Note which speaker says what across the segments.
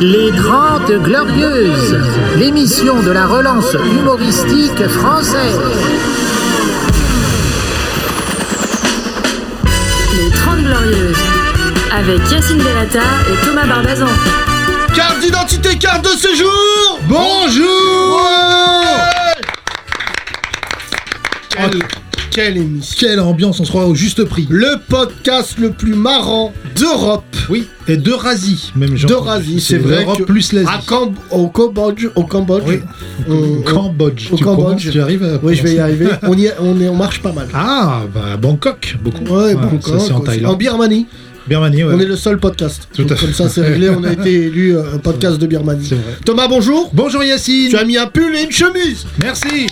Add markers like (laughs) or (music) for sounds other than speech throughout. Speaker 1: Les Grandes Glorieuses, l'émission de la relance humoristique française.
Speaker 2: Les 30 Glorieuses, avec Yacine Delata et Thomas Barbazan.
Speaker 3: Carte d'identité, carte de séjour
Speaker 4: Bonjour
Speaker 3: Quelle, quelle émission
Speaker 4: Quelle ambiance, on se croit au juste prix.
Speaker 3: Le podcast le plus marrant d'Europe
Speaker 4: Oui, et d'Eurasie, même genre.
Speaker 3: D'Eurasie, c'est vrai
Speaker 4: Europe
Speaker 3: que-
Speaker 4: plus l'Asie.
Speaker 3: à Cam- au Cambodge, au Cambodge.
Speaker 4: Oui.
Speaker 3: on-
Speaker 4: Au Cambodge.
Speaker 3: au
Speaker 4: tu
Speaker 3: Cambodge.
Speaker 4: prononces, tu arrives à
Speaker 3: Oui, je vais y
Speaker 4: prononcer.
Speaker 3: arriver. on, y, on, est- on marche pas mal.
Speaker 4: Ah, bah Bangkok, beaucoup.
Speaker 3: Ouais, bon,
Speaker 4: ça, c'est en
Speaker 3: En
Speaker 4: Thaïlande.
Speaker 3: Birmanie,
Speaker 4: Birmanie, ouais.
Speaker 3: on est le seul podcast.
Speaker 4: Tout à
Speaker 3: Donc,
Speaker 4: fait.
Speaker 3: Comme ça, c'est réglé. On
Speaker 4: (laughs)
Speaker 3: a été élu euh, un podcast de Birmanie.
Speaker 4: C'est vrai.
Speaker 3: Thomas, bonjour.
Speaker 4: Bonjour Yacine
Speaker 3: Tu as mis un pull et une chemise.
Speaker 4: Merci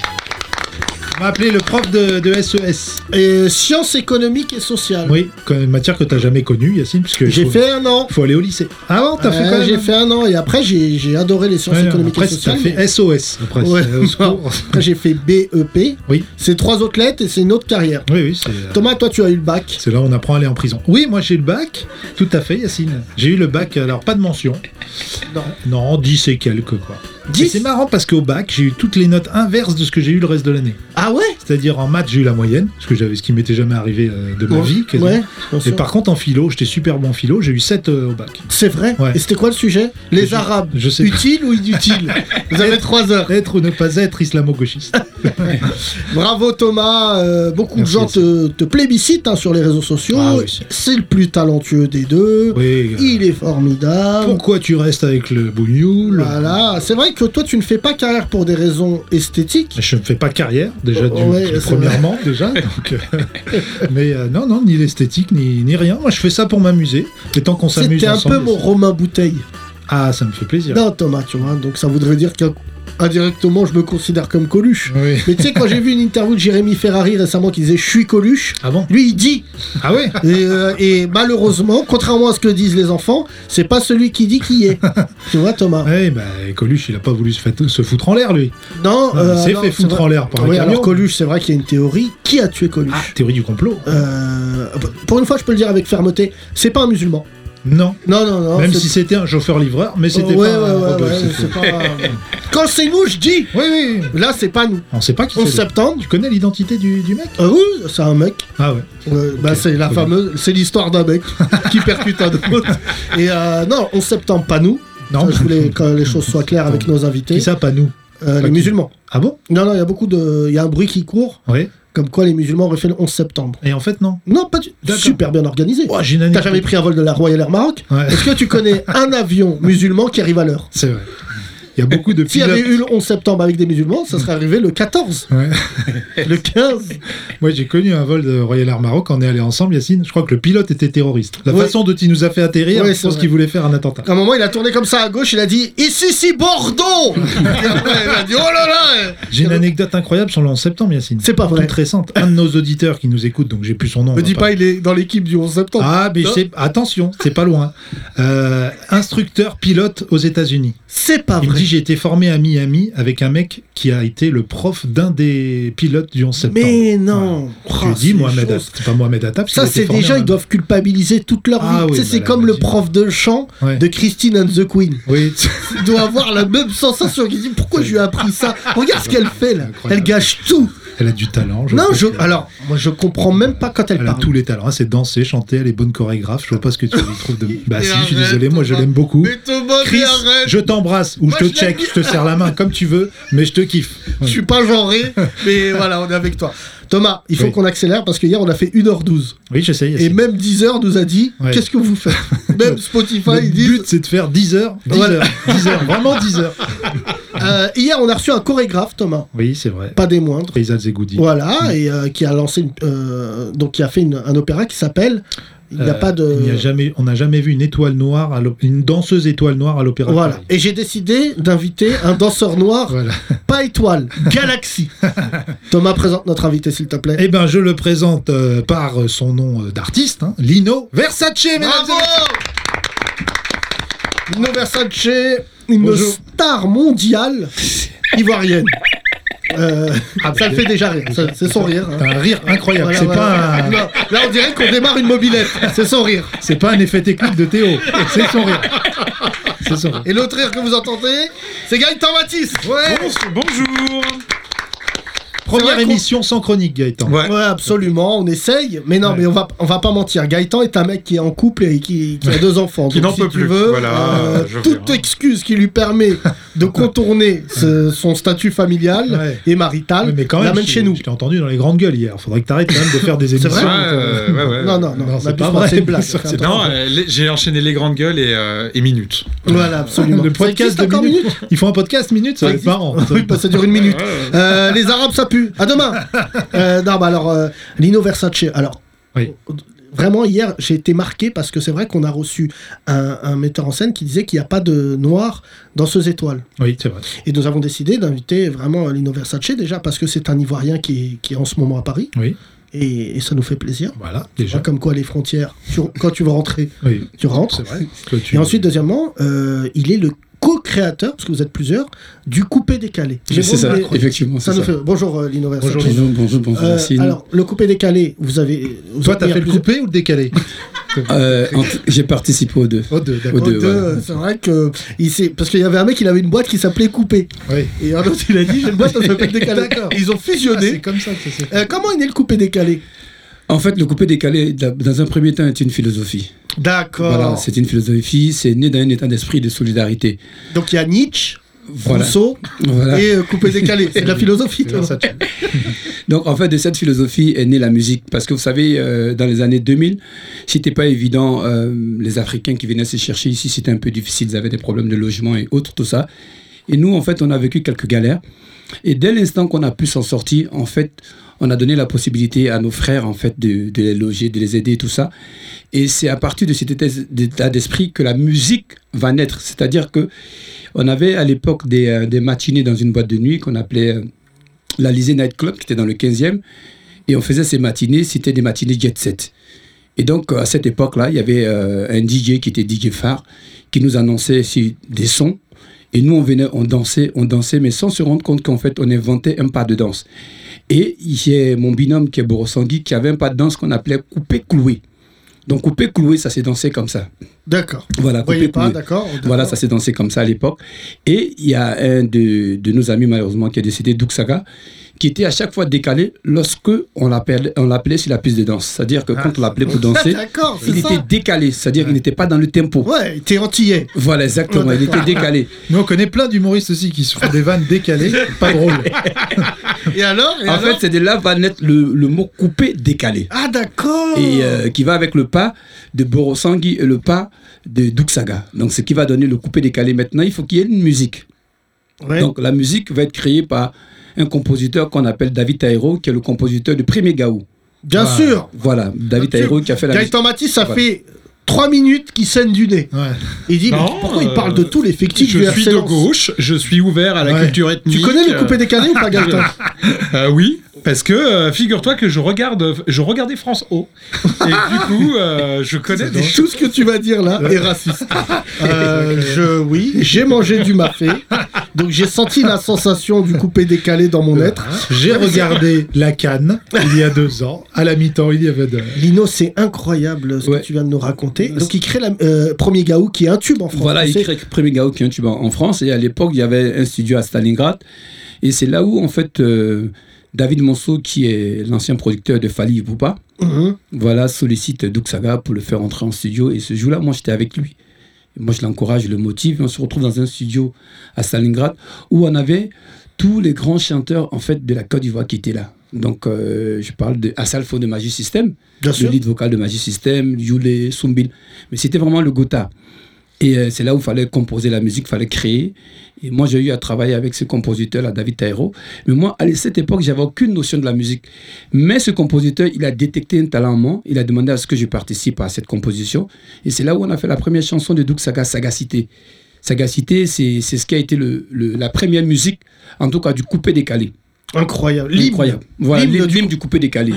Speaker 4: On m'a appelé le prof de, de SES.
Speaker 3: Et sciences économiques et sociales.
Speaker 4: Oui, quand- matière que t'as jamais connue, Yacine, puisque
Speaker 3: J'ai
Speaker 4: faut-
Speaker 3: fait un an.
Speaker 4: Faut aller au lycée. Ah non, t'as fait
Speaker 3: Ouais,
Speaker 4: quand même
Speaker 3: J'ai
Speaker 4: hein.
Speaker 3: fait un an et après j'ai j'ai adoré les sciences
Speaker 4: Ouais, non,
Speaker 3: économiques
Speaker 4: après,
Speaker 3: et sociales.
Speaker 4: t'as fait SOS, après.
Speaker 3: Ouais.
Speaker 4: c'est au
Speaker 3: (laughs)
Speaker 4: secours.
Speaker 3: Après j'ai fait BEP.
Speaker 4: Oui.
Speaker 3: C'est trois autres lettres et c'est une autre carrière.
Speaker 4: Oui, oui, c'est. euh,
Speaker 3: Thomas, toi tu as eu le bac.
Speaker 4: C'est là où on apprend à aller en prison. Oui, moi j'ai eu le bac, tout à fait, Yacine. J'ai eu le bac, alors pas de mention.
Speaker 3: Non.
Speaker 4: Non, 10 et quelques, quoi.
Speaker 3: 10?
Speaker 4: Et C'est marrant parce qu'au bac, j'ai eu toutes les notes inverses de ce que j'ai eu le reste de l'année.
Speaker 3: Ah ouais
Speaker 4: C'est-à-dire en maths, j'ai eu la moyenne, parce que j'avais ce qui m'était jamais arrivé euh, de ma
Speaker 3: Ouais,
Speaker 4: vie. quasiment.
Speaker 3: ouais, bien
Speaker 4: et
Speaker 3: sûr.
Speaker 4: par contre, en philo, j'étais super bon en philo, j'ai eu 7 euh, au bac.
Speaker 3: C'est vrai
Speaker 4: Ouais.
Speaker 3: Et c'était quoi le sujet Les
Speaker 4: Je-
Speaker 3: Arabes.
Speaker 4: je sais pas.
Speaker 3: Utiles
Speaker 4: (laughs)
Speaker 3: ou inutiles Vous avez trois heures.
Speaker 4: Être ou ne pas être
Speaker 3: (laughs)
Speaker 4: islamo-gauchiste.
Speaker 3: Bravo Thomas. euh, beaucoup
Speaker 4: Merci,
Speaker 3: de gens
Speaker 4: merci.
Speaker 3: te, te plébiscitent hein, sur les réseaux sociaux.
Speaker 4: Ah oui, c'est-
Speaker 3: C'est le plus talentueux des deux.
Speaker 4: Oui, euh,
Speaker 3: Il est formidable.
Speaker 4: Pourquoi tu restes avec le bougnoul
Speaker 3: Voilà, c'est vrai que toi tu ne fais pas carrière pour des raisons esthétiques.
Speaker 4: Je ne fais pas carrière, déjà, du,
Speaker 3: Ouais,
Speaker 4: du-
Speaker 3: c'est
Speaker 4: premièrement, déjà. donc, euh, (laughs) mais euh, non, non, ni l'esthétique, ni, ni rien. Moi, je fais ça pour m'amuser. Et tant qu'on s'amuse
Speaker 3: C'était un
Speaker 4: ensemble...
Speaker 3: peu mon Romain Bouteille.
Speaker 4: Ah, ça me fait plaisir.
Speaker 3: Non, Ben, Thomas, tu vois, donc ça voudrait dire qu'indirectement, je me considère comme Coluche.
Speaker 4: Oui.
Speaker 3: Mais tu sais, quand j'ai vu une interview de Jérémy Ferrari récemment qui disait Je suis Coluche,
Speaker 4: Ah bon
Speaker 3: lui il dit,
Speaker 4: Ah
Speaker 3: (laughs)
Speaker 4: ouais
Speaker 3: et, euh, et malheureusement, contrairement à ce que disent les enfants, c'est pas celui qui dit qui est. tu vois, Thomas
Speaker 4: Oui, bah, Coluche, il a pas voulu se, fat- se foutre en l'air, lui.
Speaker 3: Non,
Speaker 4: Non,
Speaker 3: euh,
Speaker 4: il s'est
Speaker 3: non,
Speaker 4: fait
Speaker 3: c'est
Speaker 4: foutre
Speaker 3: vrai.
Speaker 4: en l'air par un
Speaker 3: Oui,
Speaker 4: camion.
Speaker 3: alors Coluche, c'est vrai qu'il y a une théorie. Qui a tué
Speaker 4: Ah,
Speaker 3: Coluche
Speaker 4: théorie du complot.
Speaker 3: Euh, Pour une fois, je peux le dire avec fermeté c'est pas un musulman.
Speaker 4: Non.
Speaker 3: Non, non, non.
Speaker 4: Même
Speaker 3: c'est-
Speaker 4: si c'était un chauffeur-livreur, mais c'était
Speaker 3: Ouais,
Speaker 4: pas...
Speaker 3: ouais,
Speaker 4: un-
Speaker 3: ouais,
Speaker 4: bah,
Speaker 3: ouais,
Speaker 4: c'est
Speaker 3: c'est
Speaker 4: faux.
Speaker 3: pas- Quand c'est nous, je dis
Speaker 4: Oui, oui.
Speaker 3: Là, c'est pas nous.
Speaker 4: On sait pas qui
Speaker 3: 11
Speaker 4: c'est.
Speaker 3: septembre
Speaker 4: Tu connais l'identité du, du mec
Speaker 3: Ah oui, c'est un mec.
Speaker 4: Ah ouais.
Speaker 3: Euh, bah,
Speaker 4: Ok,
Speaker 3: c'est la
Speaker 4: très
Speaker 3: fameuse, c'est l'histoire
Speaker 4: (laughs)
Speaker 3: d'un mec qui percute un autre. Et euh, non, 11 septembre, pas nous.
Speaker 4: Non.
Speaker 3: Ça, je voulais que les choses soient claires avec nos invités.
Speaker 4: Qui ça, pas nous
Speaker 3: Euh, les
Speaker 4: Pas qui
Speaker 3: musulmans.
Speaker 4: Ah bon
Speaker 3: Non, non, il y a beaucoup de. Il y a un bruit qui court,
Speaker 4: Oui.
Speaker 3: comme quoi les musulmans auraient fait le 11 septembre.
Speaker 4: Et en fait, non.
Speaker 3: Non, pas du
Speaker 4: D'accord.
Speaker 3: Super bien organisé.
Speaker 4: Ouah, j'ai une
Speaker 3: T'as
Speaker 4: anecdote.
Speaker 3: jamais pris un vol de la Royal Air Maroc
Speaker 4: Ouais. (laughs)
Speaker 3: Est-ce que tu connais un avion musulman qui arrive à l'heure
Speaker 4: C'est vrai. Il y a beaucoup de
Speaker 3: S'il y avait
Speaker 4: pilotes.
Speaker 3: eu le 11 septembre avec des musulmans, ça serait arrivé le 14,
Speaker 4: Ouais.
Speaker 3: le 15.
Speaker 4: Moi, j'ai connu un vol de Royal Air Maroc. On est allé ensemble, Yacine. Je crois que le pilote était terroriste. La
Speaker 3: Ouais.
Speaker 4: façon dont il nous a fait atterrir,
Speaker 3: Ouais,
Speaker 4: je
Speaker 3: c'est
Speaker 4: pense
Speaker 3: vrai.
Speaker 4: qu'il voulait faire un attentat.
Speaker 3: À un moment, il a tourné comme ça à gauche, il a dit Ici, si Bordeaux Et après, il a dit Oh là là
Speaker 4: J'ai une anecdote incroyable sur le 11 septembre, Yacine.
Speaker 3: C'est pas vrai.
Speaker 4: Toute récente. Un de nos auditeurs qui nous écoute, donc j'ai plus son nom. on
Speaker 3: Me
Speaker 4: va
Speaker 3: dis pas, il est dans l'équipe du 11 septembre.
Speaker 4: Ah, mais
Speaker 3: Non.
Speaker 4: c'est- attention, c'est pas loin. Euh, instructeur pilote aux États-Unis.
Speaker 3: c'est pas
Speaker 4: Il me
Speaker 3: Ah, vrai.
Speaker 4: dit J'ai été formé à Miami avec un mec qui a été le prof d'un des pilotes du 11 septembre.
Speaker 3: Mais non
Speaker 4: Je lui ai
Speaker 3: Oh,
Speaker 4: dit
Speaker 3: c'est
Speaker 4: Mohamed
Speaker 3: chaud.
Speaker 4: Atta. C'est pas Mohamed Atta. parce
Speaker 3: Ça,
Speaker 4: qu'il a été
Speaker 3: c'est
Speaker 4: formé
Speaker 3: des gens,
Speaker 4: en
Speaker 3: ils doivent culpabiliser toute leur
Speaker 4: Ah oui,
Speaker 3: vie. Tu sais,
Speaker 4: bah,
Speaker 3: c'est
Speaker 4: la
Speaker 3: comme le
Speaker 4: maladie.
Speaker 3: prof de chant
Speaker 4: Ouais.
Speaker 3: de Christine and the Queen.
Speaker 4: (laughs) Oui,
Speaker 3: Il doit avoir la même sensation. Il dit Pourquoi je lui ai appris ça Regarde ce qu'elle fait là. Elle
Speaker 4: Incroyable.
Speaker 3: gâche tout.
Speaker 4: elle a du talent.
Speaker 3: non,
Speaker 4: sais
Speaker 3: je.
Speaker 4: qu'elle-
Speaker 3: Alors, moi, je comprends même pas quand elle
Speaker 4: Elle a
Speaker 3: parle.
Speaker 4: tous les talents, hein, c'est danser, chanter, elle est bonne chorégraphe. Je vois pas ce que tu lui trouves de. Bah
Speaker 3: Mais
Speaker 4: si, je suis
Speaker 3: arrête,
Speaker 4: désolé, moi je
Speaker 3: Thomas.
Speaker 4: l'aime beaucoup.
Speaker 3: Thomas,
Speaker 4: Chris, je t'embrasse ou
Speaker 3: Moi,
Speaker 4: je
Speaker 3: je
Speaker 4: te check,
Speaker 3: l'aime
Speaker 4: je te serre la main comme tu veux, mais je te kiffe.
Speaker 3: Je suis pas
Speaker 4: (laughs)
Speaker 3: genré, mais voilà, on est avec toi. Thomas, il faut
Speaker 4: Oui.
Speaker 3: qu'on accélère parce que hier on a fait 1h12.
Speaker 4: Oui, j'essaye.
Speaker 3: Et
Speaker 4: Yacine.
Speaker 3: même 10h nous a dit
Speaker 4: Ouais.
Speaker 3: Qu'est-ce que
Speaker 4: (laughs)
Speaker 3: vous faites Même Spotify,
Speaker 4: Le
Speaker 3: ils
Speaker 4: but
Speaker 3: disent
Speaker 4: c'est de faire 10 heures, 10
Speaker 3: Voilà.
Speaker 4: heures, 10 heures, vraiment 10 heures.
Speaker 3: Euh, Hier on a reçu un chorégraphe, Thomas,
Speaker 4: (laughs) Oui, c'est vrai.
Speaker 3: pas des moindres.
Speaker 4: Faisal Zegoudi.
Speaker 3: Voilà, et euh, qui a lancé, une- euh, donc qui a fait une- un opéra qui s'appelle Il n'y
Speaker 4: Euh,
Speaker 3: a pas de.
Speaker 4: il n'y a jamais, on n'a jamais vu une étoile noire, à l'op- une danseuse étoile noire à l'opéra. de
Speaker 3: Voilà.
Speaker 4: Paris.
Speaker 3: Et j'ai décidé d'inviter un danseur noir,
Speaker 4: Voilà.
Speaker 3: pas étoile,
Speaker 4: (laughs)
Speaker 3: galaxie. Thomas, présente notre invité, s'il te plaît.
Speaker 4: Eh ben, je le présente euh, par euh, son nom euh, d'artiste, hein, Lino Versace, mesdames et messieurs.
Speaker 3: Lino Versace, une
Speaker 4: Bonjour.
Speaker 3: star mondiale ivoirienne. Euh,
Speaker 4: Ah,
Speaker 3: ça
Speaker 4: bah,
Speaker 3: le fait déjà rire, ça- c'est son rire. hein.
Speaker 4: T'as un rire incroyable.
Speaker 3: Voilà,
Speaker 4: c'est
Speaker 3: voilà.
Speaker 4: pas un-
Speaker 3: Non, là, on dirait qu'on démarre une mobilette, c'est son rire.
Speaker 4: C'est pas un effet technique de Théo, c'est son rire. très heureux.
Speaker 3: Et l'autre rire que vous entendez, c'est Gaëtan Matisse. Ouais.
Speaker 5: Bonjour, Bonjour.
Speaker 4: Première
Speaker 3: vrai qu'on-
Speaker 4: émission sans chronique, Gaëtan.
Speaker 5: Ouais.
Speaker 3: Ouais, absolument, on essaye, mais non,
Speaker 4: Ouais.
Speaker 3: mais on va, on va pas mentir. Gaëtan est un mec qui est en couple et qui, qui a deux enfants.
Speaker 5: Qui
Speaker 3: Donc,
Speaker 5: n'en
Speaker 3: si
Speaker 5: peut
Speaker 3: tu
Speaker 5: plus.
Speaker 3: veux,
Speaker 5: Voilà,
Speaker 3: euh,
Speaker 5: je
Speaker 3: toute
Speaker 5: verrai.
Speaker 3: excuse qui lui
Speaker 4: (laughs)
Speaker 3: permet de contourner ce- son statut familial
Speaker 4: Ouais.
Speaker 3: et marital,
Speaker 4: Ouais, mais quand
Speaker 3: on
Speaker 4: même,
Speaker 3: l'amène
Speaker 4: je-
Speaker 3: chez nous.
Speaker 4: Je t'ai entendu dans les grandes gueules hier. Faudrait que t'arrêtes quand même de faire des émissions.
Speaker 3: vrai
Speaker 5: Ouais, euh, ouais, ouais.
Speaker 3: Non, non, non,
Speaker 4: Non,
Speaker 3: on
Speaker 4: c'est
Speaker 3: abuse
Speaker 4: pas
Speaker 3: pas,
Speaker 4: vrai.
Speaker 3: c'est une blague.
Speaker 4: C'est
Speaker 3: Fais attention.
Speaker 5: Non, euh, les- j'ai enchaîné les grandes gueules et, euh, et minutes.
Speaker 3: Voilà, absolument.
Speaker 4: Le
Speaker 3: Ça
Speaker 4: podcast
Speaker 3: existe
Speaker 4: de
Speaker 3: encore,
Speaker 4: minutes. Ils font un podcast minute, ça va être
Speaker 3: existe.
Speaker 4: marrant.
Speaker 3: Oui, parce que ça dure une minute. Euh, les Arabes, ça pue. À demain. Euh, non, bah alors, euh, Lino Versace. Alors,
Speaker 4: Oui.
Speaker 3: vraiment, hier, j'ai été marqué parce que c'est vrai qu'on a reçu un, un metteur en scène qui disait qu'il n'y a pas de noir dans ces étoiles.
Speaker 4: Oui, c'est vrai.
Speaker 3: Et nous avons décidé d'inviter vraiment Lino Versace, déjà, parce que c'est un Ivoirien qui, est- qui est en ce moment à Paris.
Speaker 4: Oui,
Speaker 3: Et, et ça nous fait plaisir.
Speaker 4: voilà, déjà.
Speaker 3: Comme quoi, les frontières, tu- quand tu vas rentrer,
Speaker 4: Oui,
Speaker 3: tu rentres.
Speaker 4: c'est vrai. Toi, tu-
Speaker 3: Et ensuite, deuxièmement, euh, il est le co-créateur, parce que vous êtes plusieurs, du coupé décalé.
Speaker 6: Mais c'est ça,
Speaker 3: Jérôme Lé-
Speaker 6: effectivement,
Speaker 3: ça
Speaker 6: c'est
Speaker 3: nous
Speaker 6: ça.
Speaker 3: fait... Bonjour euh, Lino Versace.
Speaker 6: Bonjour, Lino, bonjour, bonjour,
Speaker 3: Euh,
Speaker 6: Yacine.
Speaker 3: alors, le coupé décalé, vous avez. Vous
Speaker 4: Toi,
Speaker 3: avez
Speaker 4: t'as fait le
Speaker 3: plusieurs-
Speaker 4: coupé ou le (laughs) décalé
Speaker 6: Euh, en t- J'ai participé aux deux.
Speaker 4: Oh, deux,
Speaker 6: Aux
Speaker 4: d'accord.
Speaker 6: deux,
Speaker 3: deux,
Speaker 6: voilà.
Speaker 3: euh, C'est vrai que. Il s'est- parce qu'il y avait un mec, il avait une boîte qui s'appelait Coupé.
Speaker 4: Oui.
Speaker 3: Et un autre, il a dit J'ai une boîte, ça s'appelle Décalé.
Speaker 4: D'accord.
Speaker 3: Et Ils ont
Speaker 4: Ah, c'est
Speaker 3: fusionné.
Speaker 4: comme ça que ça s'est fait.
Speaker 3: Euh, comment est né le coupé décalé
Speaker 6: En fait, le coupé décalé, d'a- dans un premier temps, est une philosophie.
Speaker 3: D'accord.
Speaker 6: Voilà, c'est une philosophie, c'est né d'un état d'esprit de solidarité.
Speaker 3: Donc il y a Nietzsche,
Speaker 6: Voilà.
Speaker 3: Rousseau
Speaker 6: voilà.
Speaker 3: et euh, coupé décalé. C'est de la philosophie. toi.
Speaker 4: Ça, tu-
Speaker 6: Donc, en fait, de cette philosophie est née la musique. Parce que vous savez, euh, dans les années 2000, c'était pas évident. euh, les Africains qui venaient se chercher ici, c'était un peu difficile. Ils avaient des problèmes de logement et autres, tout ça. Et nous, en fait, on a vécu quelques galères. Et dès l'instant qu'on a pu s'en sortir, en fait, on a donné la possibilité à nos frères, en fait, de, de les loger, de les aider, tout ça. Et c'est à partir de cet état- état d'esprit que la musique va naître. C'est-à-dire que on avait à l'époque des, euh, des matinées dans une boîte de nuit qu'on appelait euh, l'Alizé Night Club, qui était dans le 15e. Et on faisait ces matinées, c'était des matinées jet set. Et donc, euh, à cette époque-là, il y avait euh, un DJ qui était DJ phare, qui nous annonçait si- des sons. Et nous, on venait, on dansait, on dansait, mais sans se rendre compte qu'en fait, on inventait un pas de danse. Et j'ai mon binôme qui est Borosangui, qui avait un pas de danse qu'on appelait coupé-cloué. Donc, coupé-cloué, ça s'est dansé comme ça.
Speaker 3: D'accord.
Speaker 6: Voilà,
Speaker 3: Vous voyez pas,
Speaker 6: coupé-cloué.
Speaker 3: d'accord
Speaker 6: Voilà, ça s'est dansé comme ça à l'époque. Et il y a un de, de nos amis, malheureusement, qui est décédé, Duxaga, qui était à chaque fois décalé lorsque on l'appelait, on l'appelait sur la piste de danse. C'est-à-dire que quand on l'appelait pour danser,
Speaker 3: D'accord, Ah,
Speaker 6: il
Speaker 3: c'est ça.
Speaker 6: était décalé, c'est-à-dire qu'il n'était pas dans le tempo.
Speaker 3: Ouais, t'es antillais.
Speaker 6: Voilà, exactement,
Speaker 3: Ouais,
Speaker 6: il était
Speaker 3: d'accord.
Speaker 6: décalé.
Speaker 4: Mais on connaît plein d'humoristes aussi qui se font des vannes décalées, pas drôles.
Speaker 3: Et alors Et
Speaker 6: En
Speaker 3: alors
Speaker 6: fait, c'est de là va naître le, le mot coupé décalé.
Speaker 3: Ah, d'accord.
Speaker 6: Et euh, qui va avec le pas de Borosangui et le pas de Duxaga. Donc, ce qui va donner le coupé décalé maintenant, il faut qu'il y ait une musique.
Speaker 3: Ouais.
Speaker 6: Donc la musique va être créée par un compositeur qu'on appelle David Taïro, qui est le compositeur du premier Gaou.
Speaker 3: Bien
Speaker 4: Ah.
Speaker 3: sûr.
Speaker 6: Voilà, David
Speaker 3: Bien sûr.
Speaker 6: Taïro qui a fait la musique.
Speaker 3: Gaëtan Matisse, ça
Speaker 6: Voilà.
Speaker 3: fait 3 minutes qu'il saigne du nez.
Speaker 4: Ouais.
Speaker 3: Il dit, mais
Speaker 5: Non,
Speaker 3: pourquoi il
Speaker 5: euh,
Speaker 3: parle de tout l'effectif du
Speaker 5: Je suis
Speaker 3: RC
Speaker 5: de
Speaker 3: Lens
Speaker 5: gauche, je suis ouvert à la
Speaker 4: Ouais.
Speaker 5: culture ethnique.
Speaker 3: Tu connais le coupé
Speaker 5: euh,
Speaker 3: décalé ou pas, (laughs) Gaëtan
Speaker 5: euh, Oui, parce que euh, figure-toi que je regarde, je regardais France O. Et du coup, euh, je connais des
Speaker 3: Tout ce que tu vas dire là est raciste. (laughs) Euh, je, oui, j'ai mangé du mafé, donc j'ai senti la sensation du coupé décalé dans mon être.
Speaker 4: J'ai regardé La Cannes il y a deux ans. À la mi-temps, il y avait deux.
Speaker 3: Lino, c'est incroyable ce
Speaker 6: Ouais.
Speaker 3: que tu viens de nous raconter. Donc il crée la euh, premier Gaou qui est un tube en France.
Speaker 6: Voilà,
Speaker 3: tu
Speaker 6: il
Speaker 3: sais.
Speaker 6: crée le premier Gaou qui est un tube en en France. Et à l'époque, il y avait un studio à Stalingrad. Et c'est là où, en fait, euh, David Monceau, qui est l'ancien producteur de Fali Poupa,
Speaker 3: Mhm.
Speaker 6: voilà, sollicite Duxaga pour le faire entrer en studio. Et ce jour-là, moi, j'étais avec lui. Et moi, je l'encourage, je le motive. Et on se retrouve dans un studio à Stalingrad où on avait tous les grands chanteurs en fait de la Côte d'Ivoire qui étaient là. Donc, euh, je parle de Assalfo de Magic System,
Speaker 3: Bien
Speaker 6: le
Speaker 3: sûr.
Speaker 6: lead vocal de Magic System, Yule, Sumbil. Mais c'était vraiment le Gotha. Et euh, c'est là où il fallait composer la musique, il fallait créer. Et moi, j'ai eu à travailler avec ce compositeur-là, David Tairo. Mais moi, à cette époque, j'avais aucune notion de la musique. Mais ce compositeur, il a détecté un talent en moi. Il a demandé à ce que je participe à cette composition. Et c'est là où on a fait la première chanson de Doug Saga, Sagacité. Sagacité, c'est c'est ce qui a été le- le- la première musique, en tout cas du coupé décalé.
Speaker 3: Incroyable. L'hymne.
Speaker 6: Incroyable. Voilà,
Speaker 3: L'hymne
Speaker 6: l'hymne
Speaker 3: du-
Speaker 6: l'hymne du coupé décalé.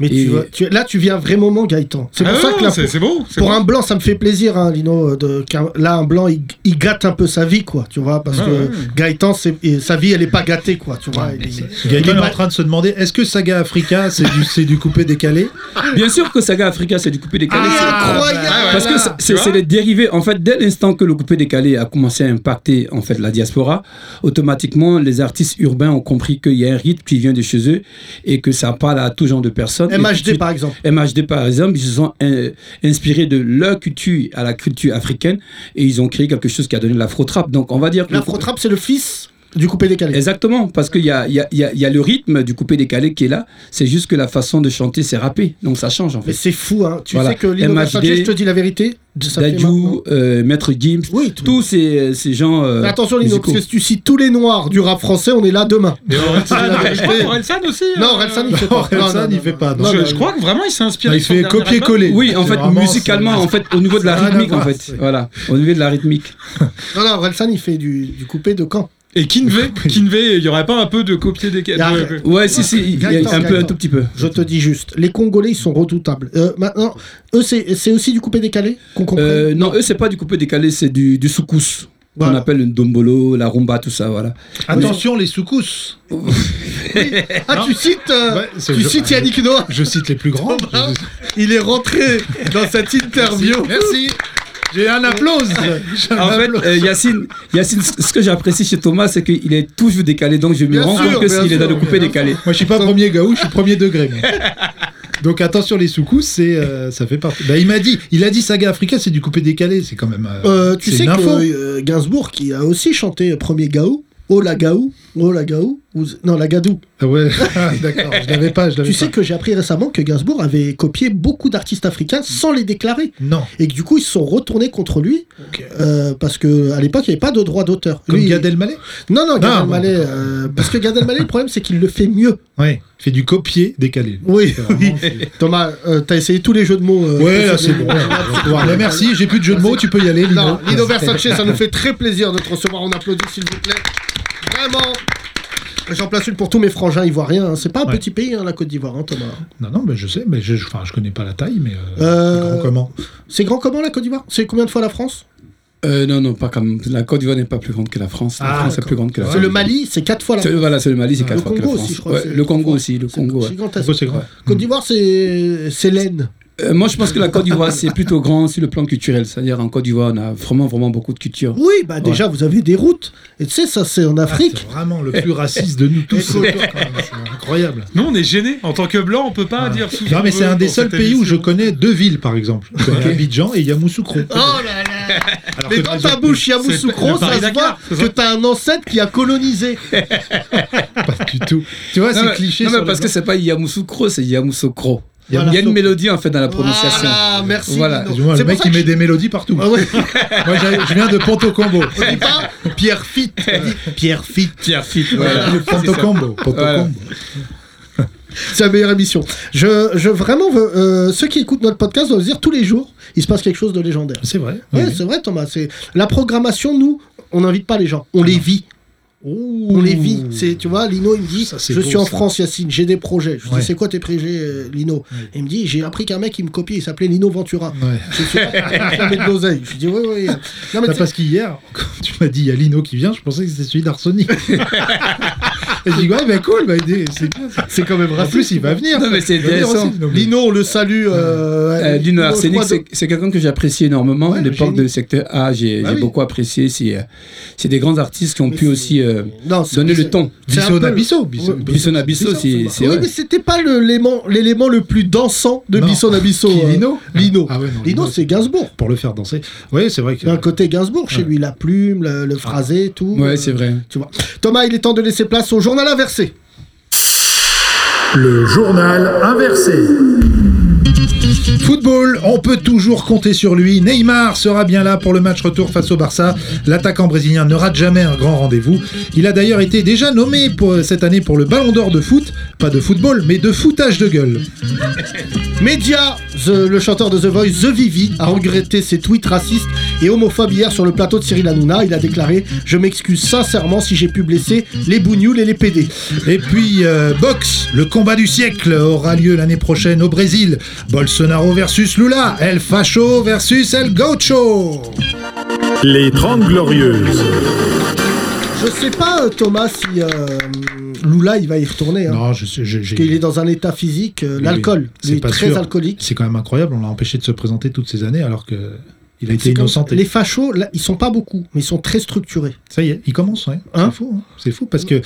Speaker 3: Mais
Speaker 6: Et-
Speaker 3: tu vois, tu- là, tu viens vraiment Gaëtan. C'est pour
Speaker 5: Ah
Speaker 3: ça
Speaker 5: non,
Speaker 3: que là,
Speaker 5: c'est
Speaker 3: pour,
Speaker 5: c'est beau. c'est
Speaker 3: pour
Speaker 5: beau.
Speaker 3: un blanc, ça me fait plaisir, hein, Lino. De, qu'un- là, un blanc, il, il gâte un peu sa vie, quoi. Tu vois, parce
Speaker 5: Ouais,
Speaker 3: que
Speaker 5: Ah, ouais. Ah,
Speaker 3: Gaëtan, c'est- et sa vie, elle est pas gâtée, quoi. Tu vois. il est-
Speaker 4: Gaëtan
Speaker 3: il
Speaker 4: est
Speaker 3: est
Speaker 4: en
Speaker 3: pas-
Speaker 4: train de se demander est-ce que Saga Africa, c'est du, c'est du coupé décalé
Speaker 6: Bien sûr que Saga Africa, c'est du coupé décalé.
Speaker 3: Ah.
Speaker 6: c'est-
Speaker 3: incroyable.
Speaker 5: Ah, bah, ouais,
Speaker 6: Parce
Speaker 5: là,
Speaker 6: que c'est-
Speaker 5: tu
Speaker 6: c'est
Speaker 5: vois
Speaker 6: c'est les dérivés. En fait, dès l'instant que le coupé décalé a commencé à impacter en fait la diaspora, automatiquement les artistes urbains ont compris qu'il y a un rythme qui vient de chez eux et que ça parle à tout genre de personnes. Et tout de
Speaker 3: MHD,
Speaker 6: suite,
Speaker 3: par exemple.
Speaker 6: MHD par exemple, ils se sont euh, inspirés de leur culture à la culture africaine et ils ont créé quelque chose qui a donné l'afro-trap. Donc on va dire que le coupé-
Speaker 3: L'afro-trap, c'est le fils du coupé décalé.
Speaker 6: Exactement, parce qu'il y a, il y, a, il y a- il y a le rythme du coupé décalé qui est là, c'est juste que la façon de chanter c'est rappé, donc ça change en
Speaker 3: Mais
Speaker 6: fait.
Speaker 3: c'est fou, hein. Tu
Speaker 6: Voilà.
Speaker 3: sais que Lino
Speaker 6: MHD,
Speaker 3: Versace, je te dis la vérité. ça fait
Speaker 6: Dadju,
Speaker 3: maintenant-
Speaker 6: euh, Maître Gims,
Speaker 3: Oui, tout.
Speaker 6: tous ces, ces gens. euh,
Speaker 3: Mais Attention, Lino,
Speaker 6: musicaux.
Speaker 3: parce que si tu cites tous les noirs du rap français, on est là demain.
Speaker 5: Mais Orelsan,
Speaker 3: la
Speaker 5: mais je crois
Speaker 3: vérité.
Speaker 5: qu'Orelsan aussi.
Speaker 3: Non,
Speaker 5: euh,
Speaker 3: Relsan, il fait pas.
Speaker 4: Orelsan,
Speaker 3: (laughs) Non, non,
Speaker 4: il
Speaker 3: non,
Speaker 4: fait
Speaker 3: non.
Speaker 4: pas. non. Bah,
Speaker 5: je,
Speaker 3: non,
Speaker 5: je
Speaker 3: non.
Speaker 5: crois que vraiment il s'est inspiré.
Speaker 4: Il
Speaker 5: de son
Speaker 4: fait
Speaker 5: dernier
Speaker 4: copier-coller.
Speaker 6: Oui, en
Speaker 4: C'est
Speaker 6: fait,
Speaker 4: vraiment-
Speaker 6: musicalement, en fait, au niveau de la
Speaker 4: Ça n'a rien à
Speaker 6: rythmique, en
Speaker 4: voir,
Speaker 6: fait.
Speaker 4: c'est-
Speaker 6: Voilà, au niveau de la rythmique.
Speaker 3: Non, non, Relsan, il fait du, du coupé de camp.
Speaker 5: album. Et Kinvey, Kinvey, il y aurait pas un peu de copier des
Speaker 3: Y a rien.
Speaker 5: de-
Speaker 6: Ouais, si, si, il y a
Speaker 3: Gaëtan,
Speaker 6: un peu, un
Speaker 3: Gaëtan.
Speaker 6: tout petit peu.
Speaker 3: Je te dis juste, les Congolais, ils sont redoutables. Euh, maintenant, eux, c'est c'est aussi du coupé décalé qu'on comprend.
Speaker 6: Euh, non, eux, c'est pas du coupé décalé, c'est du, du soukous.
Speaker 3: Voilà.
Speaker 6: On appelle le dombolo, la rumba, tout ça, voilà.
Speaker 4: Attention, les soukousses
Speaker 3: (laughs) ah, tu cites, euh,
Speaker 4: Ouais, Bah, c'est-
Speaker 3: tu
Speaker 4: je-
Speaker 3: cites Yannick Noah.
Speaker 4: Je cite les plus grands.
Speaker 3: (laughs) Il est rentré dans cette interview.
Speaker 4: Merci. J'ai un applause. J'ai un
Speaker 6: En fait,
Speaker 4: applause.
Speaker 6: euh, Yacine, Yacine, ce ce que j'apprécie chez Thomas, c'est qu'il est toujours décalé, donc je me
Speaker 3: Bien
Speaker 6: rends
Speaker 3: sûr,
Speaker 6: compte que
Speaker 3: bien
Speaker 6: s'il est dans le
Speaker 3: sûr,
Speaker 6: coupé
Speaker 3: bien
Speaker 6: décalé.
Speaker 4: Moi, je suis pas premier gaou, je suis premier degré. moi. (laughs) Donc attention les soukousses, c'est euh, ça fait partie. Bah, il m'a dit, il a dit Saga Africa, c'est du coupé décalé, c'est quand même.
Speaker 3: Euh, tu
Speaker 4: c'est
Speaker 3: sais
Speaker 4: une
Speaker 3: que
Speaker 4: info.
Speaker 3: euh, Gainsbourg, qui a aussi chanté Premier Gaou, Oh la Gaou, Oh la Gaou, ou- non, la Gadou.
Speaker 4: Ah ouais, (laughs) d'accord, je l'avais pas, je l'avais
Speaker 3: Tu
Speaker 4: pas.
Speaker 3: sais que j'ai appris récemment que Gainsbourg avait copié beaucoup d'artistes africains sans les déclarer.
Speaker 4: Non,
Speaker 3: Et que du coup, ils se sont retournés contre lui euh, parce que à l'époque, il n'y avait pas de droit d'auteur.
Speaker 4: comme
Speaker 3: Lui, il-
Speaker 4: Gad Elmaleh.
Speaker 3: Non, non, Gad
Speaker 4: Non,
Speaker 3: Elmaleh, euh, parce que Gad Elmaleh, le problème, c'est qu'il le fait mieux.
Speaker 4: Ouais, il fait du copier décalé.
Speaker 3: Oui,
Speaker 4: C'est vraiment- c'est-
Speaker 3: Thomas, euh, t'as essayé tous les jeux de mots. euh,
Speaker 4: Ouais, là,
Speaker 3: possibles.
Speaker 4: c'est bon. ouais, on va pouvoir- Ouais, merci, j'ai plus de jeu de mots, tu peux y aller, Lino.
Speaker 3: Non, Lino Versace, ça nous fait très plaisir de te recevoir. On applaudit, s'il vous plaît. Vraiment. J'en place une pour tous mes frangins ivoiriens. hein. C'est pas un
Speaker 4: Ouais.
Speaker 3: petit pays, hein, la Côte d'Ivoire, hein, Thomas.
Speaker 4: Non, non, mais je sais, mais je, je- enfin, je connais pas la taille, mais euh,
Speaker 3: Euh,
Speaker 4: grand comment
Speaker 3: C'est grand comment, la Côte d'Ivoire C'est combien de fois la France
Speaker 6: Euh, non, non, pas comme. La Côte d'Ivoire n'est pas plus grande que la France. La
Speaker 4: Ah,
Speaker 6: France est plus grande que la
Speaker 4: Ouais.
Speaker 6: France.
Speaker 3: C'est le Mali, c'est quatre fois la
Speaker 6: C'est- Voilà, c'est le Mali, c'est
Speaker 4: Le
Speaker 6: quatre fois que la
Speaker 3: Congo
Speaker 6: France.
Speaker 3: aussi, je crois que
Speaker 6: Ouais,
Speaker 3: c'est
Speaker 6: le
Speaker 3: trois
Speaker 6: Congo
Speaker 3: fois.
Speaker 6: aussi, le Congo. ouais.
Speaker 3: gigantesque.
Speaker 4: Pourquoi c'est grand
Speaker 3: Côte d'Ivoire, c'est c'est l'aine.
Speaker 6: Euh, moi, je pense que la Côte d'Ivoire, c'est plutôt grand sur le plan culturel. C'est-à-dire, en Côte d'Ivoire, on a vraiment, vraiment beaucoup de culture.
Speaker 3: Oui, bah déjà, vous avez des routes. Et tu sais, ça, c'est en
Speaker 4: Ah,
Speaker 3: Afrique.
Speaker 4: c'est vraiment le plus raciste de nous tous. c'est incroyable.
Speaker 5: Nous on est gênés. En tant que blanc, on peut pas dire souvent.
Speaker 4: Non, mais c'est un des seuls pays où je connais deux villes, par exemple. Je connais Abidjan et Yamoussoukro.
Speaker 3: Oh là là
Speaker 4: Alors
Speaker 3: Mais
Speaker 4: que
Speaker 3: dans
Speaker 4: Dresde-
Speaker 3: ta bouche,
Speaker 5: C'est
Speaker 3: Yamoussoukro, ça
Speaker 5: le
Speaker 3: se voit
Speaker 5: Paris-Dakar, c'est
Speaker 3: que
Speaker 5: ça
Speaker 3: t'as un ancêtre qui a colonisé.
Speaker 4: pas du tout. Tu vois,
Speaker 6: Non,
Speaker 4: c'est
Speaker 6: mais-
Speaker 4: cliché.
Speaker 6: non, mais
Speaker 4: sur
Speaker 6: parce
Speaker 4: les
Speaker 6: que c'est pas Yamoussoukro, c'est Yamoussoukro.
Speaker 3: Voilà.
Speaker 6: Il y a une mélodie, en fait, dans la prononciation.
Speaker 3: Voilà, merci.
Speaker 6: Voilà.
Speaker 3: Lino.
Speaker 4: Blancs. Excuse-moi,
Speaker 3: C'est
Speaker 4: le
Speaker 3: pour
Speaker 4: mec,
Speaker 3: ça
Speaker 4: il
Speaker 3: que
Speaker 4: met
Speaker 3: (laughs)
Speaker 4: des mélodies partout.
Speaker 3: Ah ouais.
Speaker 4: Moi, j'ai- je viens de Ponto Combo.
Speaker 3: On dit pas Pierre Fit. on dit Pierre Fit.
Speaker 5: Pierre Fit.
Speaker 6: Voilà.
Speaker 4: Ponto Combo. Ponto
Speaker 6: Voilà.
Speaker 4: Combo.
Speaker 3: C'est la meilleure émission. Je, je vraiment veux. euh, ceux qui écoutent notre podcast doivent se dire tous les jours, il se passe quelque chose de légendaire.
Speaker 4: C'est vrai.
Speaker 3: Ouais,
Speaker 4: Oui.
Speaker 3: c'est vrai, Thomas. C'est la programmation. Nous, on n'invite pas les gens, on
Speaker 4: Ah
Speaker 3: les vit. On les vit. C'est, tu vois, Lino, il me dit,
Speaker 4: Ça, c'est
Speaker 3: je
Speaker 4: beau,
Speaker 3: suis en
Speaker 4: ça.
Speaker 3: France, Yacine, j'ai des projets. Je lui
Speaker 4: Ouais.
Speaker 3: dis, c'est quoi tes projets, euh, Lino Il me dit, j'ai appris qu'un mec, il me copiait, il s'appelait Lino Ventura.
Speaker 4: Ouais.
Speaker 3: Je sais pas, il de l'oseille. Je lui dis, oui, oui. Non, mais
Speaker 4: Bah,
Speaker 3: tu-
Speaker 4: parce qu'hier, (laughs) quand tu m'as dit il y a Lino qui vient, je pensais que c'était celui
Speaker 3: (laughs)
Speaker 4: d'Arsenic. Et je dis, ouais, bah cool, bah, il est- c'est bien. ça.
Speaker 3: c'est quand même
Speaker 4: En plus, il va venir.
Speaker 6: Non, mais c'est
Speaker 4: Il va venir aussi,
Speaker 6: intéressant.
Speaker 4: Lino.
Speaker 3: Lino, on le salue. Euh,
Speaker 6: Euh, Lino
Speaker 3: je
Speaker 6: Arsenic,
Speaker 3: crois,
Speaker 6: c'est c'est quelqu'un que j'apprécie énormément.
Speaker 3: Ouais,
Speaker 6: à
Speaker 3: le
Speaker 6: L'époque
Speaker 3: génie.
Speaker 6: de secteur A, j'ai
Speaker 4: Bah
Speaker 6: j'ai
Speaker 4: oui.
Speaker 6: beaucoup apprécié. C'est euh, c'est des grands artistes qui ont
Speaker 3: Mais
Speaker 6: pu
Speaker 3: c'est-
Speaker 6: aussi euh,
Speaker 3: Non, c'est-
Speaker 6: donner
Speaker 3: c'est-
Speaker 6: le ton.
Speaker 3: c'est un
Speaker 4: Bisson
Speaker 3: peu le-
Speaker 4: Abisso.
Speaker 3: Ouais,
Speaker 6: Bisson Abisso, c'est.
Speaker 3: Oui,
Speaker 6: c'est- ouais.
Speaker 3: mais c'était pas le- l'élément l'élément le plus dansant de Bisson Abisso.
Speaker 4: Qui,
Speaker 3: euh,
Speaker 4: Lino
Speaker 3: Lino.
Speaker 4: Ah ouais, non,
Speaker 3: Lino, c'est Gainsbourg.
Speaker 4: Pour le faire danser. Oui, c'est vrai que.
Speaker 3: Il y a un côté Gainsbourg chez
Speaker 4: Ouais.
Speaker 3: lui, la plume, le, le phrasé, tout.
Speaker 6: Ouais,
Speaker 3: euh,
Speaker 6: c'est vrai.
Speaker 3: Tu vois. Thomas, il est temps de laisser place au journal inversé.
Speaker 1: Le journal inversé.
Speaker 4: Football, on peut toujours compter sur lui. Neymar sera bien là pour le match retour face au Barça. L'attaquant brésilien ne rate jamais un grand rendez-vous. Il a d'ailleurs été déjà nommé pour- cette année pour le Ballon d'Or de foot, pas de football, mais de foutage de gueule.
Speaker 3: Media, The- le chanteur de The Voice, The Vivi, a regretté ses tweets racistes et homophobes hier sur le plateau de Cyril Hanouna. Il a déclaré Je m'excuse sincèrement si j'ai pu blesser les bougnoules et les PD.
Speaker 4: Et puis, euh, boxe, le combat du siècle aura lieu l'année prochaine au Brésil. Bolsonaro versus Lula, El Facho versus El Gaucho.
Speaker 7: Les 30 Glorieuses.
Speaker 3: Je sais pas, euh, Thomas, si euh, Lula il va y retourner. Hein,
Speaker 4: Non, je sais, j'ai- j'ai-
Speaker 3: parce qu'il est dans un état physique, euh,
Speaker 4: Oui,
Speaker 3: l'alcool.
Speaker 4: oui.
Speaker 3: Il
Speaker 4: C'est
Speaker 3: est
Speaker 4: pas
Speaker 3: très
Speaker 4: sûr.
Speaker 3: alcoolique.
Speaker 4: C'est quand même incroyable, on l'a empêché de se présenter toutes ces années alors que il a été
Speaker 3: C'est comme-
Speaker 4: innocenté.
Speaker 3: Les fachos, là, ils sont pas beaucoup, mais ils sont très structurés.
Speaker 4: Ça y est, il commence, ouais.
Speaker 3: Hein
Speaker 4: c'est fou, hein. c'est fou parce que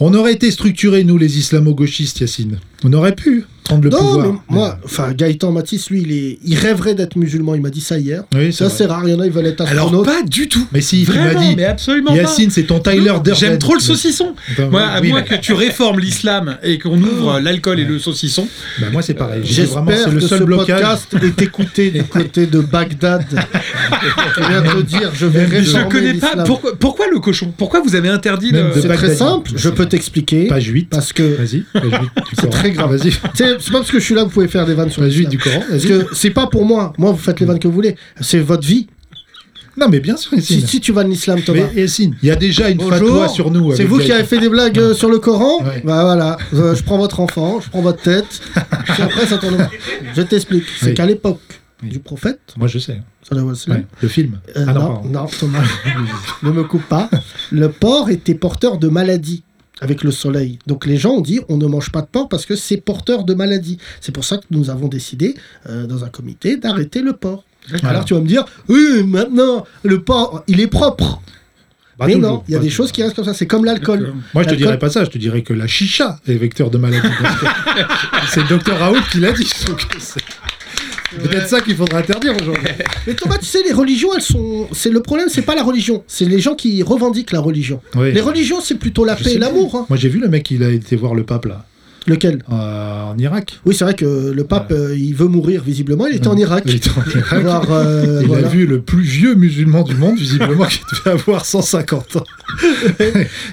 Speaker 4: on aurait été structurés nous les islamo-gauchistes, Yacine. On aurait pu prendre le
Speaker 3: non,
Speaker 4: pouvoir.
Speaker 3: mais moi, enfin, Gaëtan Matisse, lui, il, est- il rêverait d'être musulman. Il m'a dit ça hier.
Speaker 4: Oui, c'est
Speaker 3: ça,
Speaker 4: vrai.
Speaker 3: c'est rare. Il y en a, ils veulent être
Speaker 5: Alors,
Speaker 3: astronautes.
Speaker 5: pas du tout.
Speaker 4: mais si, il m'a
Speaker 5: Vraiment,
Speaker 4: dit,
Speaker 5: mais absolument
Speaker 4: Yacine, c'est ton
Speaker 5: pas.
Speaker 4: Tyler
Speaker 5: Non,
Speaker 4: Durden.
Speaker 5: J'aime trop le saucisson.
Speaker 4: Attends,
Speaker 5: Moi, à
Speaker 4: oui, bah, Ah.
Speaker 5: moins
Speaker 4: mais-
Speaker 5: que tu réformes l'islam et qu'on ouvre euh, l'alcool et le saucisson.
Speaker 4: bah, moi, c'est pareil. J'ai
Speaker 3: J'espère
Speaker 4: vraiment, c'est le
Speaker 3: que
Speaker 4: seul
Speaker 3: ce
Speaker 4: blocage.
Speaker 3: podcast est
Speaker 4: (laughs)
Speaker 3: écouté du côté de Bagdad. je viens de te dire, je vais
Speaker 5: Je
Speaker 3: réformer
Speaker 5: connais pas.
Speaker 3: l'islam.
Speaker 5: Pourquoi, pourquoi le cochon Pourquoi vous avez interdit
Speaker 4: Même
Speaker 5: le.
Speaker 4: de
Speaker 3: C'est
Speaker 4: Bagdad.
Speaker 3: très simple. Je peux t'expliquer.
Speaker 4: Page 8.
Speaker 3: Parce que
Speaker 4: Vas-y, page
Speaker 3: (laughs)
Speaker 4: 8 du
Speaker 3: c'est
Speaker 4: Coran.
Speaker 3: très grave.
Speaker 4: Vas-y.
Speaker 3: C'est c'est pas parce que je suis là que vous pouvez faire des vannes sur
Speaker 4: Page 8
Speaker 3: l'islam.
Speaker 4: du Coran.
Speaker 3: Parce
Speaker 4: Vas-y.
Speaker 3: que c'est pas pour moi. Moi, vous faites les vannes que vous voulez. C'est votre vie.
Speaker 4: Non, mais bien sûr,
Speaker 3: Si,
Speaker 4: Yacine.
Speaker 3: si tu vannes l'islam, Thomas.
Speaker 4: Mais Yacine, il y a déjà une fatwa sur nous.
Speaker 3: C'est
Speaker 4: avec
Speaker 3: vous qui
Speaker 4: Gaëtan.
Speaker 3: avez fait des blagues euh, sur le Coran
Speaker 4: Ouais.
Speaker 3: Bah voilà, Euh, je prends votre enfant, je prends votre
Speaker 4: (laughs)
Speaker 3: tête, puis après ça tourne. Je t'explique, c'est
Speaker 4: Oui.
Speaker 3: qu'à l'époque
Speaker 4: Oui.
Speaker 3: du prophète,
Speaker 4: Moi, je sais.
Speaker 3: ça doit
Speaker 4: Ouais, Le film.
Speaker 3: Euh,
Speaker 4: Ah non,
Speaker 3: non,
Speaker 4: pardon.
Speaker 3: non, Thomas, (laughs) ne me coupe pas. Le porc était porteur de maladies avec le soleil. Donc les gens ont dit on ne mange pas de porc parce que c'est porteur de maladies. C'est pour ça que nous avons décidé euh, dans un comité d'arrêter le porc. Alors tu vas me dire oui maintenant le porc il est propre.
Speaker 4: Pas
Speaker 3: Mais
Speaker 4: toujours,
Speaker 3: non, il y a
Speaker 4: pas
Speaker 3: des
Speaker 4: toujours.
Speaker 3: choses qui restent comme ça. C'est comme
Speaker 4: Moi,
Speaker 3: l'alcool.
Speaker 4: je te
Speaker 3: L'alcool-
Speaker 4: dirais pas ça, je te dirais que la chicha est vecteur de maladie. Parce que (laughs) c'est le docteur Raoult qui l'a dit. donc c'est Peut-être ça qu'il faudra interdire aujourd'hui.
Speaker 3: Mais Thomas, tu sais, les religions, elles sont. C'est le problème, c'est pas la religion, c'est les gens qui revendiquent la religion.
Speaker 4: Oui.
Speaker 3: Les religions, c'est plutôt la
Speaker 4: Je
Speaker 3: paix
Speaker 4: sais
Speaker 3: et l'amour.
Speaker 4: plus.
Speaker 3: hein.
Speaker 4: Moi, j'ai vu le mec, il a été voir le pape là,
Speaker 3: Lequel
Speaker 4: euh, en Irak.
Speaker 3: Oui, c'est vrai que le pape, euh, il veut mourir visiblement. Il était en Irak.
Speaker 4: Il était en Irak.
Speaker 3: Voir, euh,
Speaker 4: Il
Speaker 3: voilà.
Speaker 4: a vu le plus vieux musulman du monde, visiblement, (laughs) qui devait avoir 150 (laughs) ans.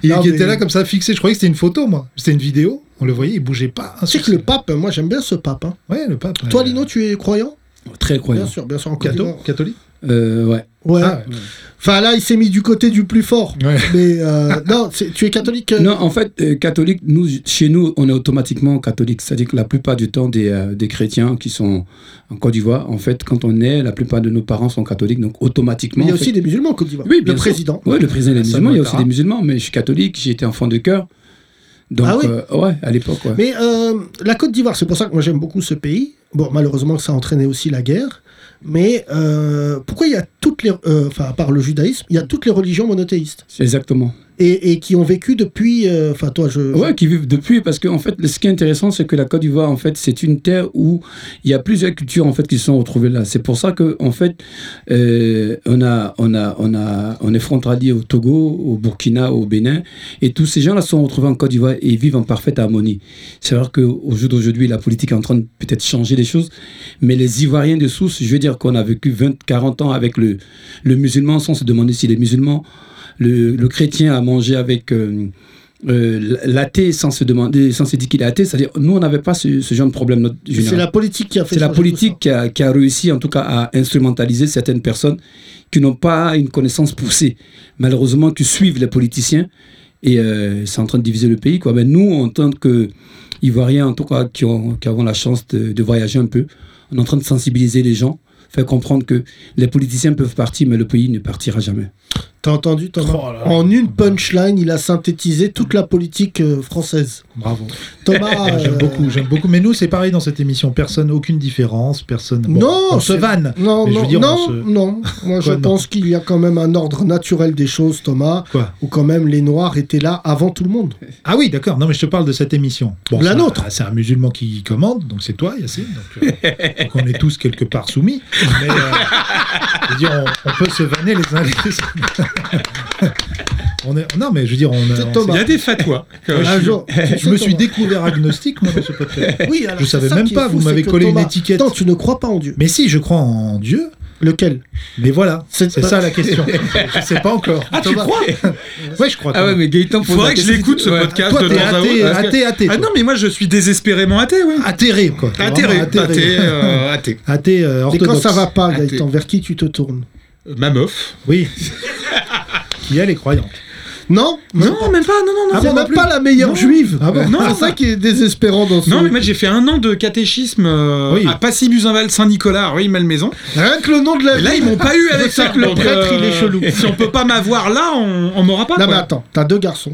Speaker 4: il
Speaker 3: Non,
Speaker 4: il
Speaker 3: mais-
Speaker 4: était là comme ça, fixé. Je croyais que c'était une photo, moi. C'était une vidéo. On le voyait, il bougeait pas. un
Speaker 3: Tu sais que
Speaker 4: souci.
Speaker 3: le pape, moi j'aime bien ce pape. hein.
Speaker 4: Ouais, le pape.
Speaker 3: Toi,
Speaker 4: ouais.
Speaker 3: Lino, tu es croyant
Speaker 6: Très
Speaker 3: Bien
Speaker 6: croyant.
Speaker 3: sûr, bien sûr, en Côte
Speaker 4: Catho
Speaker 3: d'Ivoire.
Speaker 4: Catholique
Speaker 6: Euh, ouais.
Speaker 3: Ouais.
Speaker 4: Ah, ouais.
Speaker 3: Enfin là, il s'est mis du côté du plus
Speaker 6: (laughs)
Speaker 3: fort.
Speaker 4: Ouais.
Speaker 3: Mais euh, non, c'est- tu es catholique euh,
Speaker 6: Non, en fait, euh, catholique, nous, chez nous, on est automatiquement catholique. C'est-à-dire que la plupart du temps, des, euh, des chrétiens qui sont en Côte d'Ivoire, en fait, quand on est, la plupart de nos parents sont catholiques. Donc, automatiquement.
Speaker 3: Mais il y a
Speaker 6: en fait-
Speaker 3: aussi des musulmans en Côte d'Ivoire.
Speaker 6: Oui,
Speaker 3: le
Speaker 6: bien sûr.
Speaker 3: président.
Speaker 6: Oui, le président est
Speaker 4: Hassan
Speaker 6: musulman. Il y a aussi
Speaker 4: Ouattara.
Speaker 6: des musulmans, mais je suis catholique, j'ai été enfant de cœur. Donc,
Speaker 3: Ah oui.
Speaker 6: euh, ouais, à l'époque, ouais.
Speaker 3: Mais euh, la Côte d'Ivoire, c'est pour ça que moi j'aime beaucoup ce pays. Bon, malheureusement, ça a entraîné aussi la guerre. Mais euh, pourquoi il y a toutes les. euh, Enfin, à part le judaïsme, il y a toutes les religions monothéistes.
Speaker 6: C'est Exactement.
Speaker 3: Et, et qui ont vécu depuis. euh, Enfin, toi, je.
Speaker 6: Ouais, qui vivent depuis, parce que en fait, ce qui est intéressant, c'est que la Côte d'Ivoire, en fait, c'est une terre où il y a plusieurs cultures en fait qui se sont retrouvées là. C'est pour ça que, en fait, euh, on a, on a, on a, on est frontalier au Togo, au Burkina, au Bénin, et tous ces gens-là sont retrouvés en Côte d'Ivoire et ils vivent en parfaite harmonie. C'est vrai qu'au jour d'aujourd'hui, la politique est en train de peut-être changer les choses, mais les Ivoiriens de source, je veux dire qu'on a vécu 20, 40 ans avec le, le musulman, sans se demander si les musulmans, le, le chrétien a mangé avec euh, euh, l'athée sans se demander, sans se dire qu'il est athée. C'est-à-dire, nous, on n'avait pas ce, ce genre de problème. Notre
Speaker 3: C'est
Speaker 6: génération.
Speaker 3: la politique qui a fait
Speaker 6: C'est la
Speaker 3: changer tout
Speaker 6: politique qui a, qui a réussi, en tout cas, à instrumentaliser certaines personnes qui n'ont pas une connaissance poussée, malheureusement, qui suivent les politiciens. Et euh, c'est en train de diviser le pays. Quoi. Ben, nous, en tant que Ivoiriens, en tout cas, qui, ont, qui avons la chance de, de voyager un peu, on est en train de sensibiliser les gens, faire comprendre que les politiciens peuvent partir, mais le pays ne partira jamais.
Speaker 3: ça. T'as entendu, Thomas En une punchline, il a synthétisé toute la politique euh, française.
Speaker 4: Bravo. (laughs)
Speaker 3: Thomas.
Speaker 4: J'aime
Speaker 3: euh,
Speaker 4: beaucoup, j'aime beaucoup. Mais nous, c'est pareil dans cette émission. Personne, aucune différence. Personne. Bon,
Speaker 3: Non,
Speaker 4: on se
Speaker 3: c'est-
Speaker 4: vanne.
Speaker 3: Non,
Speaker 4: Mais je
Speaker 3: non,
Speaker 4: veux dire,
Speaker 3: non,
Speaker 4: on se-
Speaker 3: non. Moi, je
Speaker 4: Quoi, non
Speaker 3: pense qu'il y a quand même un ordre naturel des choses, Thomas,
Speaker 4: Quoi
Speaker 3: où quand même les Noirs étaient là avant tout le monde.
Speaker 4: Ah oui, d'accord. Non, mais je te parle de cette émission.
Speaker 3: De la
Speaker 4: c'est un- ah,
Speaker 3: nôtre.
Speaker 4: C'est un musulman qui commande, donc c'est toi, Yacine. Donc, euh, donc on est tous quelque part soumis. Mais euh, je veux dire, on, on peut se vanner les uns les autres. (laughs) On est... Non, mais je veux dire, on
Speaker 3: C'est
Speaker 4: a. on-
Speaker 3: Thomas.
Speaker 5: Il y a des fatwas. que je-
Speaker 4: Un jour, (laughs) je me suis
Speaker 3: Thomas.
Speaker 4: découvert agnostique, moi, dans ce podcast.
Speaker 3: Eh, Oui, alors
Speaker 4: Je
Speaker 3: c'est
Speaker 4: savais
Speaker 3: ça
Speaker 4: même
Speaker 3: qui est
Speaker 4: pas,
Speaker 3: fou,
Speaker 4: vous
Speaker 3: c'est
Speaker 4: m'avez
Speaker 3: que
Speaker 4: collé une
Speaker 3: Thomas-
Speaker 4: étiquette.
Speaker 3: Attends, tu ne crois pas en Dieu.
Speaker 4: Mais si, je crois en Dieu,
Speaker 3: Lequel
Speaker 4: mais voilà, c'est
Speaker 3: pas-
Speaker 4: ça la question. je sais pas encore.
Speaker 5: Ah, tu
Speaker 4: Thomas.
Speaker 5: crois
Speaker 4: Ouais, je crois.
Speaker 6: Ah
Speaker 4: quand
Speaker 6: ouais,
Speaker 4: même.
Speaker 6: mais Gaëtan, faut
Speaker 5: Faudrait que je
Speaker 6: arrêter
Speaker 5: l'écoute ce
Speaker 6: ouais.
Speaker 5: podcast
Speaker 4: Toi,
Speaker 5: de
Speaker 4: t'es
Speaker 5: temps à
Speaker 4: athée,
Speaker 5: autre. parce que-
Speaker 4: athée, athée,
Speaker 5: Ah
Speaker 4: toi.
Speaker 5: non, mais moi je suis désespérément athée, oui.
Speaker 4: Atterré, quoi.
Speaker 5: Atterré,
Speaker 4: Ah, Vraiment atterré.
Speaker 5: athée, euh, athée.
Speaker 4: Athée, euh,
Speaker 3: Et quand
Speaker 4: orthodoxe.
Speaker 3: ça va pas,
Speaker 5: Athée.
Speaker 3: Gaëtan, vers qui tu te tournes
Speaker 5: Ma meuf.
Speaker 4: (laughs) Oui. Qui elle est croyante.
Speaker 3: Non
Speaker 5: Non, même pas, non, non, non.
Speaker 3: C'est
Speaker 4: Ah bon, non
Speaker 3: même
Speaker 4: plus
Speaker 3: pas la meilleure
Speaker 4: Non.
Speaker 3: juive.
Speaker 4: Ah bon
Speaker 3: c'est ça qui est désespérant dans ce.
Speaker 5: Non, mais moi j'ai fait un an de catéchisme euh,
Speaker 4: Oui.
Speaker 5: à Passy-Buzinval Saint-Nicolas, oui, Malmaison.
Speaker 3: Rien que le nom de la.
Speaker 5: Et là, ils m'ont pas eu (laughs) avec
Speaker 3: C'est
Speaker 5: ça.
Speaker 3: que le
Speaker 5: Donc,
Speaker 3: prêtre,
Speaker 5: euh,
Speaker 3: il est chelou.
Speaker 5: (laughs) Si on peut pas m'avoir là, on, on m'aura pas.
Speaker 3: Non, mais
Speaker 5: quoi.
Speaker 3: attends, t'as deux garçons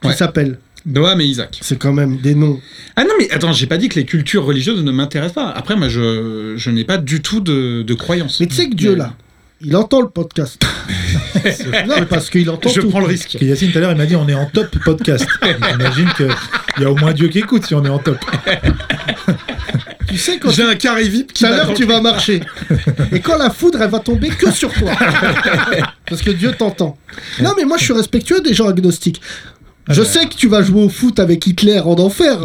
Speaker 3: qui
Speaker 5: Ouais.
Speaker 3: s'appellent.
Speaker 5: Noam et Isaac.
Speaker 3: C'est quand même des noms.
Speaker 5: Ah non, mais attends, j'ai pas dit que les cultures religieuses ne m'intéressent pas. Après, moi, je, je n'ai pas du tout de, de croyance.
Speaker 3: Mais tu sais que Dieu, là, il entend le
Speaker 5: (laughs)
Speaker 3: podcast. non, parce qu'il entend
Speaker 5: Je
Speaker 3: tout.
Speaker 5: prends le risque.
Speaker 4: Parce que Yacine, tout à l'heure, il m'a dit on est en top podcast. (laughs) J'imagine qu'il y a au moins Dieu qui écoute si on est en top.
Speaker 3: Tu sais, quand
Speaker 5: J'ai un carré VIP qui
Speaker 3: Tout à l'heure,
Speaker 5: m'attend.
Speaker 3: tu vas marcher. Et quand la foudre, elle va tomber que
Speaker 4: (laughs)
Speaker 3: sur toi. Parce que Dieu t'entend. Non, mais moi, je suis respectueux des gens agnostiques.
Speaker 4: Ah
Speaker 3: Je
Speaker 4: ben.
Speaker 3: sais que tu vas jouer au foot avec Hitler en
Speaker 4: (laughs)
Speaker 3: enfer.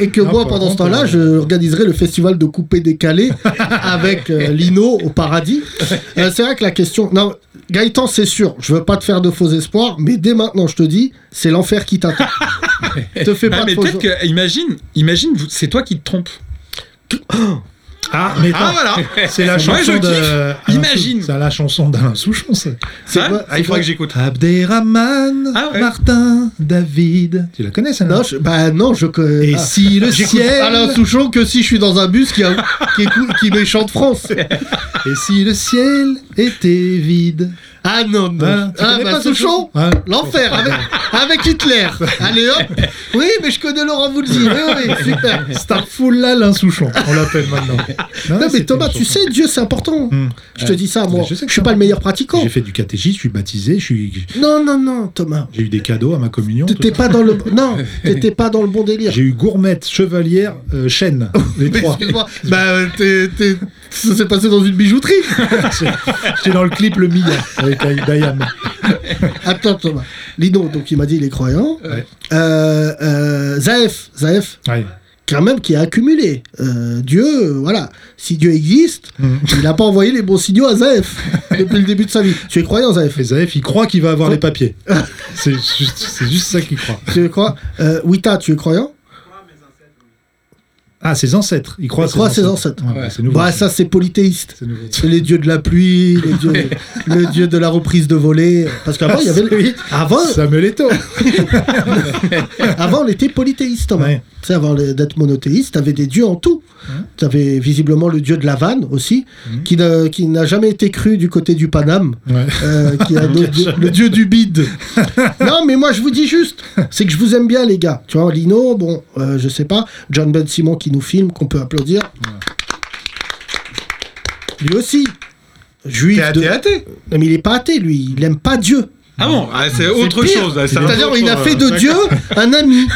Speaker 3: Et que
Speaker 4: Non,
Speaker 3: moi,
Speaker 4: par
Speaker 3: pendant
Speaker 4: contre,
Speaker 3: ce temps-là,
Speaker 4: euh,
Speaker 3: je organiserai le festival
Speaker 4: (laughs)
Speaker 3: de coupé-décalé avec euh, Lino au paradis. Euh, c'est vrai que la question. Non, Gaëtan, c'est sûr, je veux pas te faire de faux espoirs, mais dès maintenant, je te dis, c'est l'enfer qui
Speaker 4: (laughs)
Speaker 3: t'attend. te fais
Speaker 5: Ah,
Speaker 3: pas de
Speaker 5: mais
Speaker 3: faux
Speaker 5: peut-être que, imagine, imagine, vous- c'est toi qui te trompes.
Speaker 4: Ah, mais attends,
Speaker 5: (laughs) voilà
Speaker 4: c'est la
Speaker 5: Moi, je
Speaker 4: chanson
Speaker 5: kiffe.
Speaker 4: de. Alain
Speaker 5: Imagine.
Speaker 4: Sou- C'est la chanson d'Alain Souchon, ça.
Speaker 5: Ça,
Speaker 3: quoi-
Speaker 5: ah,
Speaker 3: c'est
Speaker 5: il faudrait
Speaker 3: quoi
Speaker 5: que j'écoute.
Speaker 4: Abderrahman,
Speaker 5: Ah ouais.
Speaker 4: Martin, David. Tu la connais, celle-là
Speaker 3: Non, je- bah non, je. que-
Speaker 4: Et
Speaker 3: Ah.
Speaker 4: si le
Speaker 3: J'écoute
Speaker 4: ciel.
Speaker 3: Alain Souchon que si je suis dans un bus qui, a- qui, écoute- qui méchante France.
Speaker 4: Et si le ciel était vide
Speaker 3: Ah non, non.
Speaker 4: Hein, tu
Speaker 3: ah
Speaker 4: connais
Speaker 3: bah
Speaker 4: pas
Speaker 3: Souchon
Speaker 4: Souchon Hein
Speaker 3: L'enfer avec, avec Hitler. Allez hop. Oui, mais je connais Laurent Voulzy. Oui, oui, super.
Speaker 4: Starful Alain Souchon, on l'appelle
Speaker 3: (laughs)
Speaker 4: maintenant. Non,
Speaker 3: Non, mais
Speaker 4: c'était
Speaker 3: Thomas,
Speaker 4: une
Speaker 3: tu
Speaker 4: chanson.
Speaker 3: sais, Dieu, c'est important.
Speaker 4: Hmm.
Speaker 3: Je te dis ça,
Speaker 4: Mais
Speaker 3: moi.
Speaker 4: je
Speaker 3: Je
Speaker 4: sais que
Speaker 3: suis
Speaker 4: ça
Speaker 3: pas
Speaker 4: marche.
Speaker 3: le meilleur pratiquant.
Speaker 4: J'ai fait du catéchisme, je suis baptisé, je suis-
Speaker 3: Non, non, non, Thomas.
Speaker 4: j'ai eu des cadeaux à ma communion. tout
Speaker 3: T'étais pas dans le
Speaker 4: (laughs)
Speaker 3: non, t'étais pas dans le bon délire.
Speaker 4: J'ai eu gourmette, chevalière, euh, chêne, les
Speaker 3: Oh, Mais
Speaker 4: trois.
Speaker 3: Excuse-moi. Bah, euh, t'es- t'es- ça s'est passé dans une bijouterie.
Speaker 4: (laughs) J'étais dans le clip Le Mia avec Dayam.
Speaker 3: Attends, Thomas. Lino, donc il m'a dit il est croyant.
Speaker 4: Ouais.
Speaker 3: Euh, euh, Zaef, Zaef, quand même qui a accumulé. Euh, Dieu, euh, voilà, si Dieu existe,
Speaker 4: Mm.
Speaker 3: il n'a pas envoyé les bons signaux
Speaker 4: (laughs)
Speaker 3: à Zaef depuis le début de sa vie. Tu es croyant, Zaef
Speaker 4: Et Zaef, il croit qu'il va avoir
Speaker 3: Ouais.
Speaker 4: les
Speaker 3: (laughs)
Speaker 4: papiers. C'est juste, c'est juste ça qu'il croit.
Speaker 3: Tu es croyant euh, Wita, tu es croyant
Speaker 4: Ah, ses ancêtres. Il croit,
Speaker 3: Il croit à ses ancêtres.
Speaker 4: Ouais, bah, c'est nouveau.
Speaker 3: Bah ça, c'est polythéiste.
Speaker 4: C'est nouveau.
Speaker 3: C'est les dieux de la pluie, les dieux,
Speaker 4: (laughs)
Speaker 3: le dieu de la reprise de volée. Parce qu'avant, il y avait... le- Avant,
Speaker 4: Samuel Eto'o.
Speaker 3: avant, on était polythéiste, Thomas.
Speaker 4: Ouais.
Speaker 3: Tu sais, avant le- d'être monothéiste, t'avais des dieux en tout. T'avais visiblement le dieu de la vanne aussi, qui n'a- qui n'a jamais été cru du côté du Paname.
Speaker 4: Mhm. Ouais.
Speaker 3: Euh,
Speaker 4: (laughs)
Speaker 3: qui a d'autres dieux- le dieu du bide. non, mais moi je vous dis juste, c'est que je vous aime bien les gars. Tu vois, Lino, bon, euh, je sais pas, John Ben Simon qui nous filme, qu'on peut applaudir. Lui aussi, juif.
Speaker 5: T'es
Speaker 3: de-
Speaker 5: athée, athée.
Speaker 3: Non, mais il est pas athée, lui. Il aime pas Dieu.
Speaker 5: Ah bon, ah, c'est autre
Speaker 3: pire.
Speaker 5: chose. là, c'est un
Speaker 3: C'est-à-dire,
Speaker 5: autre
Speaker 3: il a
Speaker 5: chose,
Speaker 3: fait
Speaker 5: euh,
Speaker 3: de Dieu un ami.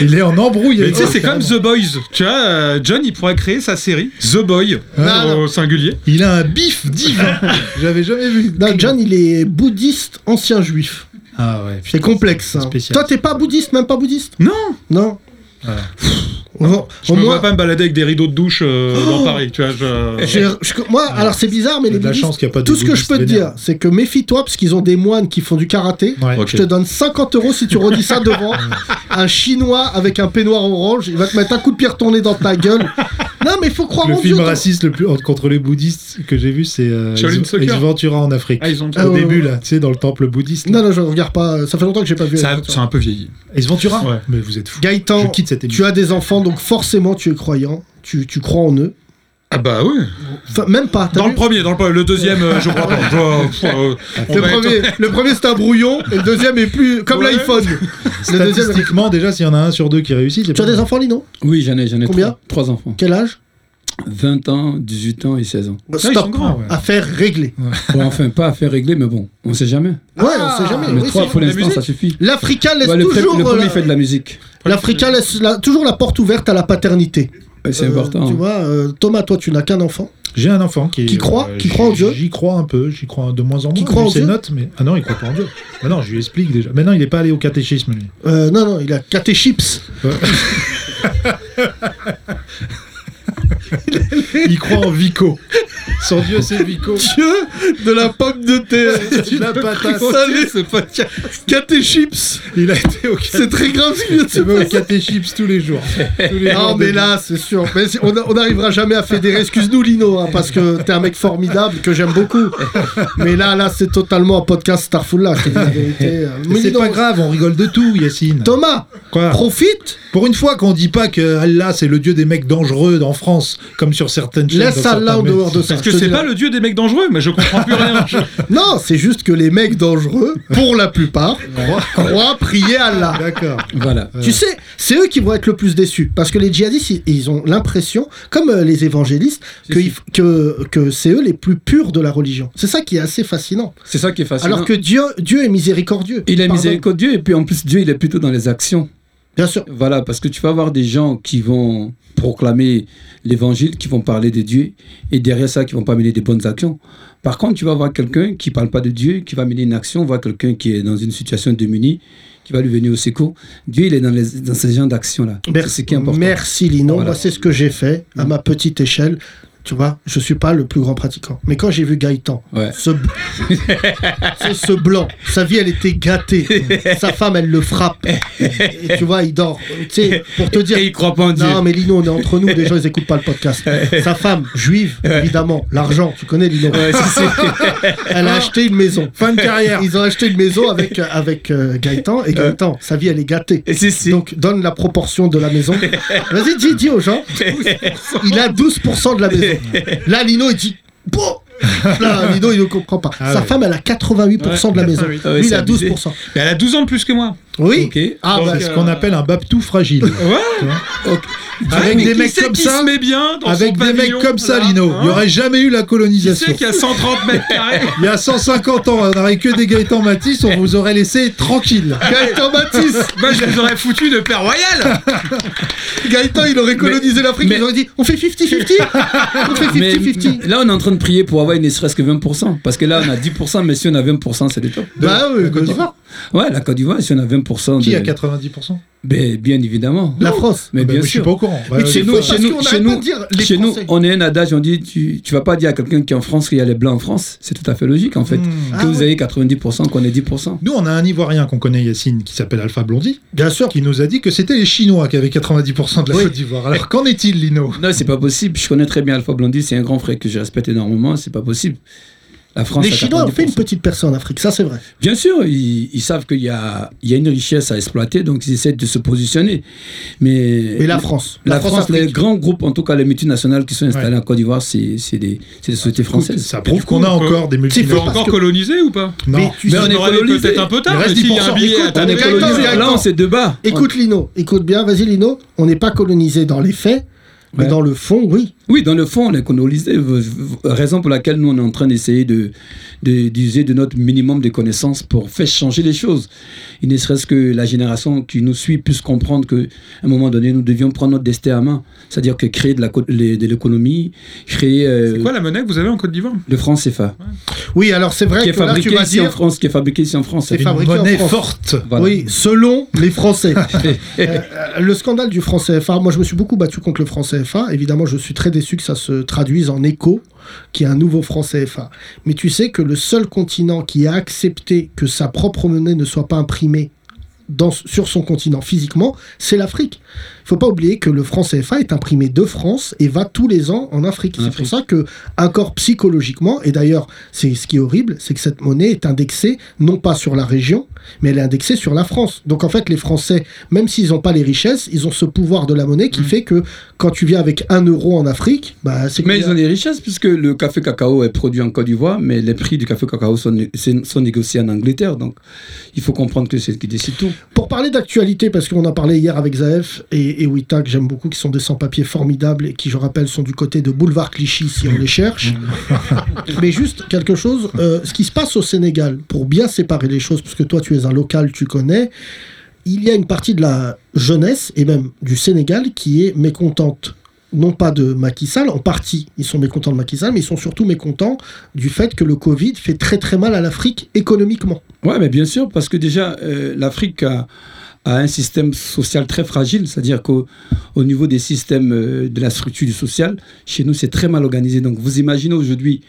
Speaker 4: Il est en embrouille.
Speaker 5: Mais
Speaker 4: avec
Speaker 5: tu sais,
Speaker 4: eux,
Speaker 5: c'est comme
Speaker 4: carrément.
Speaker 5: The Boys. Tu vois, euh, John, il pourrait créer sa série The Boy
Speaker 3: Ah,
Speaker 5: au
Speaker 3: non.
Speaker 5: singulier.
Speaker 4: Il a un bif
Speaker 3: (laughs)
Speaker 4: divin. J'avais jamais vu.
Speaker 3: Non, Bah, John, il est bouddhiste, ancien juif.
Speaker 4: Ah ouais.
Speaker 3: C'est complexe. hein.
Speaker 4: spécial.
Speaker 3: Toi, t'es pas bouddhiste, même pas bouddhiste
Speaker 5: Non,
Speaker 3: Non.
Speaker 4: Voilà.
Speaker 3: Pff, au-
Speaker 5: je
Speaker 3: au
Speaker 5: me
Speaker 3: moins-
Speaker 5: vois pas me balader avec des rideaux de douche euh, dans Paris. Tu vois, je... Eh,
Speaker 3: J'ai- je- moi, alors c'est bizarre, mais
Speaker 4: Il y a
Speaker 3: les
Speaker 4: de la
Speaker 3: bouddhistes,
Speaker 4: chance qu'il y a pas de
Speaker 3: tout ce que je peux te
Speaker 4: bouddhistes
Speaker 3: dire,
Speaker 4: vénères.
Speaker 3: c'est que méfie-toi parce qu'ils ont des moines qui font du karaté.
Speaker 4: Ouais.
Speaker 5: Ok.
Speaker 3: Je te donne 50 euros si tu redis
Speaker 4: (laughs)
Speaker 3: ça devant un chinois avec un peignoir orange. Il va te mettre un coup de pied retourné dans ta gueule. Non, mais il faut croire
Speaker 4: Le
Speaker 3: en
Speaker 4: film
Speaker 3: Dieu. toi.
Speaker 4: raciste le plus contre les bouddhistes que j'ai vu, c'est euh,
Speaker 5: Shaolin
Speaker 4: Ace-
Speaker 5: Soccer.
Speaker 4: Ace Ventura en Afrique.
Speaker 5: Ah, ils ont.
Speaker 3: Ah
Speaker 4: Au
Speaker 3: ouais,
Speaker 4: début,
Speaker 3: ouais.
Speaker 4: là, tu sais, dans le temple bouddhiste.
Speaker 3: Non, non, je regarde pas. Ça fait longtemps que j'ai pas vu.
Speaker 5: Ça, ça a un peu vieilli.
Speaker 4: Ace Ventura
Speaker 5: Ouais.
Speaker 4: Mais vous êtes fou. Je
Speaker 3: Gaëtan,
Speaker 4: quitte cette
Speaker 3: tu
Speaker 4: émission.
Speaker 3: as des enfants, donc forcément tu es croyant. Tu, tu crois en eux.
Speaker 5: Ah bah oui.
Speaker 3: Enfin, même pas. t'as
Speaker 5: Dans
Speaker 3: vu
Speaker 5: le premier, dans le premier. Le deuxième, euh, je crois pas. Je vois, pff, euh, on
Speaker 3: Le
Speaker 5: va être-
Speaker 3: premier, le premier, c'est un brouillon, et le deuxième est plus comme
Speaker 5: Ouais.
Speaker 3: l'iPhone. Le deuxième.
Speaker 4: Statistiquement, déjà, s'il y en a un sur deux qui réussit, c'est
Speaker 3: Tu as
Speaker 4: pas
Speaker 3: des
Speaker 4: mal.
Speaker 3: enfants, Lino
Speaker 6: Oui, j'en ai, j'en ai
Speaker 3: Combien
Speaker 6: trois, trois enfants.
Speaker 3: Quel âge
Speaker 6: 20 ans, 18 ans et 16 ans.
Speaker 5: Ah, ils sont grands.
Speaker 4: ouais.
Speaker 3: Affaire réglée.
Speaker 6: (laughs) Bon, enfin, pas à faire régler, mais bon, on sait jamais.
Speaker 3: Ouais, on sait jamais.
Speaker 6: mais
Speaker 3: oui,
Speaker 6: trois,
Speaker 3: c'est-
Speaker 6: pour
Speaker 5: la
Speaker 6: l'instant,
Speaker 5: musique.
Speaker 6: ça suffit.
Speaker 3: L'Africain laisse
Speaker 6: Ouais, le, pre-
Speaker 3: toujours euh,
Speaker 6: le premier
Speaker 3: la-
Speaker 6: fait de la musique.
Speaker 3: l'Africain laisse la- toujours la porte ouverte à la paternité.
Speaker 6: Ouais, C'est
Speaker 3: Euh,
Speaker 6: important. hein.
Speaker 3: Tu vois, euh, Thomas, toi, tu n'as qu'un enfant.
Speaker 4: J'ai un enfant qui, est, euh,
Speaker 3: Qui croit Qui
Speaker 4: j'y-
Speaker 3: croit en Dieu
Speaker 4: J'y crois un peu, j'y crois de moins en moins.
Speaker 3: Qui
Speaker 4: vu
Speaker 3: croit en
Speaker 4: ses
Speaker 3: Dieu
Speaker 4: notes, mais ah non, il croit pas en Dieu. Ah non, je lui explique déjà. Maintenant, il n'est pas allé au catéchisme. Lui.
Speaker 3: Euh, non, non, il a caté chips.
Speaker 4: Il croit en Vico. Son Dieu, c'est Vico.
Speaker 8: Dieu de la pomme de
Speaker 3: (laughs)
Speaker 8: terre.
Speaker 4: Tu la patate.
Speaker 8: Salé,
Speaker 5: ce podcast.
Speaker 8: caté chips.
Speaker 4: Il a été au
Speaker 8: C'est très grave ce qui vient de se
Speaker 4: catéchisme, au
Speaker 8: passer.
Speaker 4: catéchisme tous les jours. Tous les
Speaker 3: Non,
Speaker 4: jours
Speaker 3: mais
Speaker 4: des-
Speaker 3: là, c'est sûr. Mais c'est- on a- on n'arrivera jamais à fédérer. Excuse-nous, Lino, hein, parce que t'es un mec formidable que j'aime beaucoup. Mais là, là, c'est totalement un podcast Starful, là. je te dis la vérité. Euh,
Speaker 4: Mais
Speaker 3: mais
Speaker 4: c'est
Speaker 3: dis
Speaker 4: pas
Speaker 3: donc,
Speaker 4: grave, on rigole de tout, Yacine.
Speaker 3: Thomas,
Speaker 4: Quoi
Speaker 3: profite.
Speaker 4: Pour une fois qu'on dit pas que Allah c'est le dieu des mecs dangereux en France, comme sur certaines chaînes.
Speaker 3: Laisse
Speaker 4: dans
Speaker 3: Allah en
Speaker 4: certains
Speaker 3: dehors de ça.
Speaker 5: Parce que
Speaker 3: je te
Speaker 5: c'est
Speaker 3: dis la-
Speaker 5: pas le dieu des mecs dangereux, mais je comprends plus rien. Je-
Speaker 3: Non, c'est juste que les mecs dangereux, pour la plupart, croient, croient prier Allah.
Speaker 4: D'accord.
Speaker 6: Voilà.
Speaker 3: Tu sais, c'est eux qui vont être le plus déçus. Parce que les djihadistes, ils, ils ont l'impression, comme euh, les évangélistes, que,
Speaker 6: si.
Speaker 3: il f- que, que c'est eux les plus purs de la religion. C'est ça qui est assez fascinant.
Speaker 6: C'est ça qui est fascinant.
Speaker 3: Alors que Dieu, Dieu est miséricordieux.
Speaker 6: Il est
Speaker 3: Pardon.
Speaker 6: miséricordieux et puis en plus Dieu il est plutôt dans les actions.
Speaker 3: Bien sûr.
Speaker 6: Voilà, parce que tu vas avoir des gens qui vont proclamer l'évangile, qui vont parler de Dieu, et derrière ça, qui vont pas mener des bonnes actions. Par contre, tu vas avoir quelqu'un qui parle pas de Dieu, qui va mener une action, voir quelqu'un qui est dans une situation démunie, qui va lui venir au secours. Dieu, il est dans, les, dans ces genres d'actions-là. C'est ce qui est important.
Speaker 3: Merci Lino.
Speaker 6: Voilà.
Speaker 3: Moi, c'est ce que j'ai fait à ma petite échelle. Tu vois, je suis pas le plus grand pratiquant. Mais quand j'ai vu Gaëtan,
Speaker 6: Ouais.
Speaker 3: ce, b-
Speaker 6: (laughs)
Speaker 3: ce, ce blanc, sa vie, elle était gâtée. sa femme, elle le frappe. Et tu vois, il dort. Tu sais, pour te dire.
Speaker 6: Et il croit pas en Dieu.
Speaker 3: Non, mais Lino, on est entre nous, les gens, ils écoutent pas le podcast.
Speaker 6: (laughs)
Speaker 3: Sa femme, juive, évidemment, l'argent, tu connais Lino.
Speaker 6: Ouais, c'est-
Speaker 3: (laughs)
Speaker 6: c'est-
Speaker 3: Elle a acheté une maison.
Speaker 4: Fin de carrière.
Speaker 3: Ils ont acheté une maison avec, avec euh, Gaëtan. Et Gaëtan, sa vie, elle est gâtée.
Speaker 6: Et c'est- c'est-
Speaker 3: Donc, donne la proportion de la maison. Vas-y, dis, dis aux gens. Il a 12% de la maison. Là, Lino, il dit. Bon Là, Lino, il ne comprend pas.
Speaker 4: Ah
Speaker 3: Sa
Speaker 4: ouais.
Speaker 3: femme, elle a 88% de la maison. Lui,
Speaker 6: Ah ouais,
Speaker 3: il
Speaker 6: c'est
Speaker 3: a
Speaker 6: abusé.
Speaker 3: 12%.
Speaker 5: Mais elle a 12 ans de plus que moi.
Speaker 3: (laughs) Oui
Speaker 6: Ok.
Speaker 3: Ah,
Speaker 5: Donc,
Speaker 3: bah,
Speaker 5: euh,
Speaker 4: Ce qu'on appelle un baptou fragile.
Speaker 5: Ouais.
Speaker 6: Ok.
Speaker 4: Avec
Speaker 5: Ah mais
Speaker 4: des
Speaker 5: qui
Speaker 4: mecs
Speaker 5: c'est
Speaker 4: comme
Speaker 5: qui
Speaker 4: ça
Speaker 5: se met bien dans
Speaker 4: Avec
Speaker 5: son
Speaker 4: des mecs
Speaker 5: pavillon,
Speaker 4: comme ça,
Speaker 5: là,
Speaker 4: Lino,
Speaker 5: hein
Speaker 4: il n'y aurait jamais eu la
Speaker 5: Qui c'est
Speaker 4: colonisation.
Speaker 5: qui a 130 mètres carrés
Speaker 4: Il y a 150 ans, on n'aurait que des Gaëtan Matisse, on vous aurait laissé tranquille.
Speaker 3: (laughs) Gaëtan Matisse
Speaker 5: Moi, je les aurais foutus de père royal
Speaker 3: Gaëtan, il aurait colonisé l'Afrique,
Speaker 6: mais-
Speaker 3: il aurait dit on fait 50-50 On fait
Speaker 6: Mais
Speaker 3: 50-50
Speaker 6: là, on est en train de prier pour avoir ne serait-ce que 20%. Parce que là, on a 10%, mais si on a 20%, c'est le top.
Speaker 3: Bah oui, Côte d'Ivoire.
Speaker 6: Ouais, la Côte d'Ivoire, si on a 20%.
Speaker 4: Qui
Speaker 6: de-
Speaker 4: a 90%
Speaker 6: Ben, Bien évidemment.
Speaker 3: La France.
Speaker 6: Mais
Speaker 4: Ah ben,
Speaker 6: bien
Speaker 4: Je suis
Speaker 6: sûr.
Speaker 4: pas au courant. Bah,
Speaker 3: Mais
Speaker 6: Chez
Speaker 3: c'est
Speaker 4: je-
Speaker 6: nous,
Speaker 3: faux,
Speaker 6: chez
Speaker 3: parce qu'on
Speaker 6: nous, chez
Speaker 3: arrête pas
Speaker 6: nous,
Speaker 3: de dire les
Speaker 6: chez nous,
Speaker 3: Français.
Speaker 6: on est un adage, on dit tu, tu vas pas dire à quelqu'un qui est en France qu'il y a les blancs en France. C'est tout à fait logique en fait. Que
Speaker 3: Ah
Speaker 6: vous
Speaker 3: ouais.
Speaker 6: avez 90%, qu'on ait 10%.
Speaker 4: Nous, on a un Ivoirien qu'on connaît, Yacine, qui s'appelle Alpha Blondie,
Speaker 3: Bien sûr.
Speaker 4: qui nous a dit que c'était les Chinois qui avaient 90% de la
Speaker 3: Oui.
Speaker 4: Côte d'Ivoire. Alors qu'en est-il, Lino
Speaker 6: Non, c'est pas possible. Je connais très bien Alpha Blondie, c'est un grand frère que je respecte énormément. C'est pas possible. La France.
Speaker 3: Les
Speaker 6: a
Speaker 3: Chinois ont fait une
Speaker 6: 90%.
Speaker 3: petite personne en Afrique, ça c'est vrai.
Speaker 6: Bien sûr, ils, ils savent qu'il y a, il y a une richesse à exploiter, donc ils essaient de se positionner. Mais,
Speaker 3: Mais la France.
Speaker 6: La, France, les grands groupes, en tout cas les multinationales qui sont installées
Speaker 4: Ouais.
Speaker 6: en Côte d'Ivoire, c'est c'est des, c'est des sociétés françaises.
Speaker 4: Ça prouve qu'on a
Speaker 5: on peut-
Speaker 3: euh,
Speaker 4: encore des
Speaker 5: Il faut
Speaker 4: multinationales.
Speaker 5: encore coloniser ou pas
Speaker 4: Non.
Speaker 3: tu
Speaker 6: Mais on est
Speaker 5: aurait été
Speaker 6: colonisé.
Speaker 5: peut-être un peu tard,
Speaker 4: Il
Speaker 5: mais
Speaker 4: reste
Speaker 5: s'il y a un
Speaker 4: 10%.
Speaker 5: billet à
Speaker 3: Écoute,
Speaker 6: on
Speaker 5: taper-
Speaker 6: est
Speaker 3: Gaëtan,
Speaker 6: colonisé.
Speaker 3: Gaëtan.
Speaker 6: Là, on s'est de bas.
Speaker 3: Écoute Lino, écoute bien, vas-y Lino, on n'est pas colonisé dans les faits, mais
Speaker 6: Ouais.
Speaker 3: dans le fond, oui.
Speaker 6: Oui, dans le fond, on est colonisé. v- v- Raison pour laquelle nous, on est en train d'essayer de, de- d'user de notre minimum de connaissances pour faire changer les choses. Il ne serait-ce que la génération qui nous suit puisse comprendre qu'à un moment donné, nous devions prendre notre destin à main. C'est-à-dire que créer de, la, co- les- de l'économie, créer euh,
Speaker 5: C'est quoi la monnaie que vous avez en Côte d'Ivoire
Speaker 6: le franc CFA,
Speaker 3: Oui, alors c'est vrai
Speaker 6: qui est
Speaker 3: que là tu
Speaker 6: fabriqué
Speaker 3: vas
Speaker 6: ici en
Speaker 3: dire,
Speaker 6: France, qui est fabriqué ici en France.
Speaker 3: C'est
Speaker 4: Une
Speaker 3: fabriqué en
Speaker 4: monnaie
Speaker 3: France.
Speaker 4: forte.
Speaker 6: Voilà.
Speaker 3: oui, selon les Français.
Speaker 6: (laughs)
Speaker 3: Euh, le scandale du franc CFA, moi je me suis beaucoup battu contre le franc CFA. Évidemment, je suis très déçu que ça se traduise en écho, qui est un nouveau franc CFA. Mais tu sais que le seul continent qui a accepté que sa propre monnaie ne soit pas imprimée dans- sur son continent physiquement, c'est l'Afrique. Il faut pas oublier que le franc CFA est imprimé de France et va tous les ans en Afrique.
Speaker 6: En
Speaker 3: C'est pour
Speaker 6: Afrique.
Speaker 3: ça que, encore psychologiquement, et d'ailleurs, c'est ce qui est horrible, c'est que cette monnaie est indexée non pas sur la région, mais elle est indexée sur la France. Donc en fait, les Français, même s'ils n'ont pas les richesses, ils ont ce pouvoir de la monnaie
Speaker 6: Mm.
Speaker 3: qui fait que quand tu viens avec un euro en Afrique, bah, c'est
Speaker 6: Mais ils
Speaker 3: combien
Speaker 6: ont des richesses puisque le café cacao est produit en Côte d'Ivoire, mais les prix du café cacao sont, né- sont négociés en Angleterre. Donc, il faut comprendre que c'est ce qui décide tout.
Speaker 3: Pour parler d'actualité, parce qu'on en parlait hier avec Zaef et, et Wita, que j'aime beaucoup, qui sont des sans-papiers formidables et qui, je rappelle, sont du côté de Boulevard Clichy si on les cherche. Mais juste quelque chose, euh, ce qui se passe au Sénégal, pour bien séparer les choses, parce que toi, tu es un local, tu connais, il y a une partie de la jeunesse et même du Sénégal qui est mécontente non pas de Macky Sall, en partie, ils sont mécontents de Macky Sall, mais ils sont surtout mécontents du fait que le Covid fait très très mal à l'Afrique économiquement.
Speaker 6: Ouais, mais bien sûr, parce que déjà, euh, l'Afrique a, a un système social très fragile, c'est-à-dire qu'au au niveau des systèmes euh, de la structure du social, chez nous, c'est très mal organisé. Donc, vous imaginez aujourd'hui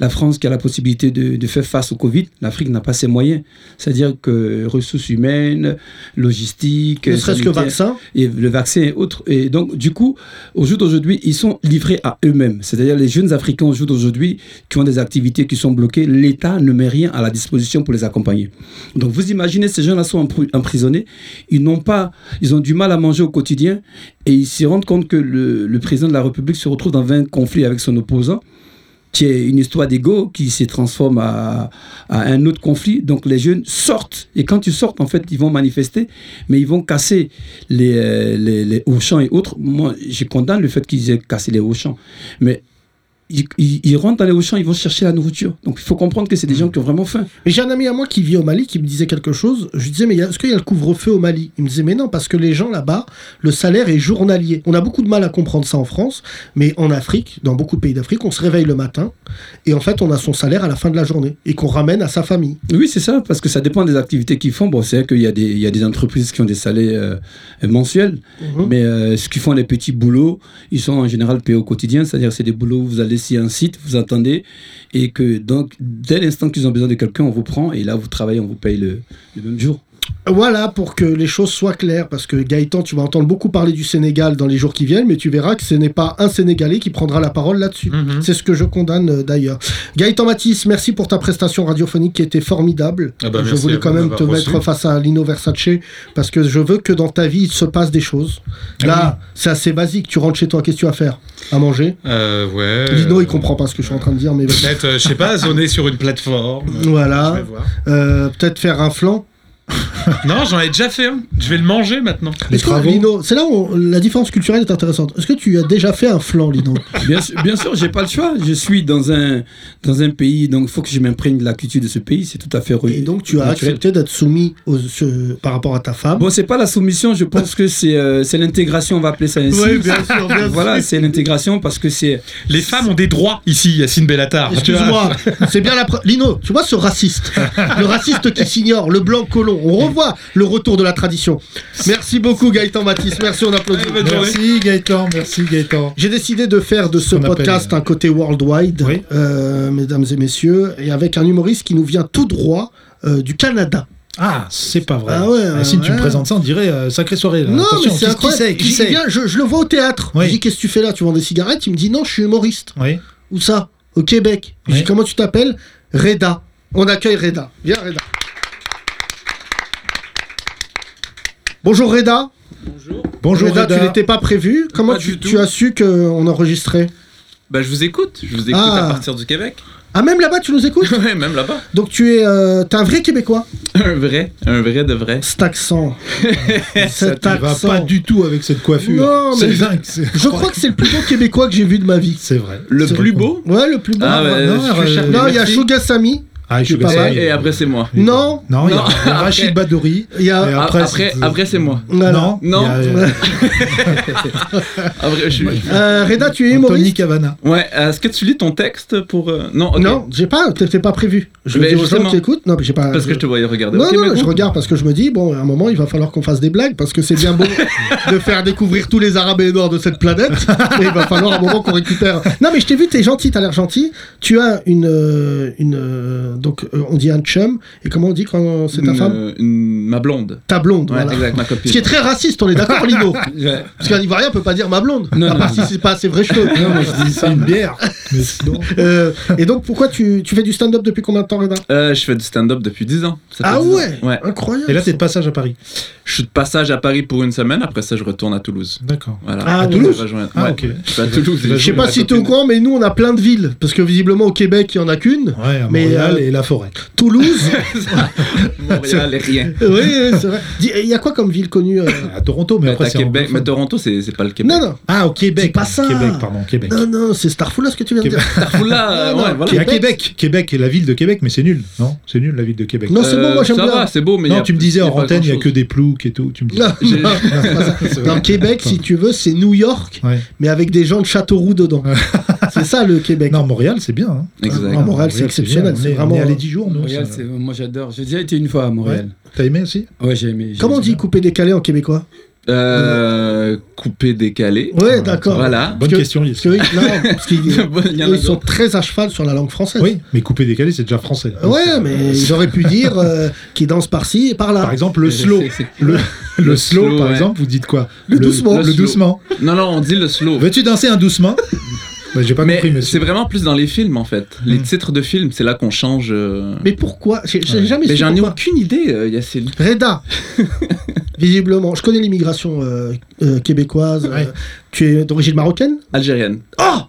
Speaker 6: la France qui a la possibilité de, de faire face au Covid, l'Afrique n'a pas ses moyens. C'est-à-dire que ressources humaines, logistique,
Speaker 3: Ne serait-ce que
Speaker 6: sanitaire,
Speaker 3: vaccin,
Speaker 6: et le vaccin et autres. Et donc, du coup, au jour d'aujourd'hui, ils sont livrés à eux-mêmes. C'est-à-dire les jeunes Africains au jour d'aujourd'hui qui ont des activités qui sont bloquées, l'État ne met rien à la disposition pour les accompagner. Donc, vous imaginez, ces gens-là sont empr- emprisonnés, ils n'ont pas, ils ont du mal à manger au quotidien et ils se rendent compte que le, le président de la République se retrouve dans un conflit avec son opposant qui est une histoire d'ego qui se transforme à, à un autre conflit. Donc les jeunes sortent. Et quand ils sortent, en fait, ils vont manifester, mais ils vont casser les, euh, les, les Auchan et autres. Moi, je condamne le fait qu'ils aient cassé les Auchan. Mais ils, ils- ils rentrent dans les Auchan, ils vont chercher la nourriture. Donc il faut comprendre que c'est des gens qui ont vraiment faim.
Speaker 3: Mais j'ai un ami à moi qui vit au Mali qui me disait quelque chose. Je lui disais, mais y a- est-ce qu'il y a le couvre-feu au Mali Il me disait, mais non, parce que les gens là-bas, le salaire est journalier. On a beaucoup de mal à comprendre ça en France, mais en Afrique, dans beaucoup de pays d'Afrique, on se réveille le matin et en fait, on a son salaire à la fin de la journée et qu'on ramène à sa famille.
Speaker 6: Oui, c'est ça, parce que ça dépend des activités qu'ils font. Bon, c'est vrai qu'il y, a des- il y a des entreprises qui ont des salaires euh, mensuels,
Speaker 3: Mhm.
Speaker 6: mais euh, ce qu'ils font, les petits boulots, ils sont en général payés au quotidien, c'est-à-dire c'est des boulots où vous allez sur un site, vous attendez, et que donc, dès l'instant qu'ils ont besoin de quelqu'un, on vous prend, et là, vous travaillez, on vous paye le, le même jour.
Speaker 3: Voilà pour que les choses soient claires, parce que Gaëtan, tu vas entendre beaucoup parler du Sénégal dans les jours qui viennent, mais tu verras que ce n'est pas un Sénégalais qui prendra la parole là-dessus.
Speaker 5: Mhm.
Speaker 3: C'est ce que je condamne euh, d'ailleurs. Gaëtan Matisse, merci pour ta prestation radiophonique qui était formidable.
Speaker 5: Ah bah,
Speaker 3: je
Speaker 5: merci
Speaker 3: voulais
Speaker 5: à
Speaker 3: quand
Speaker 5: vous de
Speaker 3: même
Speaker 5: m'avoir
Speaker 3: te
Speaker 5: reçu.
Speaker 3: mettre face à Lino Versace, parce que je veux que dans ta vie, il se passe des choses.
Speaker 5: Ah
Speaker 3: Là, c'est assez basique. Tu rentres chez toi, qu'est-ce que tu vas faire À manger
Speaker 5: Euh, ouais.
Speaker 3: Lino,
Speaker 5: euh,
Speaker 3: il comprend pas ce que je suis en train de dire, mais...
Speaker 5: Peut-être, euh, je sais pas, zoner sur une plateforme. euh, je
Speaker 3: Voilà.
Speaker 5: vais voir.
Speaker 3: Euh, Peut-être faire un flan.
Speaker 5: Non, j'en ai déjà fait un. Je vais le manger maintenant.
Speaker 3: Est-ce que, Lino, c'est là où la différence culturelle est intéressante. Est-ce que tu as déjà fait un flan, Lino
Speaker 6: Bien sûr, bien sûr, j'ai pas le choix. Je suis dans un, dans un pays, donc il faut que je m'imprègne de la culture de ce pays, c'est tout à fait
Speaker 3: (laughs) Et donc, tu as
Speaker 6: naturel.
Speaker 3: accepté d'être soumis aux- ce- par rapport à ta femme.
Speaker 6: Bon, c'est pas la soumission, je pense que c'est euh, c'est l'intégration, on va appeler ça ainsi.
Speaker 8: Oui, bien sûr, bien sûr.
Speaker 6: Voilà, c'est l'intégration parce que c'est.
Speaker 5: Les femmes ont des droits ici, Yacine Bellatar. Tu vois.
Speaker 3: Excuse-moi, (laughs) c'est bien la pre- Lino, tu vois ce raciste Le raciste qui s'ignore, le blanc colon. On revoit le retour de la tradition. Merci beaucoup, Gaëtan Matisse. Merci, on applaudit.
Speaker 4: Merci Gaëtan, merci Gaëtan.
Speaker 3: J'ai décidé de faire de ce
Speaker 4: qu'on appelle,
Speaker 3: podcast
Speaker 4: euh,
Speaker 3: un côté worldwide,
Speaker 4: Oui.
Speaker 3: euh, mesdames et messieurs, et avec un humoriste qui nous vient tout droit euh, du Canada.
Speaker 4: Ah, c'est pas vrai.
Speaker 3: Ah ouais, ouais,
Speaker 4: si tu me
Speaker 3: ouais.
Speaker 4: présentes ça, on dirait euh, sacrée soirée. là.
Speaker 3: Non,
Speaker 4: Attention,
Speaker 3: mais c'est
Speaker 4: qui-
Speaker 3: incroyable.
Speaker 4: Qui
Speaker 3: Il
Speaker 4: c'est Qui c'est
Speaker 3: vient, je, je le vois au théâtre.
Speaker 4: Oui.
Speaker 3: Je dis Qu'est-ce que tu fais là Tu vends des cigarettes Il me dit Non, je suis humoriste.
Speaker 4: Oui.
Speaker 3: Où ça Au Québec. Je
Speaker 4: Oui.
Speaker 3: dis Comment tu t'appelles Reda. On accueille Reda. Viens, Reda. Bonjour Reda.
Speaker 4: Bonjour
Speaker 3: Reda, tu
Speaker 4: Reda.
Speaker 3: n'étais pas prévu. Comment
Speaker 9: Pas
Speaker 3: tu,
Speaker 9: du tout.
Speaker 3: tu as su qu'on enregistrait
Speaker 9: Bah, je vous écoute. Je vous écoute
Speaker 3: Ah.
Speaker 9: à partir du Québec. (laughs)
Speaker 3: Ah, même là-bas, tu nous
Speaker 4: (laughs)
Speaker 3: écoutes
Speaker 9: ouais, même là-bas.
Speaker 3: Donc tu es, euh, t'es un vrai Québécois.
Speaker 9: Un vrai, un vrai de vrai.
Speaker 3: Cet accent.
Speaker 9: (laughs)
Speaker 3: Cet
Speaker 4: Tu vas
Speaker 3: accent.
Speaker 4: pas du tout avec cette coiffure.
Speaker 3: Non, mais-
Speaker 4: C'est dingue. c'est-
Speaker 3: Je crois que c'est le plus beau Québécois que j'ai vu de ma vie.
Speaker 4: C'est vrai.
Speaker 9: Le
Speaker 3: C'est
Speaker 9: plus beau.
Speaker 3: Ouais, le plus beau.
Speaker 9: Ah, ouais,
Speaker 4: non,
Speaker 9: je suis
Speaker 4: euh,
Speaker 9: charmé,
Speaker 3: non, il y a
Speaker 9: merci.
Speaker 3: Sami.
Speaker 4: Ah,
Speaker 3: Tu es pas
Speaker 9: Et-
Speaker 3: mal.
Speaker 9: Et, après, c'est moi.
Speaker 3: Non,
Speaker 4: Non, il y a
Speaker 9: Non,
Speaker 4: il y a (laughs) Rachid
Speaker 9: après-
Speaker 4: Badouri.
Speaker 3: il y
Speaker 4: Et
Speaker 3: a.
Speaker 9: Après,
Speaker 4: après,
Speaker 9: après,
Speaker 4: c'est-
Speaker 9: après, c'est moi.
Speaker 3: Voilà.
Speaker 4: Non.
Speaker 9: euh, Non.
Speaker 4: il y a, euh,
Speaker 9: Après, je- je-
Speaker 3: Euh, Reda, tu es
Speaker 4: Anthony
Speaker 3: humoriste
Speaker 4: Cavana.
Speaker 9: Ouais, euh, est-ce que tu lis ton texte pour. euh, Non, ok.
Speaker 3: Non, j'ai pas, t'étais pas prévu. Je le
Speaker 9: Mais
Speaker 3: dis aux gens
Speaker 9: justement.
Speaker 3: qui écoutent. Non, mais j'ai pas.
Speaker 9: Parce que je te voyais regarder.
Speaker 3: Non,
Speaker 9: Ok,
Speaker 3: non,
Speaker 9: mais
Speaker 3: je
Speaker 9: bon.
Speaker 3: regarde parce que je me dis, bon, à un moment, il va falloir qu'on fasse des blagues parce que c'est bien
Speaker 9: (laughs)
Speaker 3: beau de faire découvrir tous les Arabes et les Noirs de cette planète. mais il va falloir à un moment qu'on récupère. Non, mais je t'ai vu, t'es gentil, t'as l'air gentil. Tu as une. euh, une euh, donc, euh, on dit un chum. Et comment on dit quand c'est ta
Speaker 9: Une- euh,
Speaker 3: femme
Speaker 9: une- Ma blonde.
Speaker 3: Ta blonde,
Speaker 9: Ouais,
Speaker 3: voilà.
Speaker 9: exact, ma
Speaker 3: Ce qui
Speaker 9: copine.
Speaker 3: est très raciste, on est d'accord, Lino
Speaker 6: Ouais.
Speaker 3: Parce qu'un Ivoirien peut pas dire ma blonde, à
Speaker 6: Non, non,
Speaker 3: part
Speaker 6: non.
Speaker 3: si c'est pas ses vrais cheveux.
Speaker 6: Non, moi, je dis
Speaker 4: C'est
Speaker 6: ça.
Speaker 4: une
Speaker 6: (laughs)
Speaker 4: bière. Mais sinon,
Speaker 3: Euh, et donc, pourquoi tu, tu fais du stand-up depuis combien de temps, Reda
Speaker 9: Euh, je fais du stand-up depuis 10 ans. Ça fait
Speaker 3: Ah
Speaker 9: 10 ans.
Speaker 3: ouais,
Speaker 9: Ouais.
Speaker 3: Incroyable.
Speaker 4: Et là, t'es de passage à Paris.
Speaker 9: Je suis de passage à Paris pour une semaine, après ça, je retourne à Toulouse.
Speaker 4: D'accord.
Speaker 9: Voilà.
Speaker 3: Ah, à
Speaker 9: Je
Speaker 3: Toulouse
Speaker 9: vais rejoindre-
Speaker 4: Ah,
Speaker 9: ouais.
Speaker 4: ok.
Speaker 9: Je suis à Toulouse.
Speaker 4: Je
Speaker 3: je sais pas si t'es au courant, mais nous on a plein de villes, parce que visiblement au Québec il y en a qu'une.
Speaker 4: Ouais, à
Speaker 3: Mais
Speaker 4: Montréal
Speaker 3: euh,
Speaker 4: et et la forêt.
Speaker 9: (laughs)
Speaker 3: Toulouse (laughs)
Speaker 9: Montréal et rien.
Speaker 3: Oui, oui, c'est vrai. Dis, Il y a quoi comme ville connue euh,
Speaker 4: À Toronto, mais
Speaker 9: Bah,
Speaker 4: après
Speaker 9: t'as
Speaker 4: c'est
Speaker 9: Québec, mais
Speaker 4: anglophone.
Speaker 9: Toronto, c'est c'est pas le Québec.
Speaker 3: Non, non.
Speaker 4: Ah, au Québec.
Speaker 3: C'est pas ça.
Speaker 4: Québec, pardon, Québec.
Speaker 3: Non, non, c'est Starful, là, ce que tu viens de
Speaker 4: Québec.
Speaker 3: dire.
Speaker 9: Là,
Speaker 3: Non, non,
Speaker 9: ouais, voilà.
Speaker 4: Et à Québec. Québec est la ville de Québec, mais c'est nul. Non, c'est nul la ville de Québec.
Speaker 3: Non, Oh, c'est bon,
Speaker 9: Euh,
Speaker 3: moi j'aime
Speaker 9: Ça
Speaker 3: bien.
Speaker 9: va, c'est beau, mais. y
Speaker 4: Non,
Speaker 9: a-
Speaker 4: tu me disais
Speaker 9: y a
Speaker 4: en
Speaker 9: pas
Speaker 4: antenne, il n'y a que
Speaker 9: grand-chose.
Speaker 4: des ploucs et tout. Tu me disais.
Speaker 3: Non,
Speaker 9: (laughs) J'ai-
Speaker 3: non, (laughs) c'est pas ça. Dans Québec, si tu veux, c'est New York,
Speaker 4: Ouais.
Speaker 3: mais avec des gens de Châteauroux
Speaker 9: (laughs)
Speaker 3: dedans. c'est ça le Québec.
Speaker 4: Non, Montréal, c'est bien. hein.
Speaker 9: Exact.
Speaker 4: Ah,
Speaker 3: Montréal, c'est exceptionnel,
Speaker 4: bien.
Speaker 3: c'est
Speaker 4: On est-
Speaker 3: vraiment-
Speaker 4: On est allé 10 jours, nous.
Speaker 6: Montréal,
Speaker 4: ça.
Speaker 6: c'est- moi j'adore. J'ai déjà été une fois à Montréal.
Speaker 4: T'as aimé aussi
Speaker 6: Ouais, j'ai aimé. j'ai-
Speaker 3: Comment on dit coupé décalé en québécois
Speaker 9: Euh, Coupé, décalé.
Speaker 3: Ouais, d'accord.
Speaker 9: Voilà.
Speaker 4: Bonne
Speaker 3: que-
Speaker 4: question, Yes.
Speaker 3: Parce que, oui, non, parce qu'ils
Speaker 9: (laughs) Il y en a
Speaker 3: ils sont très à cheval sur la langue française. Euh,
Speaker 4: Oui, mais coupé décalé, c'est déjà français.
Speaker 3: Ouais, mais j'aurais pu dire
Speaker 9: (laughs)
Speaker 3: euh, qu'ils dansent par-ci et par-là.
Speaker 4: Par exemple, le slow.
Speaker 6: C'est- c'est-
Speaker 4: Le, le
Speaker 9: Le
Speaker 4: slow,
Speaker 9: slow,
Speaker 4: par
Speaker 9: ouais.
Speaker 4: exemple, vous dites quoi
Speaker 3: Le doucement.
Speaker 4: Le,
Speaker 9: Le slow.
Speaker 4: doucement.
Speaker 9: Non, non, on dit le slow.
Speaker 4: Veux-tu danser un doucement Bah, J'ai pas
Speaker 9: mais
Speaker 4: compris,
Speaker 9: c'est
Speaker 4: monsieur.
Speaker 9: vraiment plus dans les films en fait. Les
Speaker 4: Hmm.
Speaker 9: titres de films, c'est là qu'on change. euh,
Speaker 3: Mais pourquoi J'ai j'ai jamais
Speaker 9: Mais
Speaker 3: su
Speaker 9: j'en ai
Speaker 3: pourquoi.
Speaker 9: aucune idée, euh, Yacine. (laughs)
Speaker 3: Reda, visiblement, je connais l'immigration euh, euh, québécoise. euh,
Speaker 4: Ouais.
Speaker 3: tu es d'origine marocaine
Speaker 9: Algérienne.
Speaker 3: Oh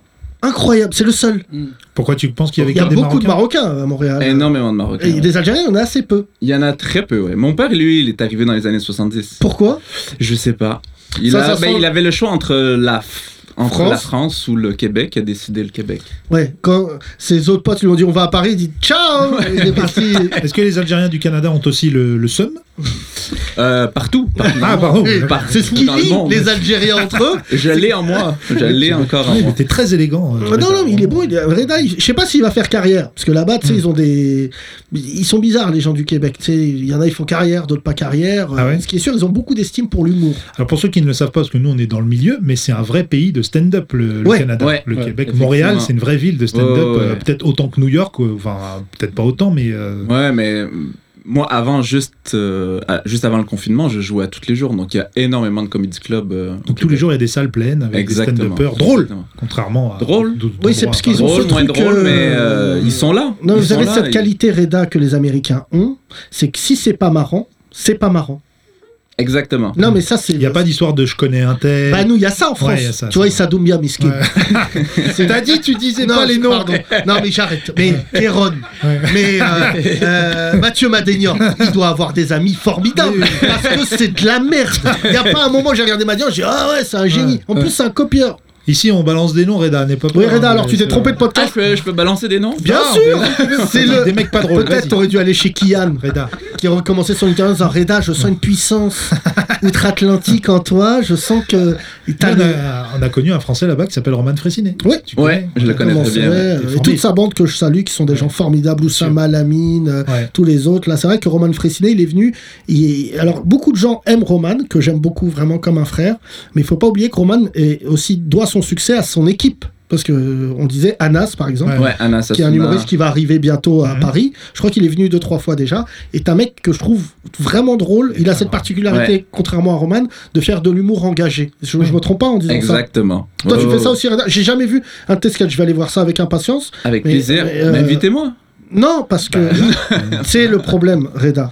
Speaker 3: Incroyable, c'est le seul.
Speaker 4: Pourquoi tu penses qu'il y
Speaker 3: Il
Speaker 4: avait
Speaker 3: y a
Speaker 4: que des
Speaker 3: beaucoup de
Speaker 4: Marocains
Speaker 3: Marocains à Montréal.
Speaker 9: Énormément
Speaker 3: Ah.
Speaker 9: de
Speaker 3: Et
Speaker 9: Marocains. ouais.
Speaker 3: des Algériens, il y en a assez peu.
Speaker 9: Il y en a très peu, ouais. Mon père, lui, il est arrivé dans les années 70.
Speaker 3: Pourquoi
Speaker 9: Je sais pas. Il,
Speaker 3: Ça,
Speaker 9: a-
Speaker 3: ça
Speaker 9: ben,
Speaker 3: sent-
Speaker 9: il avait le choix entre la, f- entre
Speaker 3: France.
Speaker 9: la France ou le Québec. Il a décidé le Québec.
Speaker 3: Ouais, quand ses autres potes lui ont dit on va à Paris, il dit ciao Et Il est parti.
Speaker 9: (laughs)
Speaker 4: Est-ce que les Algériens du Canada ont aussi le, le seum
Speaker 9: Euh, partout. partout.
Speaker 4: Ah, pardon.
Speaker 3: Et
Speaker 9: Partout
Speaker 3: C'est ce qu'ils
Speaker 9: dans le
Speaker 3: disent,
Speaker 9: monde.
Speaker 3: les Algériens entre eux.
Speaker 9: Je l'ai en moi. Je l'ai encore en
Speaker 4: Ouais, mais
Speaker 9: moi.
Speaker 4: t'es très élégant. euh,
Speaker 3: Ah, Non, non, mais il est bon.
Speaker 4: vraiment.
Speaker 3: il est- Reda, il- je sais pas s'il va faire carrière. Parce que là-bas,
Speaker 4: Hmm.
Speaker 3: tu sais, ils ont des. Ils sont bizarres, les gens du Québec. Tu sais, il y en a, ils font carrière, d'autres pas carrière.
Speaker 4: Ah ouais
Speaker 3: Ce qui est sûr, ils ont beaucoup d'estime pour l'humour.
Speaker 4: Alors pour ceux qui ne le savent pas, parce que nous on est dans le milieu, mais c'est un vrai pays de stand-up le, le
Speaker 3: Ouais.
Speaker 4: Canada,
Speaker 9: Ouais.
Speaker 4: le
Speaker 9: Ouais,
Speaker 4: Québec,
Speaker 9: effectivement.
Speaker 4: Montréal, c'est une vraie ville de stand-up,
Speaker 9: Ouais, ouais, ouais.
Speaker 4: euh, peut-être autant que New York, ou- enfin peut-être pas autant, mais euh,
Speaker 9: Ouais, mais euh, moi, avant, juste, euh, à- juste avant le confinement, je jouais à tous les jours. Donc, il y a énormément de comedy clubs. euh, au
Speaker 4: donc tous les
Speaker 9: Québec.
Speaker 4: jours il y a des salles pleines avec des
Speaker 9: Exactement.
Speaker 4: stand-uppers drôles,
Speaker 9: Exactement.
Speaker 4: contrairement à
Speaker 9: Drôles
Speaker 4: d'autres
Speaker 3: Oui, c'est
Speaker 4: endroits.
Speaker 3: parce qu'ils ont
Speaker 9: Drôle,
Speaker 3: ce
Speaker 9: moins
Speaker 3: truc,
Speaker 9: drôle,
Speaker 3: euh,
Speaker 9: mais euh, ils sont là.
Speaker 3: Non,
Speaker 9: Ils
Speaker 3: vous
Speaker 9: sont
Speaker 3: avez
Speaker 9: là,
Speaker 3: cette
Speaker 9: ils-
Speaker 3: qualité, Reda, que les Américains ont. C'est que si c'est pas marrant, c'est pas marrant.
Speaker 9: Exactement.
Speaker 3: Non, mais ça, c'est.
Speaker 4: Hmm. Il n'y a pas d'histoire de je connais un tel.
Speaker 3: Bah, nous, il y a ça en France.
Speaker 4: il y a ça,
Speaker 3: tu
Speaker 4: ça.
Speaker 3: vois, ils s'adoument bien, miskin.
Speaker 4: T'as
Speaker 3: (laughs)
Speaker 4: dit, tu disais
Speaker 3: Non, pardon. Non, mais j'arrête. Mais Kéron,
Speaker 4: Ouais. (laughs)
Speaker 3: mais euh, euh, Mathieu Madénian, il doit avoir des amis formidables parce que c'est de la merde. Il n'y a pas un moment où j'ai regardé Madénian, j'ai dit ah ouais, c'est un génie. En plus, c'est un copieur.
Speaker 4: Ici on balance des noms, Reda, n'est pas
Speaker 3: Oui,
Speaker 4: peur,
Speaker 3: Reda,
Speaker 4: hein,
Speaker 3: alors
Speaker 4: mais
Speaker 3: tu t'es
Speaker 4: c'est- Ah,
Speaker 3: trompé de
Speaker 9: Ah,
Speaker 3: podcast
Speaker 9: je peux, je peux balancer des noms
Speaker 3: Bien
Speaker 4: Non,
Speaker 3: sûr
Speaker 4: mais-
Speaker 3: C'est le.
Speaker 4: Des mecs pas drôles.
Speaker 3: Peut-être
Speaker 4: vas-y.
Speaker 3: t'aurais dû aller chez Kian, Reda, qui a recommencé son interview en disant Reda, je sens une
Speaker 4: (laughs)
Speaker 3: puissance outre-Atlantique en toi, je sens que. t'as
Speaker 4: On
Speaker 3: le-
Speaker 4: a, on a connu un Français là-bas qui s'appelle Roman Fressinet.
Speaker 3: Oui.
Speaker 4: Tu
Speaker 9: Ouais, je le connais
Speaker 3: Comment
Speaker 9: très
Speaker 3: c'est,
Speaker 9: bien. ouais.
Speaker 3: ouais,
Speaker 4: t'es
Speaker 3: et
Speaker 4: formé.
Speaker 3: toute sa bande que je salue, qui sont des gens formidables, Oussama, Lamine, euh,
Speaker 4: Ouais.
Speaker 3: tous les autres. Là, c'est vrai que Roman Fressinet, il est venu. il est- Alors, beaucoup de gens aiment Roman, que j'aime beaucoup vraiment comme un frère. Mais il faut pas oublier que Roman est aussi doit son succès à son équipe. Parce que euh, on disait Anas, par exemple,
Speaker 4: Ouais.
Speaker 9: Ouais, Anna
Speaker 3: qui est un humoriste qui va arriver bientôt à
Speaker 4: Mhm.
Speaker 3: Paris. Je crois qu'il est venu deux, trois fois déjà. Est un mec que je trouve vraiment drôle. Il a cette particularité, contrairement à Roman, de faire de l'humour engagé. Je, je me trompe pas en disant ça.
Speaker 9: Exactement.
Speaker 3: Toi, tu
Speaker 9: Oh,
Speaker 3: fais ça aussi, Reda J'ai jamais vu un de tes sketchs. Je vais aller voir ça avec impatience.
Speaker 9: Avec
Speaker 3: Mais,
Speaker 9: plaisir.
Speaker 3: mais, euh,
Speaker 9: Mais Invitez-moi.
Speaker 3: Non, parce que (laughs) c'est le problème, Reda.
Speaker 9: Ben.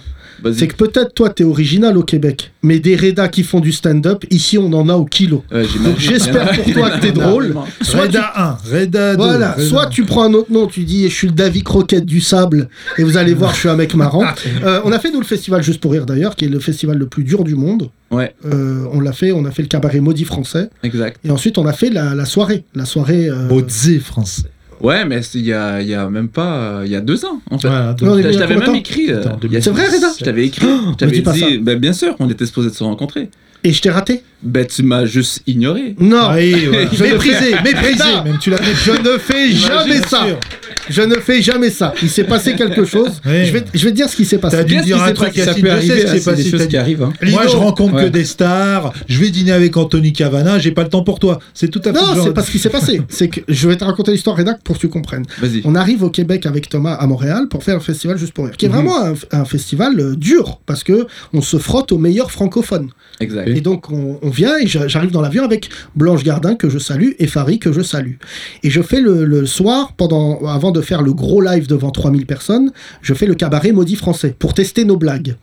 Speaker 9: Vas-y.
Speaker 3: C'est que peut-être toi, t'es original au Québec, mais des Reda qui font du stand-up, ici, on en a au kilo.
Speaker 9: Ouais, j'imagine.
Speaker 3: Donc
Speaker 9: (laughs)
Speaker 3: j'espère pour toi que t'es drôle. Soit tu-
Speaker 4: Reda 1,
Speaker 9: Ah,
Speaker 4: Reda 2.
Speaker 3: Voilà,
Speaker 4: Reda-
Speaker 3: soit tu prends un autre nom, tu dis je suis le David Croquette du sable, et vous allez voir, je suis un mec
Speaker 9: (laughs)
Speaker 3: marrant.
Speaker 9: Ah,
Speaker 3: Euh, on a fait nous le festival Juste pour rire d'ailleurs, qui est le festival le plus dur du monde.
Speaker 9: Ouais.
Speaker 3: Euh, on l'a fait, on a fait le cabaret maudit français,
Speaker 9: Exact.
Speaker 3: et ensuite on a fait la, la soirée, la soirée. euh,
Speaker 4: Bozé français.
Speaker 9: Ouais, mais c'est- il y a, il y a même pas. euh, Il y a deux ans, en fait.
Speaker 4: Voilà,
Speaker 3: Non,
Speaker 4: donc-
Speaker 3: on est
Speaker 9: Je
Speaker 3: venu il y a combien
Speaker 9: t'avais
Speaker 3: de
Speaker 9: même
Speaker 3: temps
Speaker 9: écrit. euh,
Speaker 4: Attends,
Speaker 9: il y a-
Speaker 4: 2016.
Speaker 3: C'est vrai, Reda Ah,
Speaker 9: Je t'avais écrit. Je
Speaker 3: dis
Speaker 9: t'avais
Speaker 3: pas ça.
Speaker 9: dit. Ben, bien sûr, on était supposé se rencontrer.
Speaker 3: Et je t'ai raté
Speaker 9: Ben, tu m'as juste ignoré.
Speaker 3: Non.
Speaker 4: Ah Oui, voilà.
Speaker 3: (laughs) Je méprisé, méprisé.
Speaker 4: Reda, même tu l'as fait.
Speaker 3: Je ne fais jamais ça.
Speaker 4: sûr.
Speaker 3: Je ne fais jamais ça. Il s'est
Speaker 4: (laughs)
Speaker 3: passé quelque chose.
Speaker 4: Oui.
Speaker 3: Je, vais, je vais te dire ce qui s'est passé.
Speaker 4: T'as dû
Speaker 6: Qu'est-ce qui
Speaker 4: dire un
Speaker 6: s'est
Speaker 4: truc
Speaker 6: passé Ça
Speaker 4: Yacine,
Speaker 6: peut
Speaker 4: je sais ce
Speaker 6: arriver,
Speaker 4: qui
Speaker 6: hein,
Speaker 4: s'est
Speaker 6: c'est
Speaker 4: passé,
Speaker 6: des
Speaker 4: t'as
Speaker 6: choses
Speaker 4: dit-
Speaker 6: qui arrivent. hein.
Speaker 4: Moi, je rencontre
Speaker 6: Ouais.
Speaker 4: que des stars. Je vais dîner avec Anthony Cavana. J'ai pas le temps pour toi. C'est tout à fait.
Speaker 3: Non,
Speaker 4: le genre-
Speaker 3: c'est pas ce qui s'est passé. C'est que je vais te raconter l'histoire, Redac, pour que tu comprennes.
Speaker 9: Vas-y.
Speaker 3: On arrive au Québec avec Thomas à Montréal pour faire un festival juste pour rire,
Speaker 4: Mhm.
Speaker 3: qui est vraiment un, un festival euh, dur parce que on se frotte aux meilleurs francophones.
Speaker 9: Exact.
Speaker 3: Et donc on, on vient et j'a- j'arrive dans l'avion avec Blanche Gardin que je salue et Farid que je salue. Et je fais le, le soir pendant avant de faire le gros live devant 3000 personnes, je fais le cabaret maudit français pour tester nos blagues.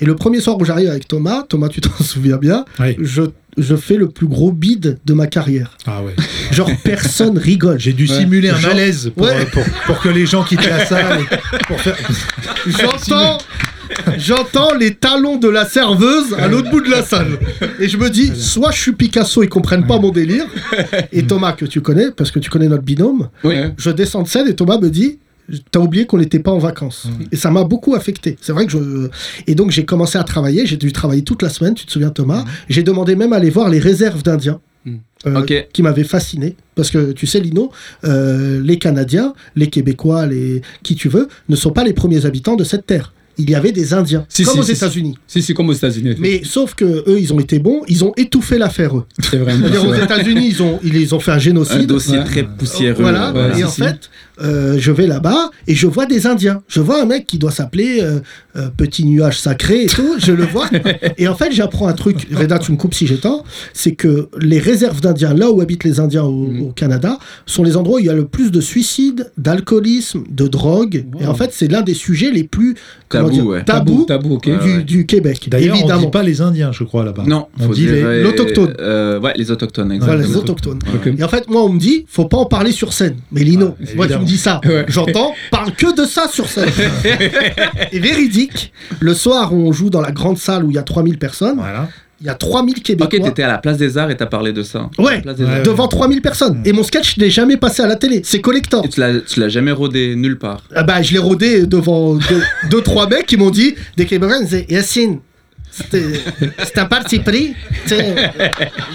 Speaker 3: Et le premier soir où j'arrive avec Thomas, Thomas tu t'en (laughs) souviens bien,
Speaker 4: Oui.
Speaker 3: je je fais le plus gros bide de ma carrière.
Speaker 4: Ah ouais. (laughs)
Speaker 3: Genre, personne rigole.
Speaker 4: J'ai dû simuler un
Speaker 3: Genre-
Speaker 4: malaise pour,
Speaker 3: Ouais.
Speaker 4: pour, pour que les gens quittent la salle. Pour faire...
Speaker 3: J'entends, j'entends les talons de la serveuse à l'autre bout de la salle. Et je me dis, soit je suis Picasso, ils comprennent pas mon
Speaker 6: (laughs)
Speaker 3: délire. Et Thomas, que tu connais, parce que tu connais notre binôme,
Speaker 6: Oui.
Speaker 3: je descends de scène et Thomas me dit. T'as oublié qu'on n'était pas en vacances. Et ça m'a beaucoup affecté. C'est vrai que je. Et donc j'ai commencé à travailler, j'ai dû travailler toute la semaine, tu te souviens Thomas. J'ai demandé même à aller voir les réserves d'Indiens.
Speaker 6: Mm.
Speaker 3: euh,
Speaker 9: Ok.
Speaker 3: Qui m'avaient fasciné. Parce que tu sais, Lino, euh, les Canadiens, les Québécois, les qui tu veux, ne sont pas les premiers habitants de cette terre. Il y avait des Indiens,
Speaker 6: Si,
Speaker 3: comme
Speaker 6: si,
Speaker 3: aux
Speaker 6: si, si.
Speaker 3: États-Unis.
Speaker 6: Si, c'est comme aux États-Unis.
Speaker 3: Mais sauf que eux, ils ont été bons, ils ont étouffé l'affaire eux.
Speaker 6: C'est vrai.
Speaker 3: C'est-à-dire, aux États-Unis, ils ont, ils, ils ont fait un
Speaker 9: Un
Speaker 3: génocide.
Speaker 9: dossier
Speaker 6: Ouais.
Speaker 9: très poussiéreux.
Speaker 3: Voilà,
Speaker 6: voilà,
Speaker 3: et
Speaker 6: si,
Speaker 3: en
Speaker 6: si.
Speaker 3: fait, euh, je vais là-bas et je vois des Indiens. Je vois un mec qui doit s'appeler euh, euh, Petit Nuage Sacré et tout, je le
Speaker 9: (laughs)
Speaker 3: vois. Et en fait, j'apprends un truc, Reda, tu me coupes si j'ai tort, c'est que les réserves d'Indiens, là où habitent les Indiens au,
Speaker 9: Mm-hmm.
Speaker 3: au Canada, sont les endroits où il y a le plus de suicides, d'alcoolisme, de drogue. Et en fait, c'est l'un des sujets les plus comment
Speaker 9: Tabou, ouais.
Speaker 3: tabous
Speaker 6: Tabou, tabou, ok.
Speaker 3: du,
Speaker 9: Ouais, ouais.
Speaker 3: du Québec,
Speaker 4: D'ailleurs, on
Speaker 3: évidemment.
Speaker 4: dit pas les Indiens, je crois, là-bas.
Speaker 9: Non,
Speaker 4: On
Speaker 9: faut
Speaker 4: dit
Speaker 9: dire
Speaker 4: les-
Speaker 9: euh,
Speaker 3: l'autochtone.
Speaker 9: euh, ouais, les autochtones,
Speaker 3: Voilà,
Speaker 9: exactement.
Speaker 3: les autochtones.
Speaker 6: Ok.
Speaker 3: Et en fait, moi, on me dit, faut pas en parler sur scène. Mais
Speaker 4: Ah,
Speaker 3: Lino, moi, tu
Speaker 4: évidemment.
Speaker 3: me dis ça.
Speaker 6: Ouais.
Speaker 3: J'entends, parle que de ça sur scène. Et véridique, le soir où on joue dans la grande salle où il y a 3000 personnes, il
Speaker 4: Voilà.
Speaker 3: y a 3000
Speaker 9: Ok,
Speaker 3: Québécois.
Speaker 9: t'étais à la place des arts et t'as parlé de ça. À la
Speaker 3: ouais,
Speaker 9: place des
Speaker 4: Ouais.
Speaker 9: arts.
Speaker 3: devant 3000 personnes. Et mon sketch n'est jamais passé à la télé. C'est collector.
Speaker 9: Et tu l'as- tu l'as jamais rodé nulle part.
Speaker 3: Ah bah, je l'ai rodé devant deux, deux, trois mecs qui m'ont dit, des Québécois, ils disaient, Yacine, c'était c'était un parti pris. Tu sais,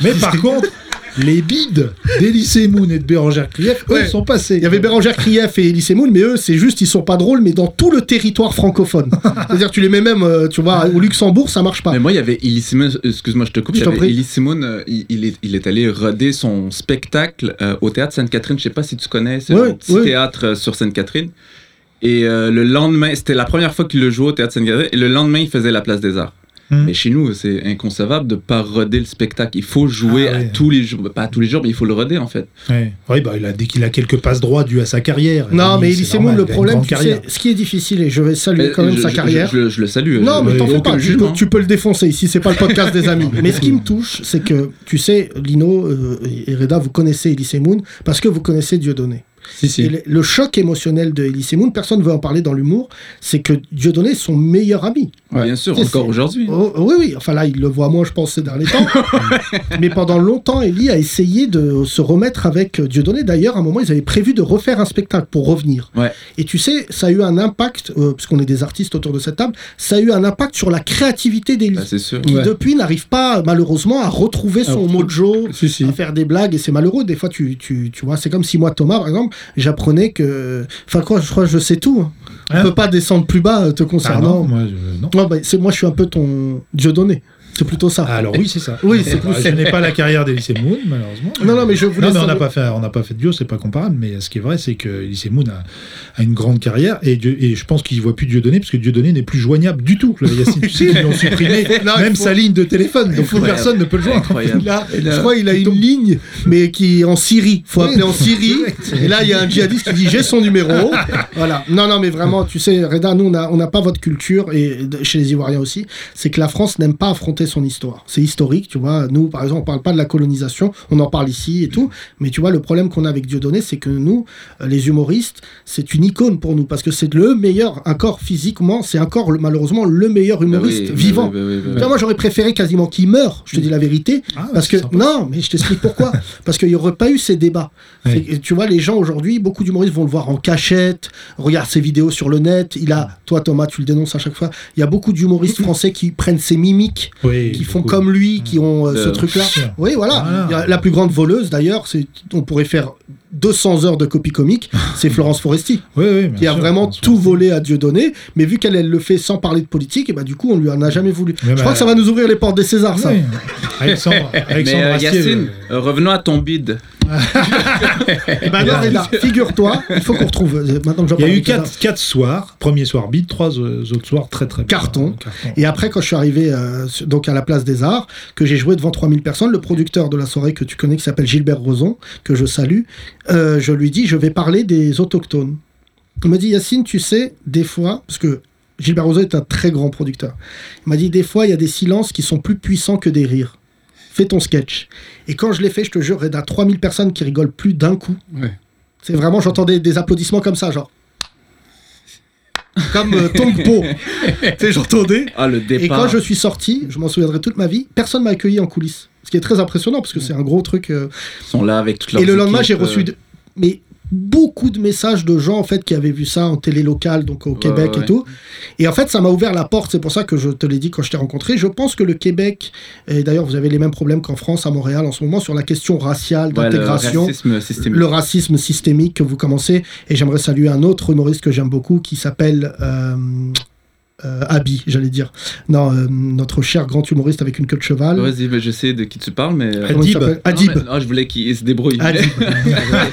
Speaker 4: Mais
Speaker 3: (laughs)
Speaker 4: par contre, les bides d'Elysée Moon et de Bérangère Krief, eux,
Speaker 3: Ouais.
Speaker 4: sont passés.
Speaker 3: Il y avait Bérangère Krief et Elise Moon, mais eux, c'est juste, ils sont pas drôles, mais dans tout le territoire (laughs) francophone. C'est-à-dire, tu les mets même, euh, tu vois, au Luxembourg, ça marche pas.
Speaker 9: Mais moi, il y avait Elie Simon, excuse-moi, je te coupe,
Speaker 3: Je
Speaker 9: il y
Speaker 3: t'en
Speaker 9: avait
Speaker 3: prie.
Speaker 9: Elie Simon, euh, il, il est, il est allé roder son spectacle euh, au théâtre Sainte-Catherine, je sais pas si tu connais, c'est
Speaker 3: Ouais,
Speaker 9: un petit
Speaker 3: ouais.
Speaker 9: théâtre euh, sur Sainte-Catherine. Et euh, le lendemain, c'était la première fois qu'il le jouait au théâtre Sainte-Catherine, et le lendemain, il faisait la place des arts.
Speaker 4: Hmm.
Speaker 9: Mais chez nous, c'est inconcevable de pas roder le spectacle. Il faut jouer
Speaker 4: Ah
Speaker 9: à
Speaker 4: ouais.
Speaker 9: tous les jours, pas à tous les jours, mais il faut le roder en fait.
Speaker 4: Ouais. Ouais, bah, il a, dès qu'il a quelques passes droits dues à sa carrière.
Speaker 3: non,
Speaker 4: il-
Speaker 3: mais
Speaker 4: c'est
Speaker 3: Elise Moon,
Speaker 4: normal,
Speaker 3: le
Speaker 4: il a une
Speaker 3: problème,
Speaker 4: grande
Speaker 3: tu
Speaker 4: carrière.
Speaker 3: sais, ce qui est difficile, et je vais saluer
Speaker 9: Mais
Speaker 3: quand même
Speaker 9: Euh, je-
Speaker 3: sa
Speaker 9: je-
Speaker 3: carrière.
Speaker 9: Je, euh, je- je le salue.
Speaker 3: Non,
Speaker 9: je-
Speaker 3: mais
Speaker 9: je-
Speaker 3: t'en
Speaker 9: aucun
Speaker 3: fais pas, tu
Speaker 9: jugement. hein.
Speaker 3: peux, tu peux le défoncer ici, c'est pas le podcast des amis. (laughs) Mais ce qui me touche, c'est que, tu sais, Lino euh, et Reda, vous connaissez Elise Moon parce que vous connaissez Dieudonné.
Speaker 6: Si, si.
Speaker 3: Et le, le choc émotionnel de Elise Moon, personne ne veut en parler dans l'humour, c'est que Dieudonné est son meilleur ami.
Speaker 9: Ouais, Bien sûr,
Speaker 3: C'est-
Speaker 9: encore aujourd'hui.
Speaker 3: Oh, oui, oui, enfin là, il le voit moins, je pense, ces derniers temps. Mais pendant longtemps, Ellie a essayé de se remettre avec euh, Dieudonné. D'ailleurs, à un moment, ils avaient prévu de refaire un spectacle pour revenir.
Speaker 9: Ouais.
Speaker 3: Et tu sais, ça a eu un impact, euh, puisqu'on est des artistes autour de cette table, ça a eu un impact sur la créativité d'Ellie,
Speaker 9: Bah, c'est sûr.
Speaker 3: qui
Speaker 6: Ouais.
Speaker 3: depuis n'arrive pas, malheureusement, à retrouver son
Speaker 6: Alors,
Speaker 3: mojo.
Speaker 6: Si, si.
Speaker 3: À faire des blagues et c'est malheureux. Des fois, tu, tu, tu vois, c'est comme si moi, Thomas, par exemple, j'apprenais que. Enfin, quoi, je crois que je sais tout. hein.
Speaker 4: Hein
Speaker 3: On peut pas descendre plus bas euh, te
Speaker 4: Ah
Speaker 3: concernant.
Speaker 4: non, moi, je- non.
Speaker 3: Ouais, bah, c'est moi, je suis un peu ton Dieudonné. C'est plutôt ça.
Speaker 4: Ah, Alors oui, c'est ça.
Speaker 3: Oui, c'est
Speaker 4: Bah, Je n'ai pas la carrière d'Elysée Moon, malheureusement.
Speaker 3: Non, non, mais je voulais
Speaker 4: Non, mais on n'a pas
Speaker 3: savoir-
Speaker 4: fait, on n'a pas fait de duo, c'est pas comparable. Mais ce qui est vrai, c'est que Elysée Moon a, a une grande carrière et, Dieu- et je pense qu'il voit plus Dieudonné parce que Dieudonné n'est plus joignable du tout. Là, Yacine, tu sais qu'ils l'ont supprimé, même sa ligne de téléphone, donc plus
Speaker 9: Incroyable.
Speaker 4: personne ne peut le joindre.
Speaker 9: Incroyable.
Speaker 3: Il a-
Speaker 6: là,
Speaker 3: je crois qu'il a une ligne, mais qui est en Syrie. Faut appeler en
Speaker 9: (laughs)
Speaker 3: Syrie. Et là, il y a un djihadiste qui dit j'ai son numéro. Voilà. Non, non, mais vraiment, tu sais, Reda, nous, on n'a on n'a pas votre culture, et de- chez les Ivoiriens aussi, c'est que la France n'aime pas affronter son histoire. C'est historique, tu vois. Nous, par exemple, on parle pas de la colonisation, on en parle ici et tout. Mais tu vois, le problème qu'on a avec Dieudonné, c'est que nous, euh, les humoristes, c'est une icône pour nous, parce que c'est le meilleur, encore physiquement, c'est encore, le- malheureusement, le meilleur
Speaker 9: Bah oui,
Speaker 3: humoriste
Speaker 9: bah oui,
Speaker 3: vivant.
Speaker 9: bah oui, bah oui.
Speaker 3: Tu vois, moi, j'aurais préféré quasiment qu'il meure, je te dis la vérité,
Speaker 4: Ah, ouais,
Speaker 3: parce
Speaker 4: c'est
Speaker 3: que
Speaker 4: sympa.
Speaker 3: non, mais je
Speaker 4: (laughs)
Speaker 3: t'explique pourquoi. Parce qu'il n'y aurait pas eu ces débats.
Speaker 4: Oui.
Speaker 3: C'est- Tu vois, les gens aujourd'hui, beaucoup d'humoristes vont le voir en cachette, regarde ses vidéos sur le net. Il a, toi Thomas, tu le dénonces à chaque fois. Il y a beaucoup d'humoristes français qui prennent ses mimiques,
Speaker 4: Oui,
Speaker 3: qui font
Speaker 4: beaucoup.
Speaker 3: comme lui, qui ont euh,
Speaker 9: Euh,
Speaker 3: ce truc-là.
Speaker 4: sûr.
Speaker 3: Oui, voilà.
Speaker 4: Voilà.
Speaker 3: Il y a La plus grande voleuse, d'ailleurs, c'est, on pourrait faire 200 heures de
Speaker 4: (laughs)
Speaker 3: copie comique. C'est Florence Foresti
Speaker 4: Oui, oui, bien
Speaker 3: qui a
Speaker 4: sûr,
Speaker 3: vraiment
Speaker 4: bien sûr.
Speaker 3: tout volé à Dieudonné, mais vu qu'elle elle le fait sans parler de politique, et bah du coup on lui en a jamais voulu.
Speaker 4: Mais
Speaker 3: je
Speaker 4: bah,
Speaker 3: crois que ça va nous ouvrir les portes des Césars, ça.
Speaker 4: Oui. Alexandre, Alexandre
Speaker 9: Mais euh,
Speaker 4: Astier,
Speaker 9: Yacine,
Speaker 4: euh,
Speaker 9: euh, revenons à ton bide.
Speaker 3: Et bah alors, Reda, figure-toi, il faut qu'on retrouve. euh, Maintenant que j'en
Speaker 4: Il y a
Speaker 3: parle
Speaker 4: eu
Speaker 3: avec Reda.
Speaker 4: 4 quatre soirs, premier soir bid, trois euh, autres soirs très très bien.
Speaker 3: Carton.
Speaker 4: Carton.
Speaker 3: Et après, quand je suis arrivé euh, sur- donc à la place des arts, que j'ai joué devant 3000 personnes, le producteur de la soirée que tu connais, qui s'appelle Gilbert Rozon, que je salue, euh, je lui dis, je vais parler des autochtones. Il me dit, Yacine, tu sais, des fois, parce que Gilbert Rozon est un très grand producteur, il m'a dit, des fois, il y a des silences qui sont plus puissants que des rires. fais ton sketch. Et quand je l'ai fait, je te jure, Reda, 3000 personnes qui rigolent plus d'un coup.
Speaker 6: Ouais.
Speaker 3: C'est vraiment, j'entendais des applaudissements comme ça, genre. Comme euh, Tongpo. tu sais, j'entendais.
Speaker 9: Ah, le départ.
Speaker 3: Et quand je suis sorti, je m'en souviendrai toute ma vie, personne m'a accueilli en coulisses. Ce qui est très impressionnant parce que c'est un gros truc. euh,
Speaker 9: Ils sont là avec toutes leurs
Speaker 3: et le lendemain, j'ai
Speaker 9: équipes,
Speaker 3: reçu de- mais beaucoup de messages de gens en fait qui avaient vu ça en télé locale, donc au Québec
Speaker 9: ouais,
Speaker 3: et tout. Et en fait, ça m'a ouvert la porte. C'est pour ça que je te l'ai dit quand je t'ai rencontré. Je pense que le Québec, et d'ailleurs, vous avez les mêmes problèmes qu'en France, à Montréal en ce moment, sur la question raciale,
Speaker 9: euh, Ouais, le
Speaker 3: d'intégration.
Speaker 9: racisme systémique.
Speaker 3: le racisme systémique que vous commencez, et j'aimerais saluer un autre humoriste que j'aime beaucoup qui s'appelle euh, euh, Abby, j'allais dire. Non, euh, notre cher grand humoriste avec une queue de cheval.
Speaker 9: Vas-y, mais je sais de qui tu parles, mais. euh,
Speaker 3: Comment il
Speaker 4: Adib.
Speaker 3: s'appelle
Speaker 9: non,
Speaker 3: Adib.
Speaker 9: mais- non, je voulais qu'il se débrouille.
Speaker 3: Adib.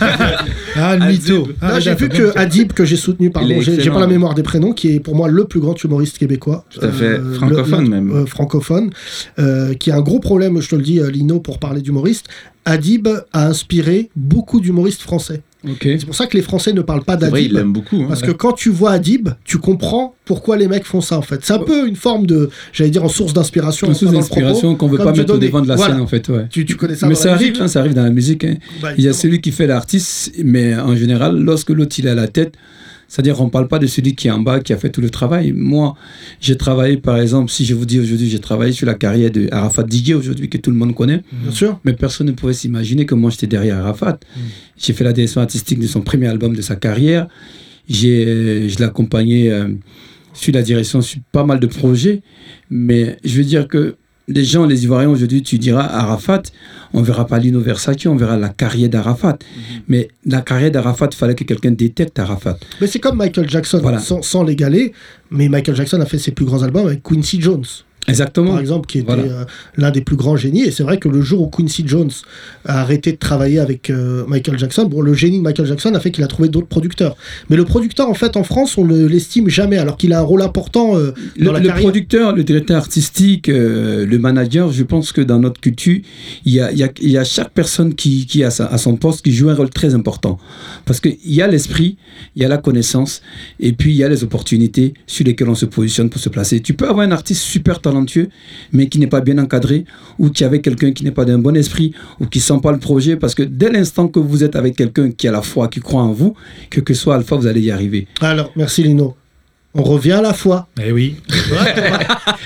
Speaker 4: Ah, le
Speaker 9: Ah,
Speaker 4: mytho.
Speaker 9: Zeb.
Speaker 4: Ah,
Speaker 3: Là, j'ai
Speaker 4: d'accord.
Speaker 3: vu que Adib, que j'ai soutenu, pardon,
Speaker 9: est
Speaker 3: j'ai j'ai
Speaker 9: excellent,
Speaker 3: pas la
Speaker 9: hein.
Speaker 3: mémoire des prénoms, qui est pour moi le plus grand humoriste québécois.
Speaker 9: Tout à fait.
Speaker 3: le-
Speaker 9: Francophone,
Speaker 3: le-
Speaker 9: même.
Speaker 3: euh, francophone, euh, qui a un gros problème, je te le dis, euh, Lino, pour parler d'humoriste. Adib a inspiré beaucoup d'humoristes français.
Speaker 6: Ok.
Speaker 3: Et C'est pour ça que les Français ne parlent pas
Speaker 9: C'est vrai, il
Speaker 3: d'Adib.
Speaker 9: l'aime beaucoup. hein.
Speaker 3: Parce que quand tu vois Adib, tu comprends pourquoi les mecs font ça en fait. C'est un peu une forme de, j'allais dire, en source d'inspiration.
Speaker 6: Une source
Speaker 3: dans le propos,
Speaker 6: d'inspiration qu'on veut
Speaker 3: comme
Speaker 6: pas
Speaker 3: Dieu
Speaker 6: mettre au
Speaker 3: donné.
Speaker 6: devant de la
Speaker 3: Voilà.
Speaker 6: scène, en fait. Ouais.
Speaker 3: Tu, tu connais ça
Speaker 6: Mais
Speaker 3: dans
Speaker 6: ça
Speaker 3: la
Speaker 6: arrive,
Speaker 3: musique
Speaker 6: hein, ça arrive dans la musique. hein.
Speaker 3: Bah,
Speaker 6: Il y a
Speaker 3: évidemment.
Speaker 6: celui qui fait l'artiste, mais en général, lorsque l'autre il est à la tête, c'est-à-dire on ne parle pas de celui qui est en bas, qui a fait tout le travail. Moi, j'ai travaillé, par exemple, si je vous dis aujourd'hui, j'ai travaillé sur la carrière de Arafat Didier aujourd'hui, que tout le monde connaît,
Speaker 3: Bien sûr.
Speaker 6: mais personne ne pouvait s'imaginer que moi j'étais derrière Arafat. J'ai fait la direction artistique de son premier album de sa carrière. J'ai, euh, je l'ai accompagné euh, sur la direction sur pas mal de projets. Mais je veux dire que les gens, les Ivoiriens aujourd'hui, tu diras Arafat, on verra pas Lino Versace, on verra la carrière d'Arafat. Mais la carrière d'Arafat, il fallait que quelqu'un détecte Arafat.
Speaker 3: Mais c'est comme Michael Jackson,
Speaker 6: Voilà.
Speaker 3: sans, sans l'égaler. Mais Michael Jackson a fait ses plus grands albums avec Quincy Jones,
Speaker 6: Exactement.
Speaker 3: par exemple, qui était
Speaker 6: Voilà.
Speaker 3: euh, l'un des plus grands génies. Et c'est vrai que le jour où Quincy Jones a arrêté de travailler avec euh, Michael Jackson, bon, le génie de Michael Jackson a fait qu'il a trouvé d'autres producteurs. Mais le producteur, en fait, en France, on ne l'estime jamais, alors qu'il a un rôle important euh,
Speaker 6: Le,
Speaker 3: dans la
Speaker 6: le
Speaker 3: carrière.
Speaker 6: producteur, le directeur artistique, euh, le manager, je pense que dans notre culture, il y a, il y a- il y a chaque personne qui, qui a sa- à son poste qui joue un rôle très important. Parce qu'il y a l'esprit, il y a la connaissance, et puis il y a les opportunités sur lesquelles on se positionne pour se placer. Tu peux avoir un artiste super talentueux, mais qui n'est pas bien encadré, ou qui est avec quelqu'un qui n'est pas d'un bon esprit, ou qui sent pas le projet, parce que dès l'instant que vous êtes avec quelqu'un qui a la foi, qui croit en vous, que que soit Alpha, vous allez y arriver.
Speaker 3: Alors, merci Lino. On revient à la foi.
Speaker 4: Eh oui.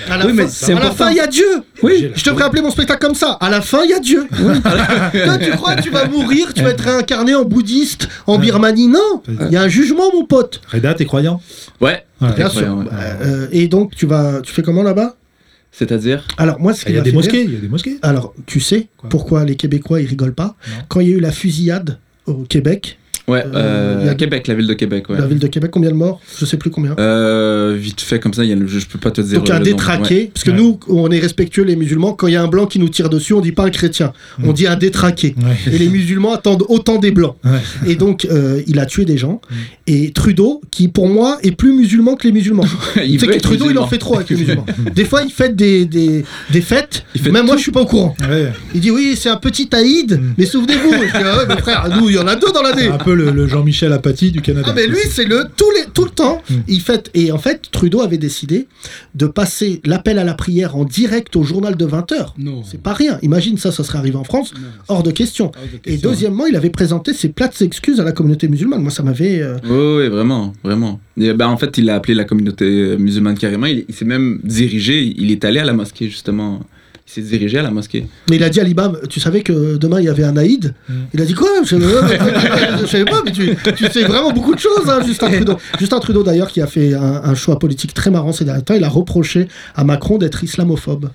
Speaker 3: À la
Speaker 6: Oui,
Speaker 3: fin,
Speaker 6: mais c'est
Speaker 3: à la
Speaker 6: important.
Speaker 3: fin, il y a Dieu.
Speaker 6: Oui,
Speaker 3: Je devrais appeler mon spectacle comme ça. À la fin, il y a Dieu. (laughs) Toi, tu crois que tu vas mourir, tu vas être réincarné en bouddhiste, en Birmanie Non, il y a un jugement, mon pote.
Speaker 4: Reda, t'es croyant
Speaker 9: Ouais,
Speaker 4: Ouais.
Speaker 3: Bien sûr.
Speaker 9: Incroyable, ouais.
Speaker 3: Euh, et donc, tu vas, tu fais comment là-bas
Speaker 9: C'est-à-dire
Speaker 3: Alors moi, ce qui
Speaker 4: Il y a
Speaker 3: m'a
Speaker 4: des
Speaker 3: fait
Speaker 4: mosquées.
Speaker 3: rire-
Speaker 4: Il y a des mosquées.
Speaker 3: Alors, tu sais
Speaker 4: Quoi
Speaker 3: pourquoi les Québécois ils rigolent pas
Speaker 4: Non.
Speaker 3: Quand il y a eu la fusillade au Québec,
Speaker 9: Ouais,
Speaker 3: Euh,
Speaker 9: euh,
Speaker 3: il y a-
Speaker 9: Québec, la ville de Québec, ouais.
Speaker 3: la ville de Québec, combien de morts Je sais plus combien.
Speaker 9: Euh, vite fait, comme ça, il y a le- je, je peux pas te dire. euh,
Speaker 3: Donc un
Speaker 9: le nombre,
Speaker 3: détraqué,
Speaker 9: ouais.
Speaker 3: parce que
Speaker 4: Ouais.
Speaker 3: nous, on est respectueux les musulmans, quand il y a un blanc qui nous tire dessus, on dit pas un chrétien, on
Speaker 4: Mm.
Speaker 3: dit un détraqué.
Speaker 4: Ouais.
Speaker 3: Et les musulmans attendent autant des blancs.
Speaker 4: Ouais.
Speaker 3: Et donc, euh, il a tué des gens.
Speaker 9: Mm.
Speaker 3: Et Trudeau, qui pour moi est plus musulman que les musulmans.
Speaker 9: (laughs) il
Speaker 3: Tu sais
Speaker 9: veut
Speaker 3: que
Speaker 9: être
Speaker 3: Trudeau, il en
Speaker 9: musulman.
Speaker 3: fait trop avec les
Speaker 9: (laughs)
Speaker 3: musulmans. Des fois, il fait des, des, des fêtes.
Speaker 9: Il fait
Speaker 3: Même moi, je suis pas au courant.
Speaker 4: Ouais.
Speaker 3: Il dit oui, c'est un petit Aïd,
Speaker 4: Mm.
Speaker 3: mais souvenez-vous. Je dis, ah ouais, mais frère, nous, il y en a deux dans l'année.
Speaker 4: C'est
Speaker 9: Ah,
Speaker 4: un peu le, le Jean-Michel Apathy du Canada.
Speaker 3: Ah mais lui c'est le tout les tout le temps
Speaker 4: Mm.
Speaker 3: il fête et en fait Trudeau avait décidé de passer l'appel à la prière en direct au journal de 20h.
Speaker 6: Non.
Speaker 3: C'est pas rien. Imagine ça ça serait arrivé en France hors de question. Et
Speaker 6: question,
Speaker 3: deuxièmement, il avait présenté ses plates excuses à la communauté musulmane. Moi ça m'avait euh,
Speaker 9: Ouais, ouais, vraiment, vraiment. Et ben, en fait, il a appelé la communauté euh, musulmane carrément. Il, il s'est même dirigé. Il est allé à la mosquée, justement. Il s'est dirigé à la mosquée.
Speaker 3: Mais il a dit à l'imam, tu savais que demain il y avait un Aïd Il a dit quoi je, je savais pas, mais tu, (laughs) tu sais vraiment beaucoup de choses, hein, Justin Trudeau. Justin Trudeau d'ailleurs qui a fait un, un choix politique très marrant ces derniers temps, il a reproché à Macron d'être islamophobe.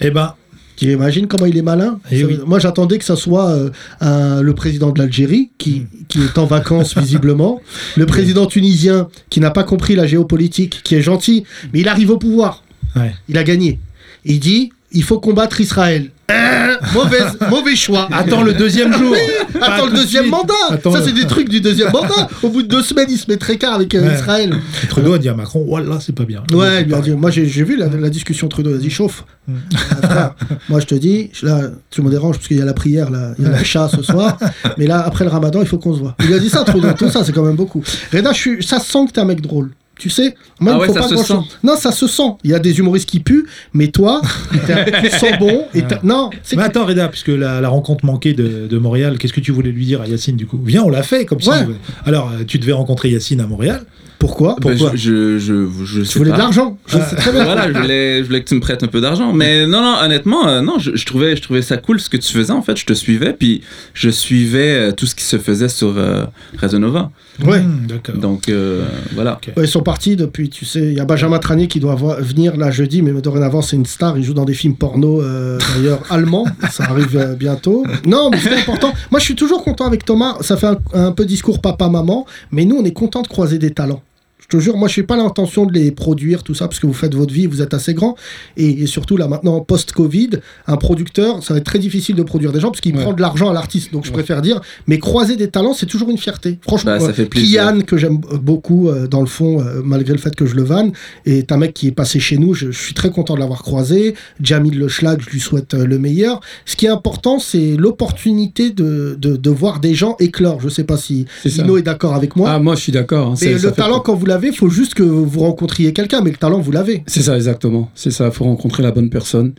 Speaker 4: Eh ben,
Speaker 3: Tu imagines comment il est malin
Speaker 4: Eh
Speaker 3: Ça-
Speaker 4: oui.
Speaker 3: Moi j'attendais que ça soit euh, un- le président de l'Algérie
Speaker 4: Hmm.
Speaker 3: qui, qui est
Speaker 4: (laughs)
Speaker 3: en vacances visiblement, le président tunisien qui n'a pas compris la géopolitique, qui est gentil, mais il arrive au pouvoir,
Speaker 4: Ouais.
Speaker 3: il a gagné. Il dit il faut
Speaker 4: (laughs)
Speaker 3: combattre Israël. Euh, mauvaise- mauvais choix.
Speaker 4: attends le deuxième jour.
Speaker 3: Attends le
Speaker 4: tout de
Speaker 3: deuxième
Speaker 4: suite.
Speaker 3: mandat
Speaker 4: Attends
Speaker 3: Ça
Speaker 4: le-
Speaker 3: c'est des trucs du deuxième mandat Au bout de deux semaines il se met très car avec euh,
Speaker 4: Ouais.
Speaker 3: Israël.
Speaker 4: Trudeau a dit à Macron, voilà, c'est pas bien.
Speaker 3: Ouais, il lui a dit- moi j'ai j'ai vu la, la discussion Trudeau, il a dit chauffe.
Speaker 9: Mm.
Speaker 3: Ah,
Speaker 9: (laughs)
Speaker 3: frère, moi je te dis, je- là tu me déranges parce qu'il y a la prière, là, il y a la chat ce soir,
Speaker 9: (laughs)
Speaker 3: mais là après le ramadan il faut qu'on se voit. Il lui a dit ça Trudeau, tout ça c'est quand même beaucoup. Reda, je suis- ça sent que t'es un mec drôle. tu sais. Moi, il
Speaker 9: Ah
Speaker 3: me
Speaker 9: ouais,
Speaker 3: faut
Speaker 9: ça
Speaker 3: pas
Speaker 9: se
Speaker 3: grand-chose. Non, ça se sent. Il y a des humoristes qui puent, mais toi, t'es un sambon.
Speaker 9: (laughs)
Speaker 3: Et t'as- non, c'est
Speaker 4: Mais attends, Reda, puisque la, la rencontre manquée de, de Montréal, qu'est-ce que tu voulais lui dire à Yacine du coup Viens, on l'a fait comme ça.
Speaker 3: Ouais.
Speaker 4: Alors, euh, tu devais rencontrer Yacine à Montréal.
Speaker 3: pourquoi
Speaker 9: Ben,
Speaker 3: Pourquoi
Speaker 9: je, je, je, je sais
Speaker 3: Tu voulais
Speaker 9: pas.
Speaker 3: de l'argent. Je
Speaker 9: Ah.
Speaker 3: sais très bien.
Speaker 9: voilà, je voulais, je voulais que tu me prêtes un peu d'argent. Mais non, non, honnêtement, euh, non, je, je trouvais, je trouvais ça cool ce que tu faisais. En fait, je te suivais, puis je suivais euh, tout ce qui se faisait sur euh, Radio Nova.
Speaker 3: Ouais.
Speaker 4: Hmm, D'accord.
Speaker 9: Donc, euh, voilà.
Speaker 3: Ouais, ils sont partis depuis, tu sais, il y a Benjamin Tranier qui doit vo- venir là jeudi, mais dorénavant c'est une star, il joue dans des films porno euh, d'ailleurs allemands, ça arrive euh, bientôt. Non, mais c'est important. Moi je suis toujours content avec Thomas, ça fait un, un peu discours papa-maman, mais nous on est content de croiser des talents. Je te jure, moi je n'ai pas l'intention de les produire, tout ça, parce que vous faites votre vie, vous êtes assez grand. Et, et surtout là maintenant, post-Covid, un producteur, ça va être très difficile de produire des gens, parce qu'il
Speaker 6: Ouais.
Speaker 3: prend de l'argent à l'artiste. Donc je préfère dire, mais croiser des talents, c'est toujours une fierté. Franchement,
Speaker 9: Bah, ça
Speaker 3: euh,
Speaker 9: fait plaisir.
Speaker 3: Kian, que j'aime euh, beaucoup euh, dans le fond, euh, malgré le fait que je le vanne, est un mec qui est passé chez nous, je, je suis très content de l'avoir croisé. Jamil Le Schlag, je lui souhaite euh, le meilleur. Ce qui est important, c'est l'opportunité de, de, de voir des gens éclore. Je sais pas si
Speaker 6: C'est ça.
Speaker 3: Lino est d'accord avec moi.
Speaker 6: Ah, moi, je suis d'accord. hein,
Speaker 3: mais
Speaker 6: c'est- ça
Speaker 3: le
Speaker 6: fait-
Speaker 3: talent, quand vous l'avez, faut juste que vous rencontriez quelqu'un, mais le talent, vous l'avez.
Speaker 6: C'est ça, exactement. C'est ça. Il faut rencontrer la bonne personne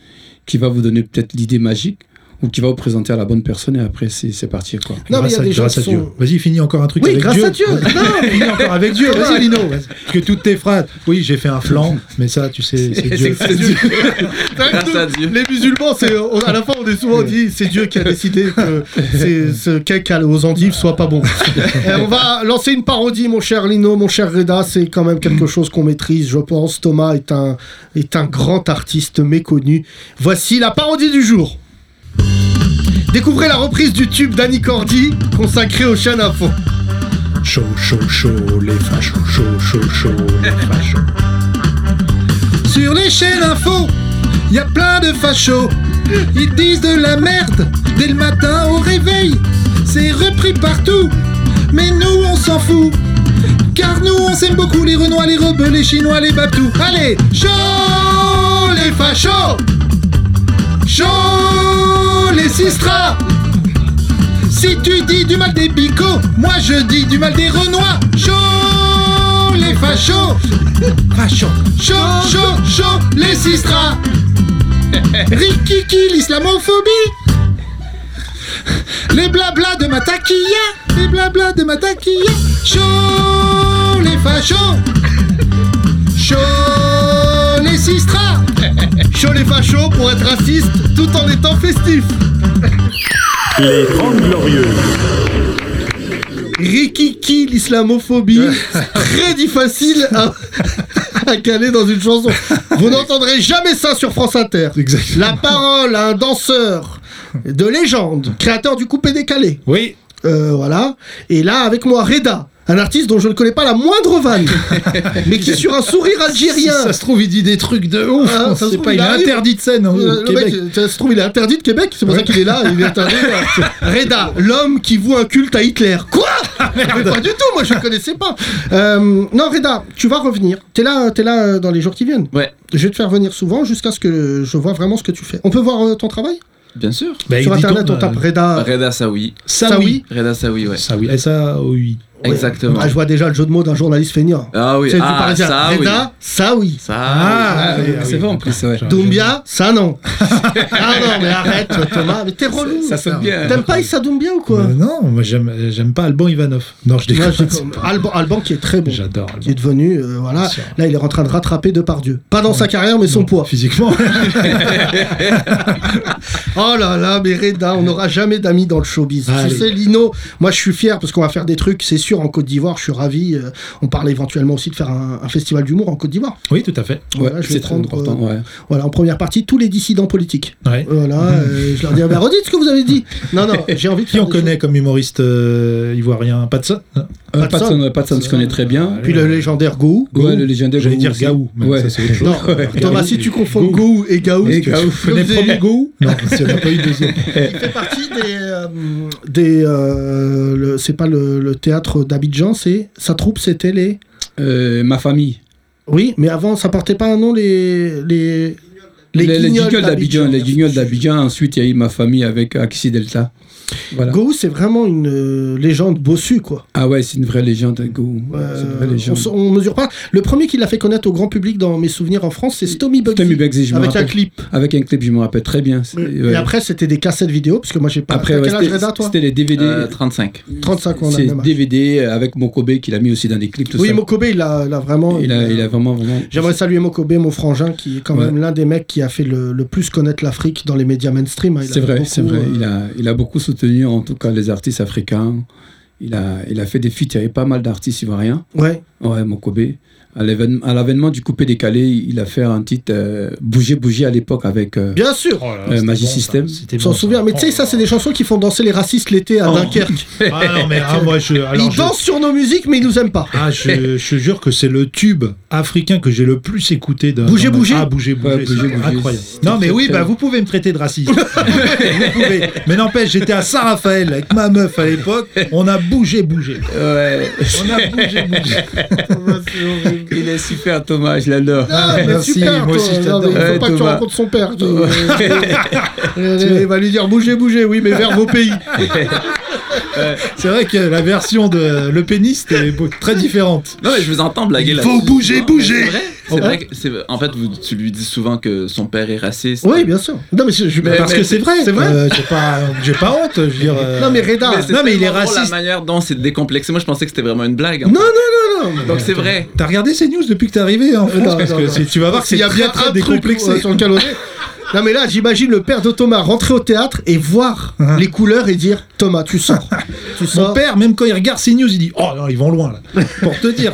Speaker 6: qui va vous donner peut-être l'idée magique ou qui va vous présenter à la bonne personne et après, c'est c'est parti, quoi.
Speaker 3: Non, mais il y
Speaker 4: grâce
Speaker 3: a
Speaker 4: à,
Speaker 3: des gens
Speaker 4: grâce
Speaker 3: qui
Speaker 4: à Dieu.
Speaker 3: sont...
Speaker 4: Vas-y, finis encore un truc
Speaker 3: Oui,
Speaker 4: avec
Speaker 3: grâce
Speaker 4: Dieu.
Speaker 3: à Dieu.
Speaker 4: (laughs)
Speaker 3: Non,
Speaker 4: Finis encore avec
Speaker 3: (laughs)
Speaker 4: Dieu. Vas-y,
Speaker 3: Thomas.
Speaker 4: Lino. vas-y. Parce que toutes tes phrases. Oui, j'ai fait un flanc, mais ça, tu sais, c'est Dieu.
Speaker 9: C'est Dieu. Grâce à Dieu.
Speaker 3: Les musulmans, c'est, on- à la fin, on est souvent dit c'est Dieu qui a décidé que c'est- ce cake à- aux endives soit pas bon. Et on va lancer une parodie, mon cher Lino, mon cher Reda. C'est quand même quelque chose qu'on maîtrise, je pense. Thomas est un, est un grand artiste méconnu. Voici la parodie du jour. Découvrez la reprise du tube d'Annie Cordy consacrée au chien à fond.
Speaker 4: Chaud, chaud, chaud, les fachos, chaud, chaud, chaud, les fachos. Sur les chaînes info, y a plein de fachos. Ils disent de la merde dès le matin au réveil. C'est repris partout, mais nous on s'en fout. Car nous on s'aime beaucoup les Renois, les Rebeux, les Chinois, les Babtous. Allez, chaud les fachos Chaud les sistras si tu dis du mal des bicots, moi je dis du mal des renois. Chaud les fachos, fachos, chaud, chaud, chaud les sistras. Rikiki l'islamophobie. Les blablas de Matakia, les blablas de Matakia. Chaud les fachos, chaud les sistras.
Speaker 3: (laughs) Chaud les fachos pour être raciste tout en étant festif.
Speaker 7: Les 30 Glorieuses.
Speaker 3: Rikiki, l'islamophobie,
Speaker 7: (laughs)
Speaker 3: c'est très difficile à, à caler dans une chanson. Vous n'entendrez jamais ça sur France Inter. La parole à un danseur de légende, créateur du coupé décalé.
Speaker 4: Oui,
Speaker 3: Euh, voilà. Et là, avec moi, Reda, un artiste dont je ne connais pas la moindre
Speaker 4: (laughs)
Speaker 3: vanne, mais qui, sur un sourire algérien.
Speaker 4: Si ça se trouve, il dit des trucs de ouf.
Speaker 3: Ah,
Speaker 4: on
Speaker 3: ça se
Speaker 4: sait
Speaker 3: trouve,
Speaker 4: pas,
Speaker 3: il
Speaker 4: il est
Speaker 3: arrive.
Speaker 4: interdit de scène hein, au
Speaker 3: Euh, le
Speaker 4: Québec.
Speaker 3: mec, ça se trouve, il est interdit de Québec, c'est pour ça qu'il est là, il est interdit.
Speaker 4: (laughs)
Speaker 3: Reda, l'homme qui voue un culte à Hitler. Quoi
Speaker 4: Ah,
Speaker 3: Mais Pas du tout, moi je ne connaissais pas. Euh, non, Reda, tu vas revenir. T'es là, t'es là euh, dans les jours qui viennent.
Speaker 9: Ouais,
Speaker 3: Je vais te faire venir souvent jusqu'à ce que je vois vraiment ce que tu fais. On peut voir euh, ton travail
Speaker 9: bien sûr.
Speaker 4: Bah,
Speaker 3: Sur
Speaker 4: il dit
Speaker 3: internet,
Speaker 4: donc,
Speaker 3: on tape
Speaker 4: euh,
Speaker 3: Reda.
Speaker 9: Ah. Reda Saoui.
Speaker 4: Saoui.
Speaker 9: Reda Saoui, ouais.
Speaker 4: Saoui. S-A-O-U-I.
Speaker 9: Exactement.
Speaker 3: Ah, je vois déjà le jeu de mots d'un journaliste feignant.
Speaker 9: Ah oui,
Speaker 3: C'est du
Speaker 9: ah,
Speaker 3: parisien.
Speaker 9: Saoui.
Speaker 3: Reda, ça oui.
Speaker 9: Saoui.
Speaker 6: Ah,
Speaker 4: oui, ah
Speaker 6: c'est
Speaker 4: oui,
Speaker 6: vrai en plus, ouais.
Speaker 3: Doumbia, ça
Speaker 6: (laughs)
Speaker 3: non. ah non, mais arrête, Thomas, mais t'es relou.
Speaker 6: Ça sonne bien.
Speaker 3: T'aimes pas Issa Doumbia ou quoi
Speaker 4: Euh, Non, moi j'aime j'aime pas Alban Ivanov. Non, je
Speaker 3: Non,
Speaker 4: déconne.
Speaker 3: je dis- Alban, Alban qui est très
Speaker 4: (laughs)
Speaker 3: bon.
Speaker 4: J'adore
Speaker 3: qui est
Speaker 4: Alban.
Speaker 3: devenu, euh, voilà,
Speaker 4: Bien sûr.
Speaker 3: là il est en train de rattraper Depardieu. Pas dans sa carrière, mais son poids. (laughs)
Speaker 4: Physiquement.
Speaker 3: Oh là là, mais Reda, on n'aura jamais d'amis dans le showbiz.
Speaker 4: Allez.
Speaker 3: Tu sais, Lino, moi je suis fier parce qu'on va faire des trucs, c'est sûr, en Côte d'Ivoire, je suis ravi. euh, on parle éventuellement aussi de faire un, un festival d'humour en Côte d'Ivoire.
Speaker 4: oui, tout à fait.
Speaker 6: Ouais,
Speaker 3: Voilà, je vais
Speaker 6: c'est très
Speaker 3: prendre,
Speaker 6: important.
Speaker 3: euh,
Speaker 6: ouais.
Speaker 3: Voilà, en première partie, tous les dissidents politiques.
Speaker 4: Ouais.
Speaker 3: Voilà, euh, je leur dis, ah ben, redites ce que vous avez dit. Non, non, j'ai envie de
Speaker 4: Qui
Speaker 3: faire
Speaker 4: on
Speaker 3: des
Speaker 4: connaît comme humoriste euh, ivoirien Pas de ça Non.
Speaker 6: Euh,
Speaker 3: Patson.
Speaker 6: Patson, ouais, Patson, je connais très bien.
Speaker 3: choses. Puis le légendaire Gou. Euh,
Speaker 6: Ouais, le légendaire.
Speaker 4: J'allais
Speaker 6: Gou
Speaker 4: dire
Speaker 6: aussi.
Speaker 4: Gaou, mais
Speaker 6: Ouais.
Speaker 4: ça, c'est autre chose.
Speaker 3: Non, Thomas, si tu confonds Gou et Gaou,
Speaker 6: Et
Speaker 3: si tu-
Speaker 6: Gaou.
Speaker 3: Comme vous avez-
Speaker 4: Gaou
Speaker 6: (laughs)
Speaker 4: Non, parce qu'on a pas eu deuxième.
Speaker 3: Il fait partie des. euh, des euh, le- c'est pas le, le théâtre d'Abidjan, c'est. Sa troupe, c'était les.
Speaker 6: Euh, ma famille.
Speaker 3: Oui, mais avant, ça portait pas un nom, les. les... Les guignols
Speaker 6: d'Abidjan.
Speaker 3: d'Abidjan.
Speaker 6: Les guignols d'Abidjan. Ensuite, il y a eu ma famille avec Axi Delta. Voilà.
Speaker 3: Go, c'est vraiment une euh, légende bossue, quoi.
Speaker 6: Ah ouais, c'est une vraie légende, Go. Ouais, c'est une
Speaker 3: Euh,
Speaker 6: vraie
Speaker 3: on,
Speaker 6: légende.
Speaker 3: s- on mesure pas. Le premier qui l'a fait connaître au grand public dans mes souvenirs en France, c'est Stomy Bugsy.
Speaker 6: Tommy Bugsy, je me
Speaker 3: avec un
Speaker 6: rappelle.
Speaker 3: clip.
Speaker 6: Avec un clip, je me rappelle très bien. C'est- ouais.
Speaker 3: Et après, c'était des cassettes vidéo, parce que moi, j'ai pas.
Speaker 6: Après,
Speaker 3: Après,
Speaker 6: ouais,
Speaker 3: quel âge
Speaker 6: c'était
Speaker 3: Reda, toi
Speaker 6: c'était les DVD.
Speaker 9: Euh, 35.
Speaker 3: 35 ans, on a le
Speaker 6: c'est
Speaker 3: même âge.
Speaker 6: DVD euh, avec Mokobe qu'il a mis aussi dans des clips. Tout
Speaker 3: Oui,
Speaker 6: ça.
Speaker 3: Mokobe, il a, il a vraiment.
Speaker 6: Il a, il a vraiment, vraiment.
Speaker 3: J'aimerais saluer Mokobe, mon frangin, qui est quand
Speaker 6: Ouais.
Speaker 3: même l'un des mecs qui a fait le, le plus connaître l'Afrique dans les médias mainstream. hein. Il a
Speaker 6: C'est
Speaker 3: fait
Speaker 6: vrai,
Speaker 3: beaucoup,
Speaker 6: c'est vrai.
Speaker 3: euh,
Speaker 6: Il a, il a beaucoup soutenu, en tout cas, les artistes africains. Il a, il a fait des feats. Il y avait pas mal d'artistes ivoiriens.
Speaker 3: euh, Ouais.
Speaker 6: Ouais, Mokobe. À l'événement à l'avènement du coupé décalé, il a fait un titre euh, Bouger, bouger à l'époque avec. euh,
Speaker 3: Bien sûr.
Speaker 4: Oh là là,
Speaker 6: Euh,
Speaker 4: c'était
Speaker 6: Magic
Speaker 4: ça.
Speaker 6: System.
Speaker 4: C'était
Speaker 3: On s'en
Speaker 4: bon, ça.
Speaker 3: souvient. Mais tu sais, ça, c'est des chansons qui font danser les racistes l'été à
Speaker 4: Oh.
Speaker 3: Dunkerque.
Speaker 4: Ah non, mais
Speaker 3: (laughs)
Speaker 4: ah, moi, je. (laughs) alors,
Speaker 3: Ils
Speaker 4: je-
Speaker 3: dansent sur nos musiques, mais ils nous
Speaker 6: (laughs)
Speaker 3: aiment pas.
Speaker 4: Ah, je, je jure que c'est le tube africain que j'ai le plus écouté. d'un-
Speaker 3: Bougez,
Speaker 4: dans ma-
Speaker 3: bougez.
Speaker 4: Ah, bougez, bougez.
Speaker 6: Ouais, bougez,
Speaker 4: c'est
Speaker 6: bougez.
Speaker 4: Incroyable.
Speaker 6: C'était
Speaker 4: Non, mais
Speaker 6: très,
Speaker 4: oui,
Speaker 6: très
Speaker 4: bah,
Speaker 6: bon.
Speaker 4: vous pouvez me traiter de raciste. (laughs) vous pouvez. Mais n'empêche, j'étais à Saint-Raphaël avec ma meuf à l'époque. On a bougé, bougé.
Speaker 6: Ouais,
Speaker 4: On a bougé, bougé.
Speaker 6: il est super Thomas, je l'adore.
Speaker 3: Ah, mais
Speaker 4: Merci, moi
Speaker 3: super, toi.
Speaker 4: aussi, je
Speaker 3: Non, mais
Speaker 4: t'adore.
Speaker 3: il faut
Speaker 6: Ouais,
Speaker 3: pas que tu
Speaker 6: Thomas.
Speaker 3: rencontres son père. qui- (laughs)
Speaker 6: (laughs)
Speaker 3: Il va lui dire bougez, bougez, oui, mais vers
Speaker 4: (laughs)
Speaker 3: vos pays.
Speaker 4: C'est vrai que la version de Le Péniste est beau- très différente.
Speaker 9: Non, mais je vous entends blaguer
Speaker 4: Il
Speaker 9: là
Speaker 4: faut bouger,
Speaker 9: Non,
Speaker 4: bouger.
Speaker 9: mais C'est vrai, c'est vrai que c'est- en fait, vous- tu lui dis souvent que son père est raciste.
Speaker 3: Oui, bien sûr. Non, mais je, je-
Speaker 9: Mais-
Speaker 3: parce
Speaker 9: mais
Speaker 3: que c'est vrai.
Speaker 4: C'est vrai
Speaker 3: Euh,
Speaker 4: J'ai pas, j'ai pas honte, je veux dire. euh,
Speaker 3: Ah, Non, mais Reda.
Speaker 9: c'est
Speaker 4: Non, mais il est
Speaker 9: tellement drôle
Speaker 4: raciste.
Speaker 9: La manière dont c'est décomplexé, moi je pensais que c'était vraiment une blague. en
Speaker 3: Non,
Speaker 9: fait.
Speaker 3: non, non, non.
Speaker 9: Donc c'est vrai.
Speaker 4: T'as regardé ces news depuis que t'es arrivé en France
Speaker 3: non,
Speaker 4: Parce
Speaker 3: hein, non,
Speaker 4: que
Speaker 3: non.
Speaker 4: c'est- tu vas voir que c'est
Speaker 3: Il y a
Speaker 4: très
Speaker 3: bien un
Speaker 4: très
Speaker 3: truc
Speaker 4: décomplexé.
Speaker 3: euh, sur lequel on est. Non mais là j'imagine le père de Thomas rentrer au théâtre et voir
Speaker 4: Hein.
Speaker 3: les couleurs et dire Thomas
Speaker 4: (laughs)
Speaker 3: tu sors tu
Speaker 4: Mon
Speaker 3: sors
Speaker 4: père, même quand il regarde ces news, il dit Oh non, ils vont loin
Speaker 3: (laughs)
Speaker 4: là. Pour te dire.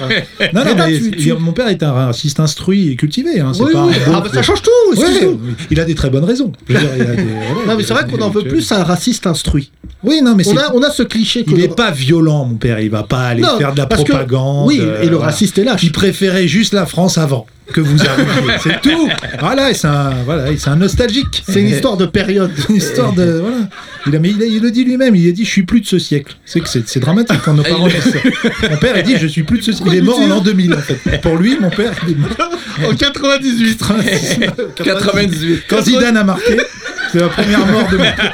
Speaker 4: non, non,
Speaker 3: là,
Speaker 4: mais
Speaker 3: tu- tu-
Speaker 4: il- mon père est un raciste instruit et cultivé. hein, c'est
Speaker 3: oui,
Speaker 4: pas
Speaker 3: oui.
Speaker 4: un bon-
Speaker 3: Ah, bah, ça change tout excuse-nous.
Speaker 4: Ouais, il a des très bonnes raisons. Je veux dire, il
Speaker 3: (laughs)
Speaker 4: a des- voilà,
Speaker 3: Non mais c'est vrai qu'on en veut plus à un raciste instruit
Speaker 4: Oui, non, mais c'est-
Speaker 3: on a, on a ce cliché que
Speaker 4: il est pas violent, mon père. Il va pas aller
Speaker 3: Non,
Speaker 4: faire de la
Speaker 3: parce que-
Speaker 4: propagande.
Speaker 3: oui
Speaker 4: euh,
Speaker 3: et le
Speaker 4: voilà.
Speaker 3: raciste est lâche
Speaker 4: Il préférait juste la France avant que vous
Speaker 5: (laughs)
Speaker 4: arriviez. c'est tout. Voilà, et c'est un, voilà, et c'est un nostalgique.
Speaker 3: c'est une histoire de période
Speaker 4: (laughs) une histoire de. Voilà. Il, a- mais il, a- il le dit lui-même, il a dit Je suis plus de ce siècle. C'est que c'est c'est dramatique quand nos
Speaker 5: Ah,
Speaker 4: parents disent ça. (laughs) Mon père, il dit Je suis plus de ce siècle. Il est mort en l'an 2000, en fait. Pour lui, mon père, il est mort.
Speaker 5: En 98.
Speaker 9: 98.
Speaker 4: Quand Zidane a marqué, c'est la première mort de mon
Speaker 5: (laughs)
Speaker 4: père.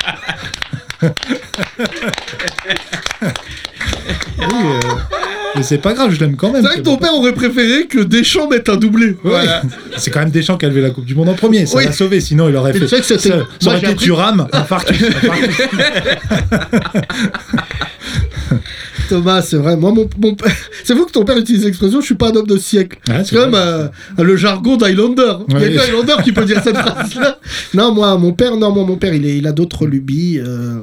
Speaker 4: Oui, euh, mais c'est pas grave, je l'aime quand même.
Speaker 5: C'est vrai que ton père aurait préféré que Deschamps mette un doublé.
Speaker 4: Ouais. C'est quand même Deschamps qui a levé la Coupe du Monde en premier. Ça
Speaker 3: Oui.
Speaker 4: l'a sauvé, sinon il aurait
Speaker 3: Mais
Speaker 4: fait.
Speaker 3: tu sais que c'était-
Speaker 4: ça-
Speaker 3: moi,
Speaker 4: ça aurait
Speaker 3: j'ai
Speaker 4: été
Speaker 3: appris- (laughs)
Speaker 4: Thuram, infarctus. infarctus.
Speaker 3: Thomas c'est vrai moi mon, mon père- (laughs) c'est vous que ton père utilise l'expression je suis pas un homme de siècle
Speaker 4: Ouais,
Speaker 3: C'est comme euh, le jargon d'Highlander. Il
Speaker 4: Ouais.
Speaker 3: y a que Highlander qui peut dire cette (laughs) phrase-là. Non, moi, mon père, non, moi, mon père, il, est, il a d'autres lubies. euh,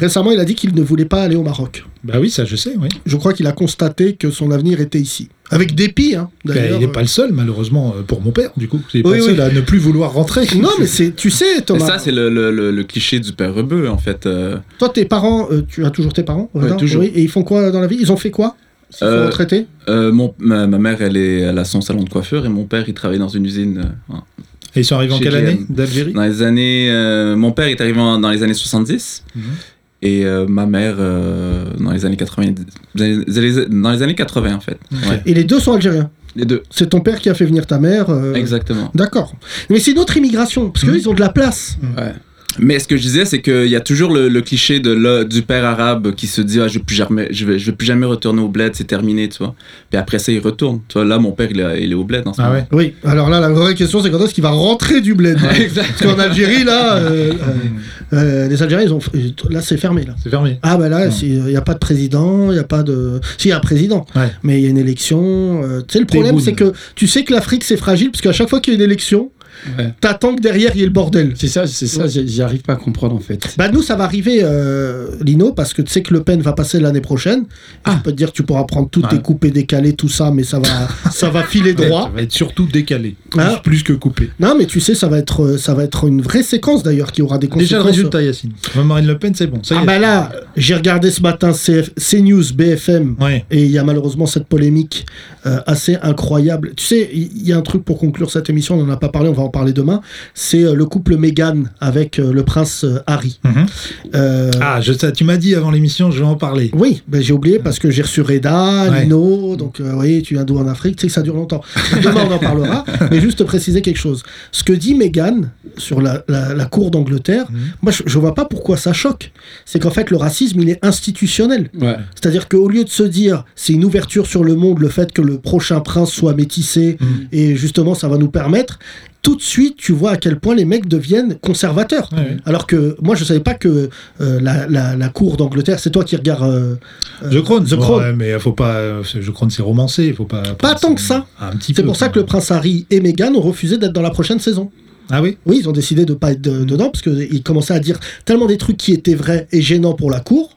Speaker 3: Récemment, il a dit qu'il ne voulait pas aller au Maroc.
Speaker 4: Bah oui, ça je sais, oui.
Speaker 3: Je crois qu'il a constaté que son avenir était ici. Avec dépit, hein,
Speaker 4: Ben,
Speaker 3: d'ailleurs. euh,
Speaker 4: il n'est pas le seul, malheureusement, euh, pour mon père, du coup. Il est
Speaker 3: Oui,
Speaker 4: pas le
Speaker 3: oui.
Speaker 4: seul à ne plus vouloir (laughs) rentrer.
Speaker 3: Non, mais c'est, tu sais,
Speaker 9: Et
Speaker 3: Thomas,
Speaker 9: ça, c'est le, le- le- le cliché du père rebeu, en fait. euh.
Speaker 3: toi, tes parents, euh, tu as toujours tes parents
Speaker 9: Ouais,
Speaker 3: Renan
Speaker 9: toujours.
Speaker 3: Oui, et ils font quoi dans la vie Ils ont fait quoi S'ils
Speaker 9: Euh,
Speaker 3: sont retraités
Speaker 9: Euh, mon, ma, ma mère, elle, est, elle a son salon de coiffure et mon père, il travaille dans une usine. euh, en-
Speaker 4: Et ils sont arrivés en
Speaker 9: Chez
Speaker 4: quelle
Speaker 9: GM.
Speaker 4: année D'Algérie
Speaker 9: Dans les années. euh, mon père est arrivé en- dans les années 70
Speaker 4: Mhm.
Speaker 9: et euh, ma mère euh, dans les années 90. Dans les, dans les années 80, en fait. Ouais.
Speaker 3: Et les deux sont algériens.
Speaker 9: Les deux.
Speaker 3: C'est ton père qui a fait venir ta mère. euh,
Speaker 9: Exactement.
Speaker 3: D'accord. Mais c'est une autre immigration, parce qu'eux, ils ont de la place.
Speaker 9: Mais ce que je disais, c'est qu'il y a toujours le, le cliché de le- du père arabe qui se dit ah, je, vais plus jamais, je, vais, je vais plus jamais retourner au bled, c'est terminé, tu vois. Puis après ça, il retourne. Tu vois, là, mon père, il, a- il est au bled en ce
Speaker 4: Ah
Speaker 9: moment.
Speaker 4: ouais.
Speaker 3: Oui, alors là, la vraie question, c'est quand est-ce qu'il va rentrer du bled Parce qu'en Algérie, là, euh, euh, euh, les Algériens, ils ont, là, c'est fermé. Là.
Speaker 4: C'est fermé.
Speaker 3: Ah, bah là,
Speaker 4: Ouais.
Speaker 3: il n'y a pas de président, il n'y a pas de. Si, il y a un président,
Speaker 4: Ouais.
Speaker 3: mais il y a une élection. euh, tu sais, le problème,
Speaker 4: Tebboune.
Speaker 3: c'est que tu sais que l'Afrique, c'est fragile, parce qu'à chaque fois qu'il y a une élection,
Speaker 6: Ouais.
Speaker 3: t'attends que derrière, il y ait le bordel.
Speaker 6: C'est ça, c'est ça, j'ai- j'y arrive pas à comprendre en fait.
Speaker 3: Bah nous ça va arriver euh, Lino parce que tu sais que Le Pen va passer l'année prochaine. Je peux te dire tu pourras prendre toutes
Speaker 4: Ouais.
Speaker 3: tes coupées décalées tout ça mais ça va ça va filer droit.
Speaker 4: Ça va être surtout décalé. Plus,
Speaker 3: Hein
Speaker 4: plus que coupé.
Speaker 3: Non, mais tu sais, ça va être, euh, ça va être une vraie séquence d'ailleurs qui aura des conséquences.
Speaker 4: Déjà le résultat, Yacine. Même Marine Le Pen, c'est bon. Ça y
Speaker 3: Ah
Speaker 4: est.
Speaker 3: bah là, j'ai regardé ce matin CF CNews, BFM.
Speaker 4: Ouais.
Speaker 3: Et il y a malheureusement cette polémique euh, assez incroyable. Tu sais, il il y, a un truc pour conclure cette émission, on n'en a pas parlé, on va en en parler demain, c'est euh, le couple Meghan avec euh, le prince euh, Harry.
Speaker 4: Mhm.
Speaker 3: Euh,
Speaker 4: Ah, je, ça, tu m'as dit avant l'émission, je vais en parler.
Speaker 3: Oui, ben j'ai oublié parce que j'ai reçu Reda,
Speaker 4: Ouais.
Speaker 3: Lino, donc euh, oui, tu viens d'où en Afrique, tu sais que ça dure longtemps. Demain on en
Speaker 4: (laughs)
Speaker 3: parlera, mais juste préciser quelque chose. Ce que dit Meghan sur la, la- la cour d'Angleterre,
Speaker 4: Mhm.
Speaker 3: moi je, je vois pas pourquoi ça choque. C'est qu'en fait le racisme il est institutionnel.
Speaker 6: Ouais.
Speaker 3: C'est-à-dire qu'au lieu de se dire c'est une ouverture sur le monde, le fait que le prochain prince soit métissé,
Speaker 4: Mhm.
Speaker 3: et justement ça va nous permettre, tout de suite tu vois à quel point les mecs deviennent conservateurs.
Speaker 4: Ouais.
Speaker 3: Alors que moi je savais pas que euh, la, la- la cour d'Angleterre, c'est toi qui regardes... euh, euh,
Speaker 4: Je crône,
Speaker 3: The Crown.
Speaker 4: Ouais, mais faut pas. euh, Je crône, c'est romancé, faut pas.
Speaker 3: Pas tant que ça.
Speaker 4: Ah, Un petit
Speaker 3: C'est
Speaker 4: peu,
Speaker 3: pour ça que
Speaker 4: quoi.
Speaker 3: le prince Harry et Meghan ont refusé d'être dans la prochaine saison.
Speaker 4: Ah oui.
Speaker 3: Oui, ils ont décidé de pas être de- dedans parce qu'ils commençaient à dire tellement des trucs qui étaient vrais et gênants pour la cour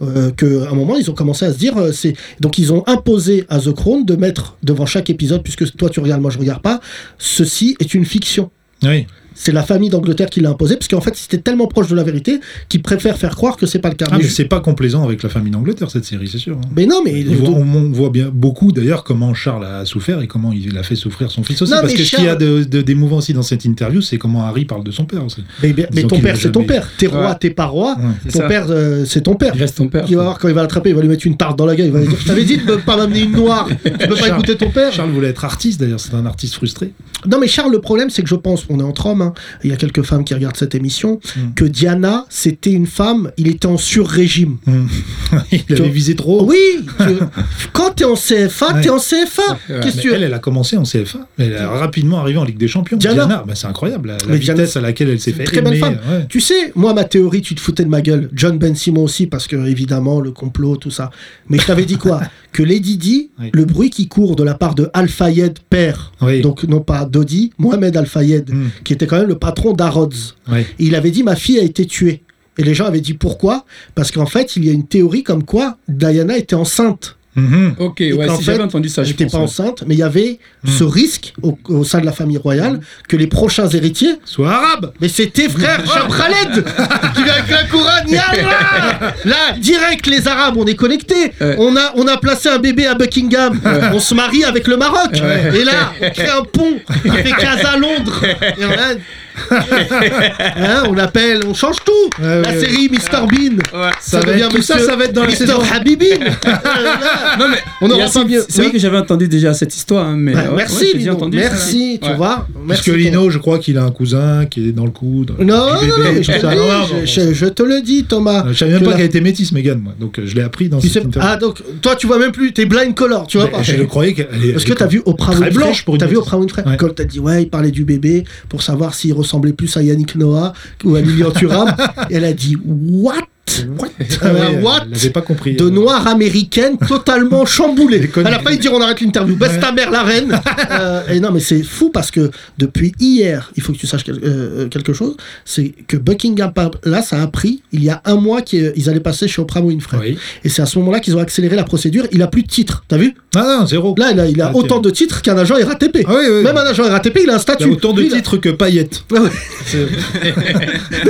Speaker 3: euh, qu'à un moment ils ont commencé à se dire euh, c'est donc ils ont imposé à The Crown de mettre devant chaque épisode puisque toi tu regardes moi je regarde pas ceci est une fiction.
Speaker 4: Oui.
Speaker 3: C'est la famille d'Angleterre qui l'a imposé parce qu'en fait c'était tellement proche de la vérité qu'ils préfèrent faire croire que c'est pas le cas.
Speaker 4: Ah,
Speaker 3: mais,
Speaker 4: mais
Speaker 3: je-
Speaker 4: c'est pas complaisant avec la famille d'Angleterre cette série, c'est sûr. hein.
Speaker 3: mais non mais
Speaker 4: On voit, on- on voit bien beaucoup d'ailleurs comment Charles a souffert et comment il a fait souffrir son fils aussi.
Speaker 3: Non,
Speaker 4: parce
Speaker 3: mais
Speaker 4: que ce qu'il y a de,
Speaker 3: Charles-
Speaker 4: de- d'émouvant aussi dans cette interview, c'est comment Harry parle de son père aussi.
Speaker 3: mais- mais- mais
Speaker 4: Disons
Speaker 3: ton
Speaker 4: qu'il
Speaker 3: père
Speaker 4: l'a
Speaker 3: c'est ton
Speaker 4: jamais-
Speaker 3: père, t'es roi,
Speaker 6: Ouais.
Speaker 3: t'es pas roi,
Speaker 6: C'est
Speaker 3: ton
Speaker 6: ça.
Speaker 3: père euh, c'est ton père.
Speaker 6: Il reste ton père.
Speaker 3: Il va voir quand il va l'attraper, il va lui mettre une tarte dans la gueule. Il va lui dire Je t'avais dit de ne pas m'amener une noire. Tu peux pas
Speaker 4: Charles.
Speaker 3: écouter ton père.
Speaker 4: Charles voulait être artiste d'ailleurs, c'est un artiste frustré. (laughs)
Speaker 3: Non, mais Charles, le problème, c'est que je pense, on est entre hommes, hein, il y a quelques femmes qui regardent cette émission,
Speaker 4: Hmm.
Speaker 3: que Diana, c'était une femme, il était en sur-régime. Oh
Speaker 4: il avait visé trop. haut.
Speaker 3: Oui tu- Quand t'es en CFA,
Speaker 4: Ouais.
Speaker 3: t'es en CFA Qu'est-ce
Speaker 6: Ouais,
Speaker 3: que
Speaker 4: Mais
Speaker 3: tu
Speaker 4: elle, elle a commencé en CFA. Elle a rapidement arrivé en Ligue des Champions.
Speaker 3: Diana.
Speaker 4: bah, c'est incroyable. La, la
Speaker 3: Mais Diana,
Speaker 4: vitesse à laquelle elle s'est
Speaker 3: c'est
Speaker 4: fait.
Speaker 3: une très bonne
Speaker 4: aimer,
Speaker 3: femme.
Speaker 4: ouais.
Speaker 3: Tu sais, moi, ma théorie, tu te foutais de ma gueule. John Ben Simon aussi, parce que, évidemment, le complot, tout ça. Mais je t'avais
Speaker 4: (laughs)
Speaker 3: dit quoi Que Lady Di,
Speaker 4: Oui.
Speaker 3: le bruit qui court de la part de Al-Fayed, père,
Speaker 4: Oui.
Speaker 3: donc non pas Dodi, Mohamed Al-Fayed,
Speaker 4: Mm.
Speaker 3: qui était quand même le patron d'Arrods.
Speaker 4: Ouais.
Speaker 3: Et il avait dit ma fille a été tuée. Et les gens avaient dit pourquoi Parce qu'en fait, il y a une théorie comme quoi Diana était enceinte.
Speaker 4: Mhm.
Speaker 6: Ok,
Speaker 3: Et
Speaker 6: ouais,
Speaker 3: qu'en
Speaker 6: si
Speaker 3: fait,
Speaker 6: j'avais entendu ça,
Speaker 3: Elle
Speaker 6: je
Speaker 3: n'était
Speaker 6: pense.
Speaker 3: pas
Speaker 6: ouais.
Speaker 3: enceinte, mais il y avait ce risque au, au sein de la famille royale que les prochains héritiers
Speaker 4: Soit arabe.
Speaker 3: mais c'était
Speaker 4: (laughs)
Speaker 3: frère Jacques Khaled qui vient avec la couronne. Yallah Là, direct, les Arabes, on est connectés.
Speaker 6: Ouais.
Speaker 3: On, a, on a placé un bébé à Buckingham. On se marie avec le Maroc. Et là, on crée un pont qui fait
Speaker 4: (laughs)
Speaker 3: Casa Londres. Et on, a- Hein, on appelle, on change tout.
Speaker 4: Ouais,
Speaker 3: la
Speaker 4: ouais,
Speaker 3: série Mr Bean.
Speaker 4: Ça va être- tout ça, ça va être dans les
Speaker 3: Mr
Speaker 4: saisons. (laughs)
Speaker 3: Habibine. Là,
Speaker 6: Non, mais
Speaker 3: On en
Speaker 6: Yacine,
Speaker 3: parle mieux.
Speaker 6: C'est
Speaker 3: Oui.
Speaker 6: vrai que j'avais entendu déjà cette histoire, hein, mais
Speaker 3: bah,
Speaker 6: ouais, ouais,
Speaker 3: merci,
Speaker 6: j'ai déjà
Speaker 3: Lino.
Speaker 6: entendu ça.
Speaker 3: Merci, tu
Speaker 6: Ouais.
Speaker 3: vois.
Speaker 4: Parce
Speaker 3: Merci
Speaker 4: que
Speaker 3: ton-
Speaker 4: Lino, je crois qu'il a un cousin qui est dans le coup.
Speaker 3: Non, non, non, mais je te,
Speaker 4: Ah,
Speaker 3: le dis,
Speaker 4: non, non,
Speaker 3: je- je- je te le dis, Thomas.
Speaker 4: Je savais même
Speaker 3: que
Speaker 4: pas
Speaker 3: la-
Speaker 4: qu'elle était métisse, Megan, moi. Donc euh, je l'ai appris dans
Speaker 3: Tu
Speaker 4: cette
Speaker 3: sais-
Speaker 4: interview.
Speaker 3: ah donc toi tu vois même plus, t'es blind color, tu vois pas.
Speaker 4: Mais Je le croyais qu'elle est.
Speaker 3: Parce que t'as vu Oprah
Speaker 4: Très
Speaker 3: Winfrey,
Speaker 4: blanche pour une
Speaker 3: t'as vu
Speaker 4: métisse.
Speaker 3: Oprah Winfrey,
Speaker 4: Ouais.
Speaker 3: quand t'as dit ouais il parlait du bébé pour savoir s'il ressemblait plus à Yannick Noah ou à
Speaker 4: (laughs)
Speaker 3: Lilian Thuram, et elle a dit what, what,
Speaker 4: Ah ouais, elle-
Speaker 3: what
Speaker 4: Elle n'avait pas compris. euh.
Speaker 3: de noire américaine
Speaker 4: (laughs)
Speaker 3: totalement chamboulée. Elle
Speaker 4: Déconne.
Speaker 3: a failli dire on arrête l'interview, baisse ta mère
Speaker 4: (laughs)
Speaker 3: la reine. Euh, et non mais c'est fou parce que depuis hier, il faut que tu saches quel- euh, quelque chose, c'est que Buckingham Palace a appris il y a un mois qu'ils euh, allaient passer chez Oprah Winfrey.
Speaker 4: Oui.
Speaker 3: Et c'est à ce moment-là qu'ils ont accéléré la procédure. Il a plus de titres, t'as vu
Speaker 4: Ah non, zéro.
Speaker 3: Là, il a, il a
Speaker 4: Ah, tiens.
Speaker 3: autant de titres qu'un agent RATP.
Speaker 4: Ah oui, oui.
Speaker 3: Même un agent RATP, il a un
Speaker 4: Il
Speaker 3: statut.
Speaker 4: a autant de
Speaker 3: Lui, il a- (laughs)
Speaker 4: titres que paillettes.
Speaker 3: Ouais, ouais.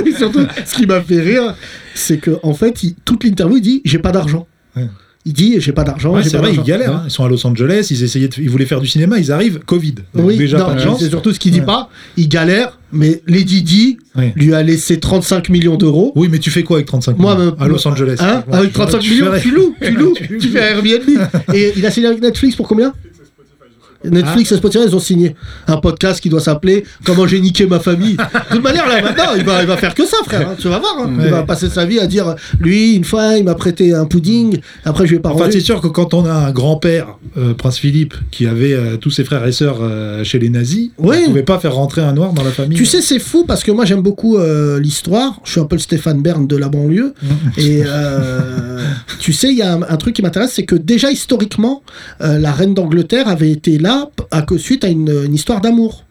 Speaker 3: Et surtout, ce qui m'a fait rire, c'est que en fait, il- toute l'interview, il dit j'ai pas d'argent.
Speaker 4: Ouais.
Speaker 3: Il dit j'ai pas d'argent.
Speaker 4: Ouais,
Speaker 3: j'ai
Speaker 4: c'est
Speaker 3: pas
Speaker 4: vrai, ils
Speaker 3: d'argent.
Speaker 4: galèrent. hein. Ils sont à Los Angeles, ils essayaient, de- ils voulaient faire du cinéma, ils arrivent, Covid. Donc,
Speaker 3: Oui,
Speaker 4: déjà
Speaker 3: non,
Speaker 4: pas de
Speaker 3: mais
Speaker 4: chance.
Speaker 3: c'est surtout ce qu'il dit
Speaker 4: Ouais.
Speaker 3: pas. Il galère, mais Lady Di
Speaker 4: Ouais.
Speaker 3: lui a laissé 35 millions d'euros.
Speaker 4: Oui, mais tu fais quoi avec 35
Speaker 3: Moi,
Speaker 4: millions
Speaker 3: me-
Speaker 4: À Los Angeles.
Speaker 3: Hein
Speaker 4: Ouais,
Speaker 3: Avec
Speaker 4: je-
Speaker 3: 35
Speaker 4: je
Speaker 3: millions,
Speaker 4: ferais-
Speaker 3: tu loues,
Speaker 4: (laughs)
Speaker 3: tu loues, tu fais un Airbnb. Et il a signé avec Netflix pour combien Netflix et Spotify, ils ont signé un podcast qui doit s'appeler Comment j'ai niqué
Speaker 4: (laughs)
Speaker 3: ma famille. De toute manière, là, maintenant, il va, il va faire que ça, frère. hein. Tu vas voir. hein. Il
Speaker 4: Ouais.
Speaker 3: va passer sa vie à dire Lui, une fois, il m'a prêté un pudding, après, je vais pas
Speaker 4: Enfin, c'est
Speaker 3: rendu.
Speaker 4: sûr que quand on a un grand-père, euh, Prince Philippe, qui avait euh, tous ses frères et sœurs euh, chez les nazis,
Speaker 3: Oui.
Speaker 4: on pouvait pas faire rentrer un noir dans la famille. (laughs)
Speaker 3: Tu sais, c'est fou parce que moi, j'aime beaucoup euh, l'histoire. Je suis un peu le Stéphane Bern de la banlieue. Et euh, tu sais, il y a un, un truc qui m'intéresse, c'est que déjà historiquement, euh, la reine d'Angleterre avait été là p- à que suite à une, une histoire d'amour.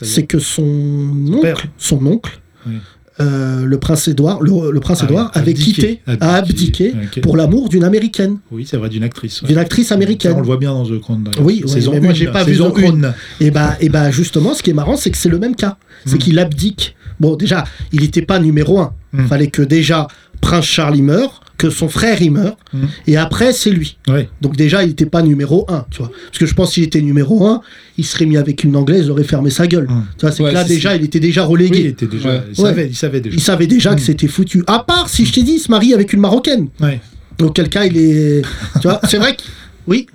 Speaker 3: C'est que son
Speaker 4: père.
Speaker 3: oncle, son oncle,
Speaker 4: Oui.
Speaker 3: euh, le prince Édouard, le, le prince
Speaker 4: Ah oui,
Speaker 3: Édouard avait
Speaker 4: abdiqué,
Speaker 3: quitté, a abdiqué
Speaker 4: abdiqué, ok.
Speaker 3: pour l'amour d'une américaine,
Speaker 4: Oui, c'est vrai, d'une actrice. ouais.
Speaker 3: d'une actrice
Speaker 4: Ça, on
Speaker 3: américaine.
Speaker 4: le voit bien dans The Crown. d'ailleurs.
Speaker 3: Oui, oui,
Speaker 4: saison
Speaker 3: mais moi,
Speaker 4: une,
Speaker 3: j'ai pas vu
Speaker 4: saison
Speaker 3: The Crown.
Speaker 4: une.
Speaker 3: Et bah, et bah justement, ce qui est marrant, c'est que c'est le même cas. C'est
Speaker 4: Hmm.
Speaker 3: qu'il abdique. Bon, déjà, il n'était pas numéro un.
Speaker 4: Mm.
Speaker 3: Fallait que déjà Prince Charles y meure, que son frère il meurt,
Speaker 4: Mhm.
Speaker 3: et après c'est lui.
Speaker 4: Ouais.
Speaker 3: Donc déjà, il n'était pas numéro 1, tu vois. Parce que je pense qu'il était numéro 1, il serait mis avec une anglaise, il aurait fermé sa gueule.
Speaker 4: Mhm.
Speaker 3: Tu vois, c'est
Speaker 6: Ouais,
Speaker 3: que là
Speaker 6: c'est-
Speaker 3: déjà, il était déjà
Speaker 4: Oui,
Speaker 3: relégué.
Speaker 4: il était déjà.
Speaker 6: Ouais.
Speaker 4: Il, savait,
Speaker 3: Ouais.
Speaker 4: il savait déjà.
Speaker 3: Il savait déjà que c'était foutu. À part si je t'ai dit, il se marie avec une Marocaine.
Speaker 4: Ouais.
Speaker 3: Auquel cas, il est. Tu vois, c'est vrai que. Oui.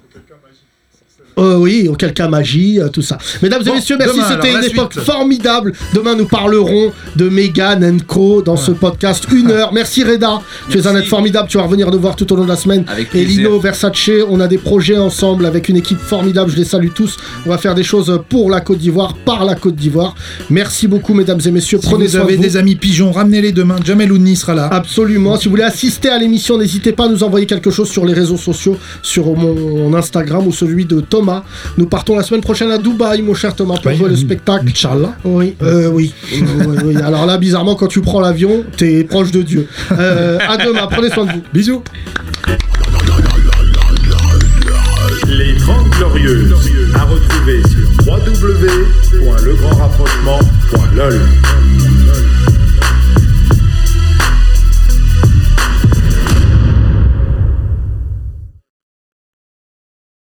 Speaker 3: Euh, oui, auquel cas magie, euh, tout ça. Mesdames
Speaker 4: Bon,
Speaker 3: et messieurs, merci,
Speaker 4: demain,
Speaker 3: c'était
Speaker 4: alors,
Speaker 3: une
Speaker 4: la
Speaker 3: époque
Speaker 4: suite.
Speaker 3: formidable. Demain, nous parlerons de Megan Co dans ce podcast. Une heure. Merci Reda, tu es un être formidable, tu vas revenir nous voir tout au long de la semaine.
Speaker 9: Avec
Speaker 3: et
Speaker 9: plaisir.
Speaker 3: Lino, Versace, on a des projets ensemble avec une équipe formidable, je les salue tous. On va faire des choses pour la Côte d'Ivoire, par la Côte d'Ivoire. Merci beaucoup mesdames et messieurs,
Speaker 4: Si
Speaker 3: prenez
Speaker 4: vous
Speaker 3: soin
Speaker 4: avez
Speaker 3: de vous. Ah,
Speaker 4: des amis pigeons, ramenez-les demain. Jamel Ouni sera là.
Speaker 3: Absolument. Si vous voulez assister à l'émission, n'hésitez pas à nous envoyer quelque chose sur les réseaux sociaux, sur mon Instagram ou celui de Thomas. Nous partons la semaine prochaine à Dubaï, mon cher Thomas, pour
Speaker 4: Oui.
Speaker 3: jouer le spectacle.
Speaker 4: Inch'Allah.
Speaker 3: Oui, euh, oui. Oui, oui. (laughs) Alors là, bizarrement, quand tu prends l'avion, t'es proche de Dieu. Euh, à demain, prenez soin de vous.
Speaker 4: Bisous.
Speaker 7: Les 30 Glorieuses, à retrouver sur www.legrandrapprochement.lol.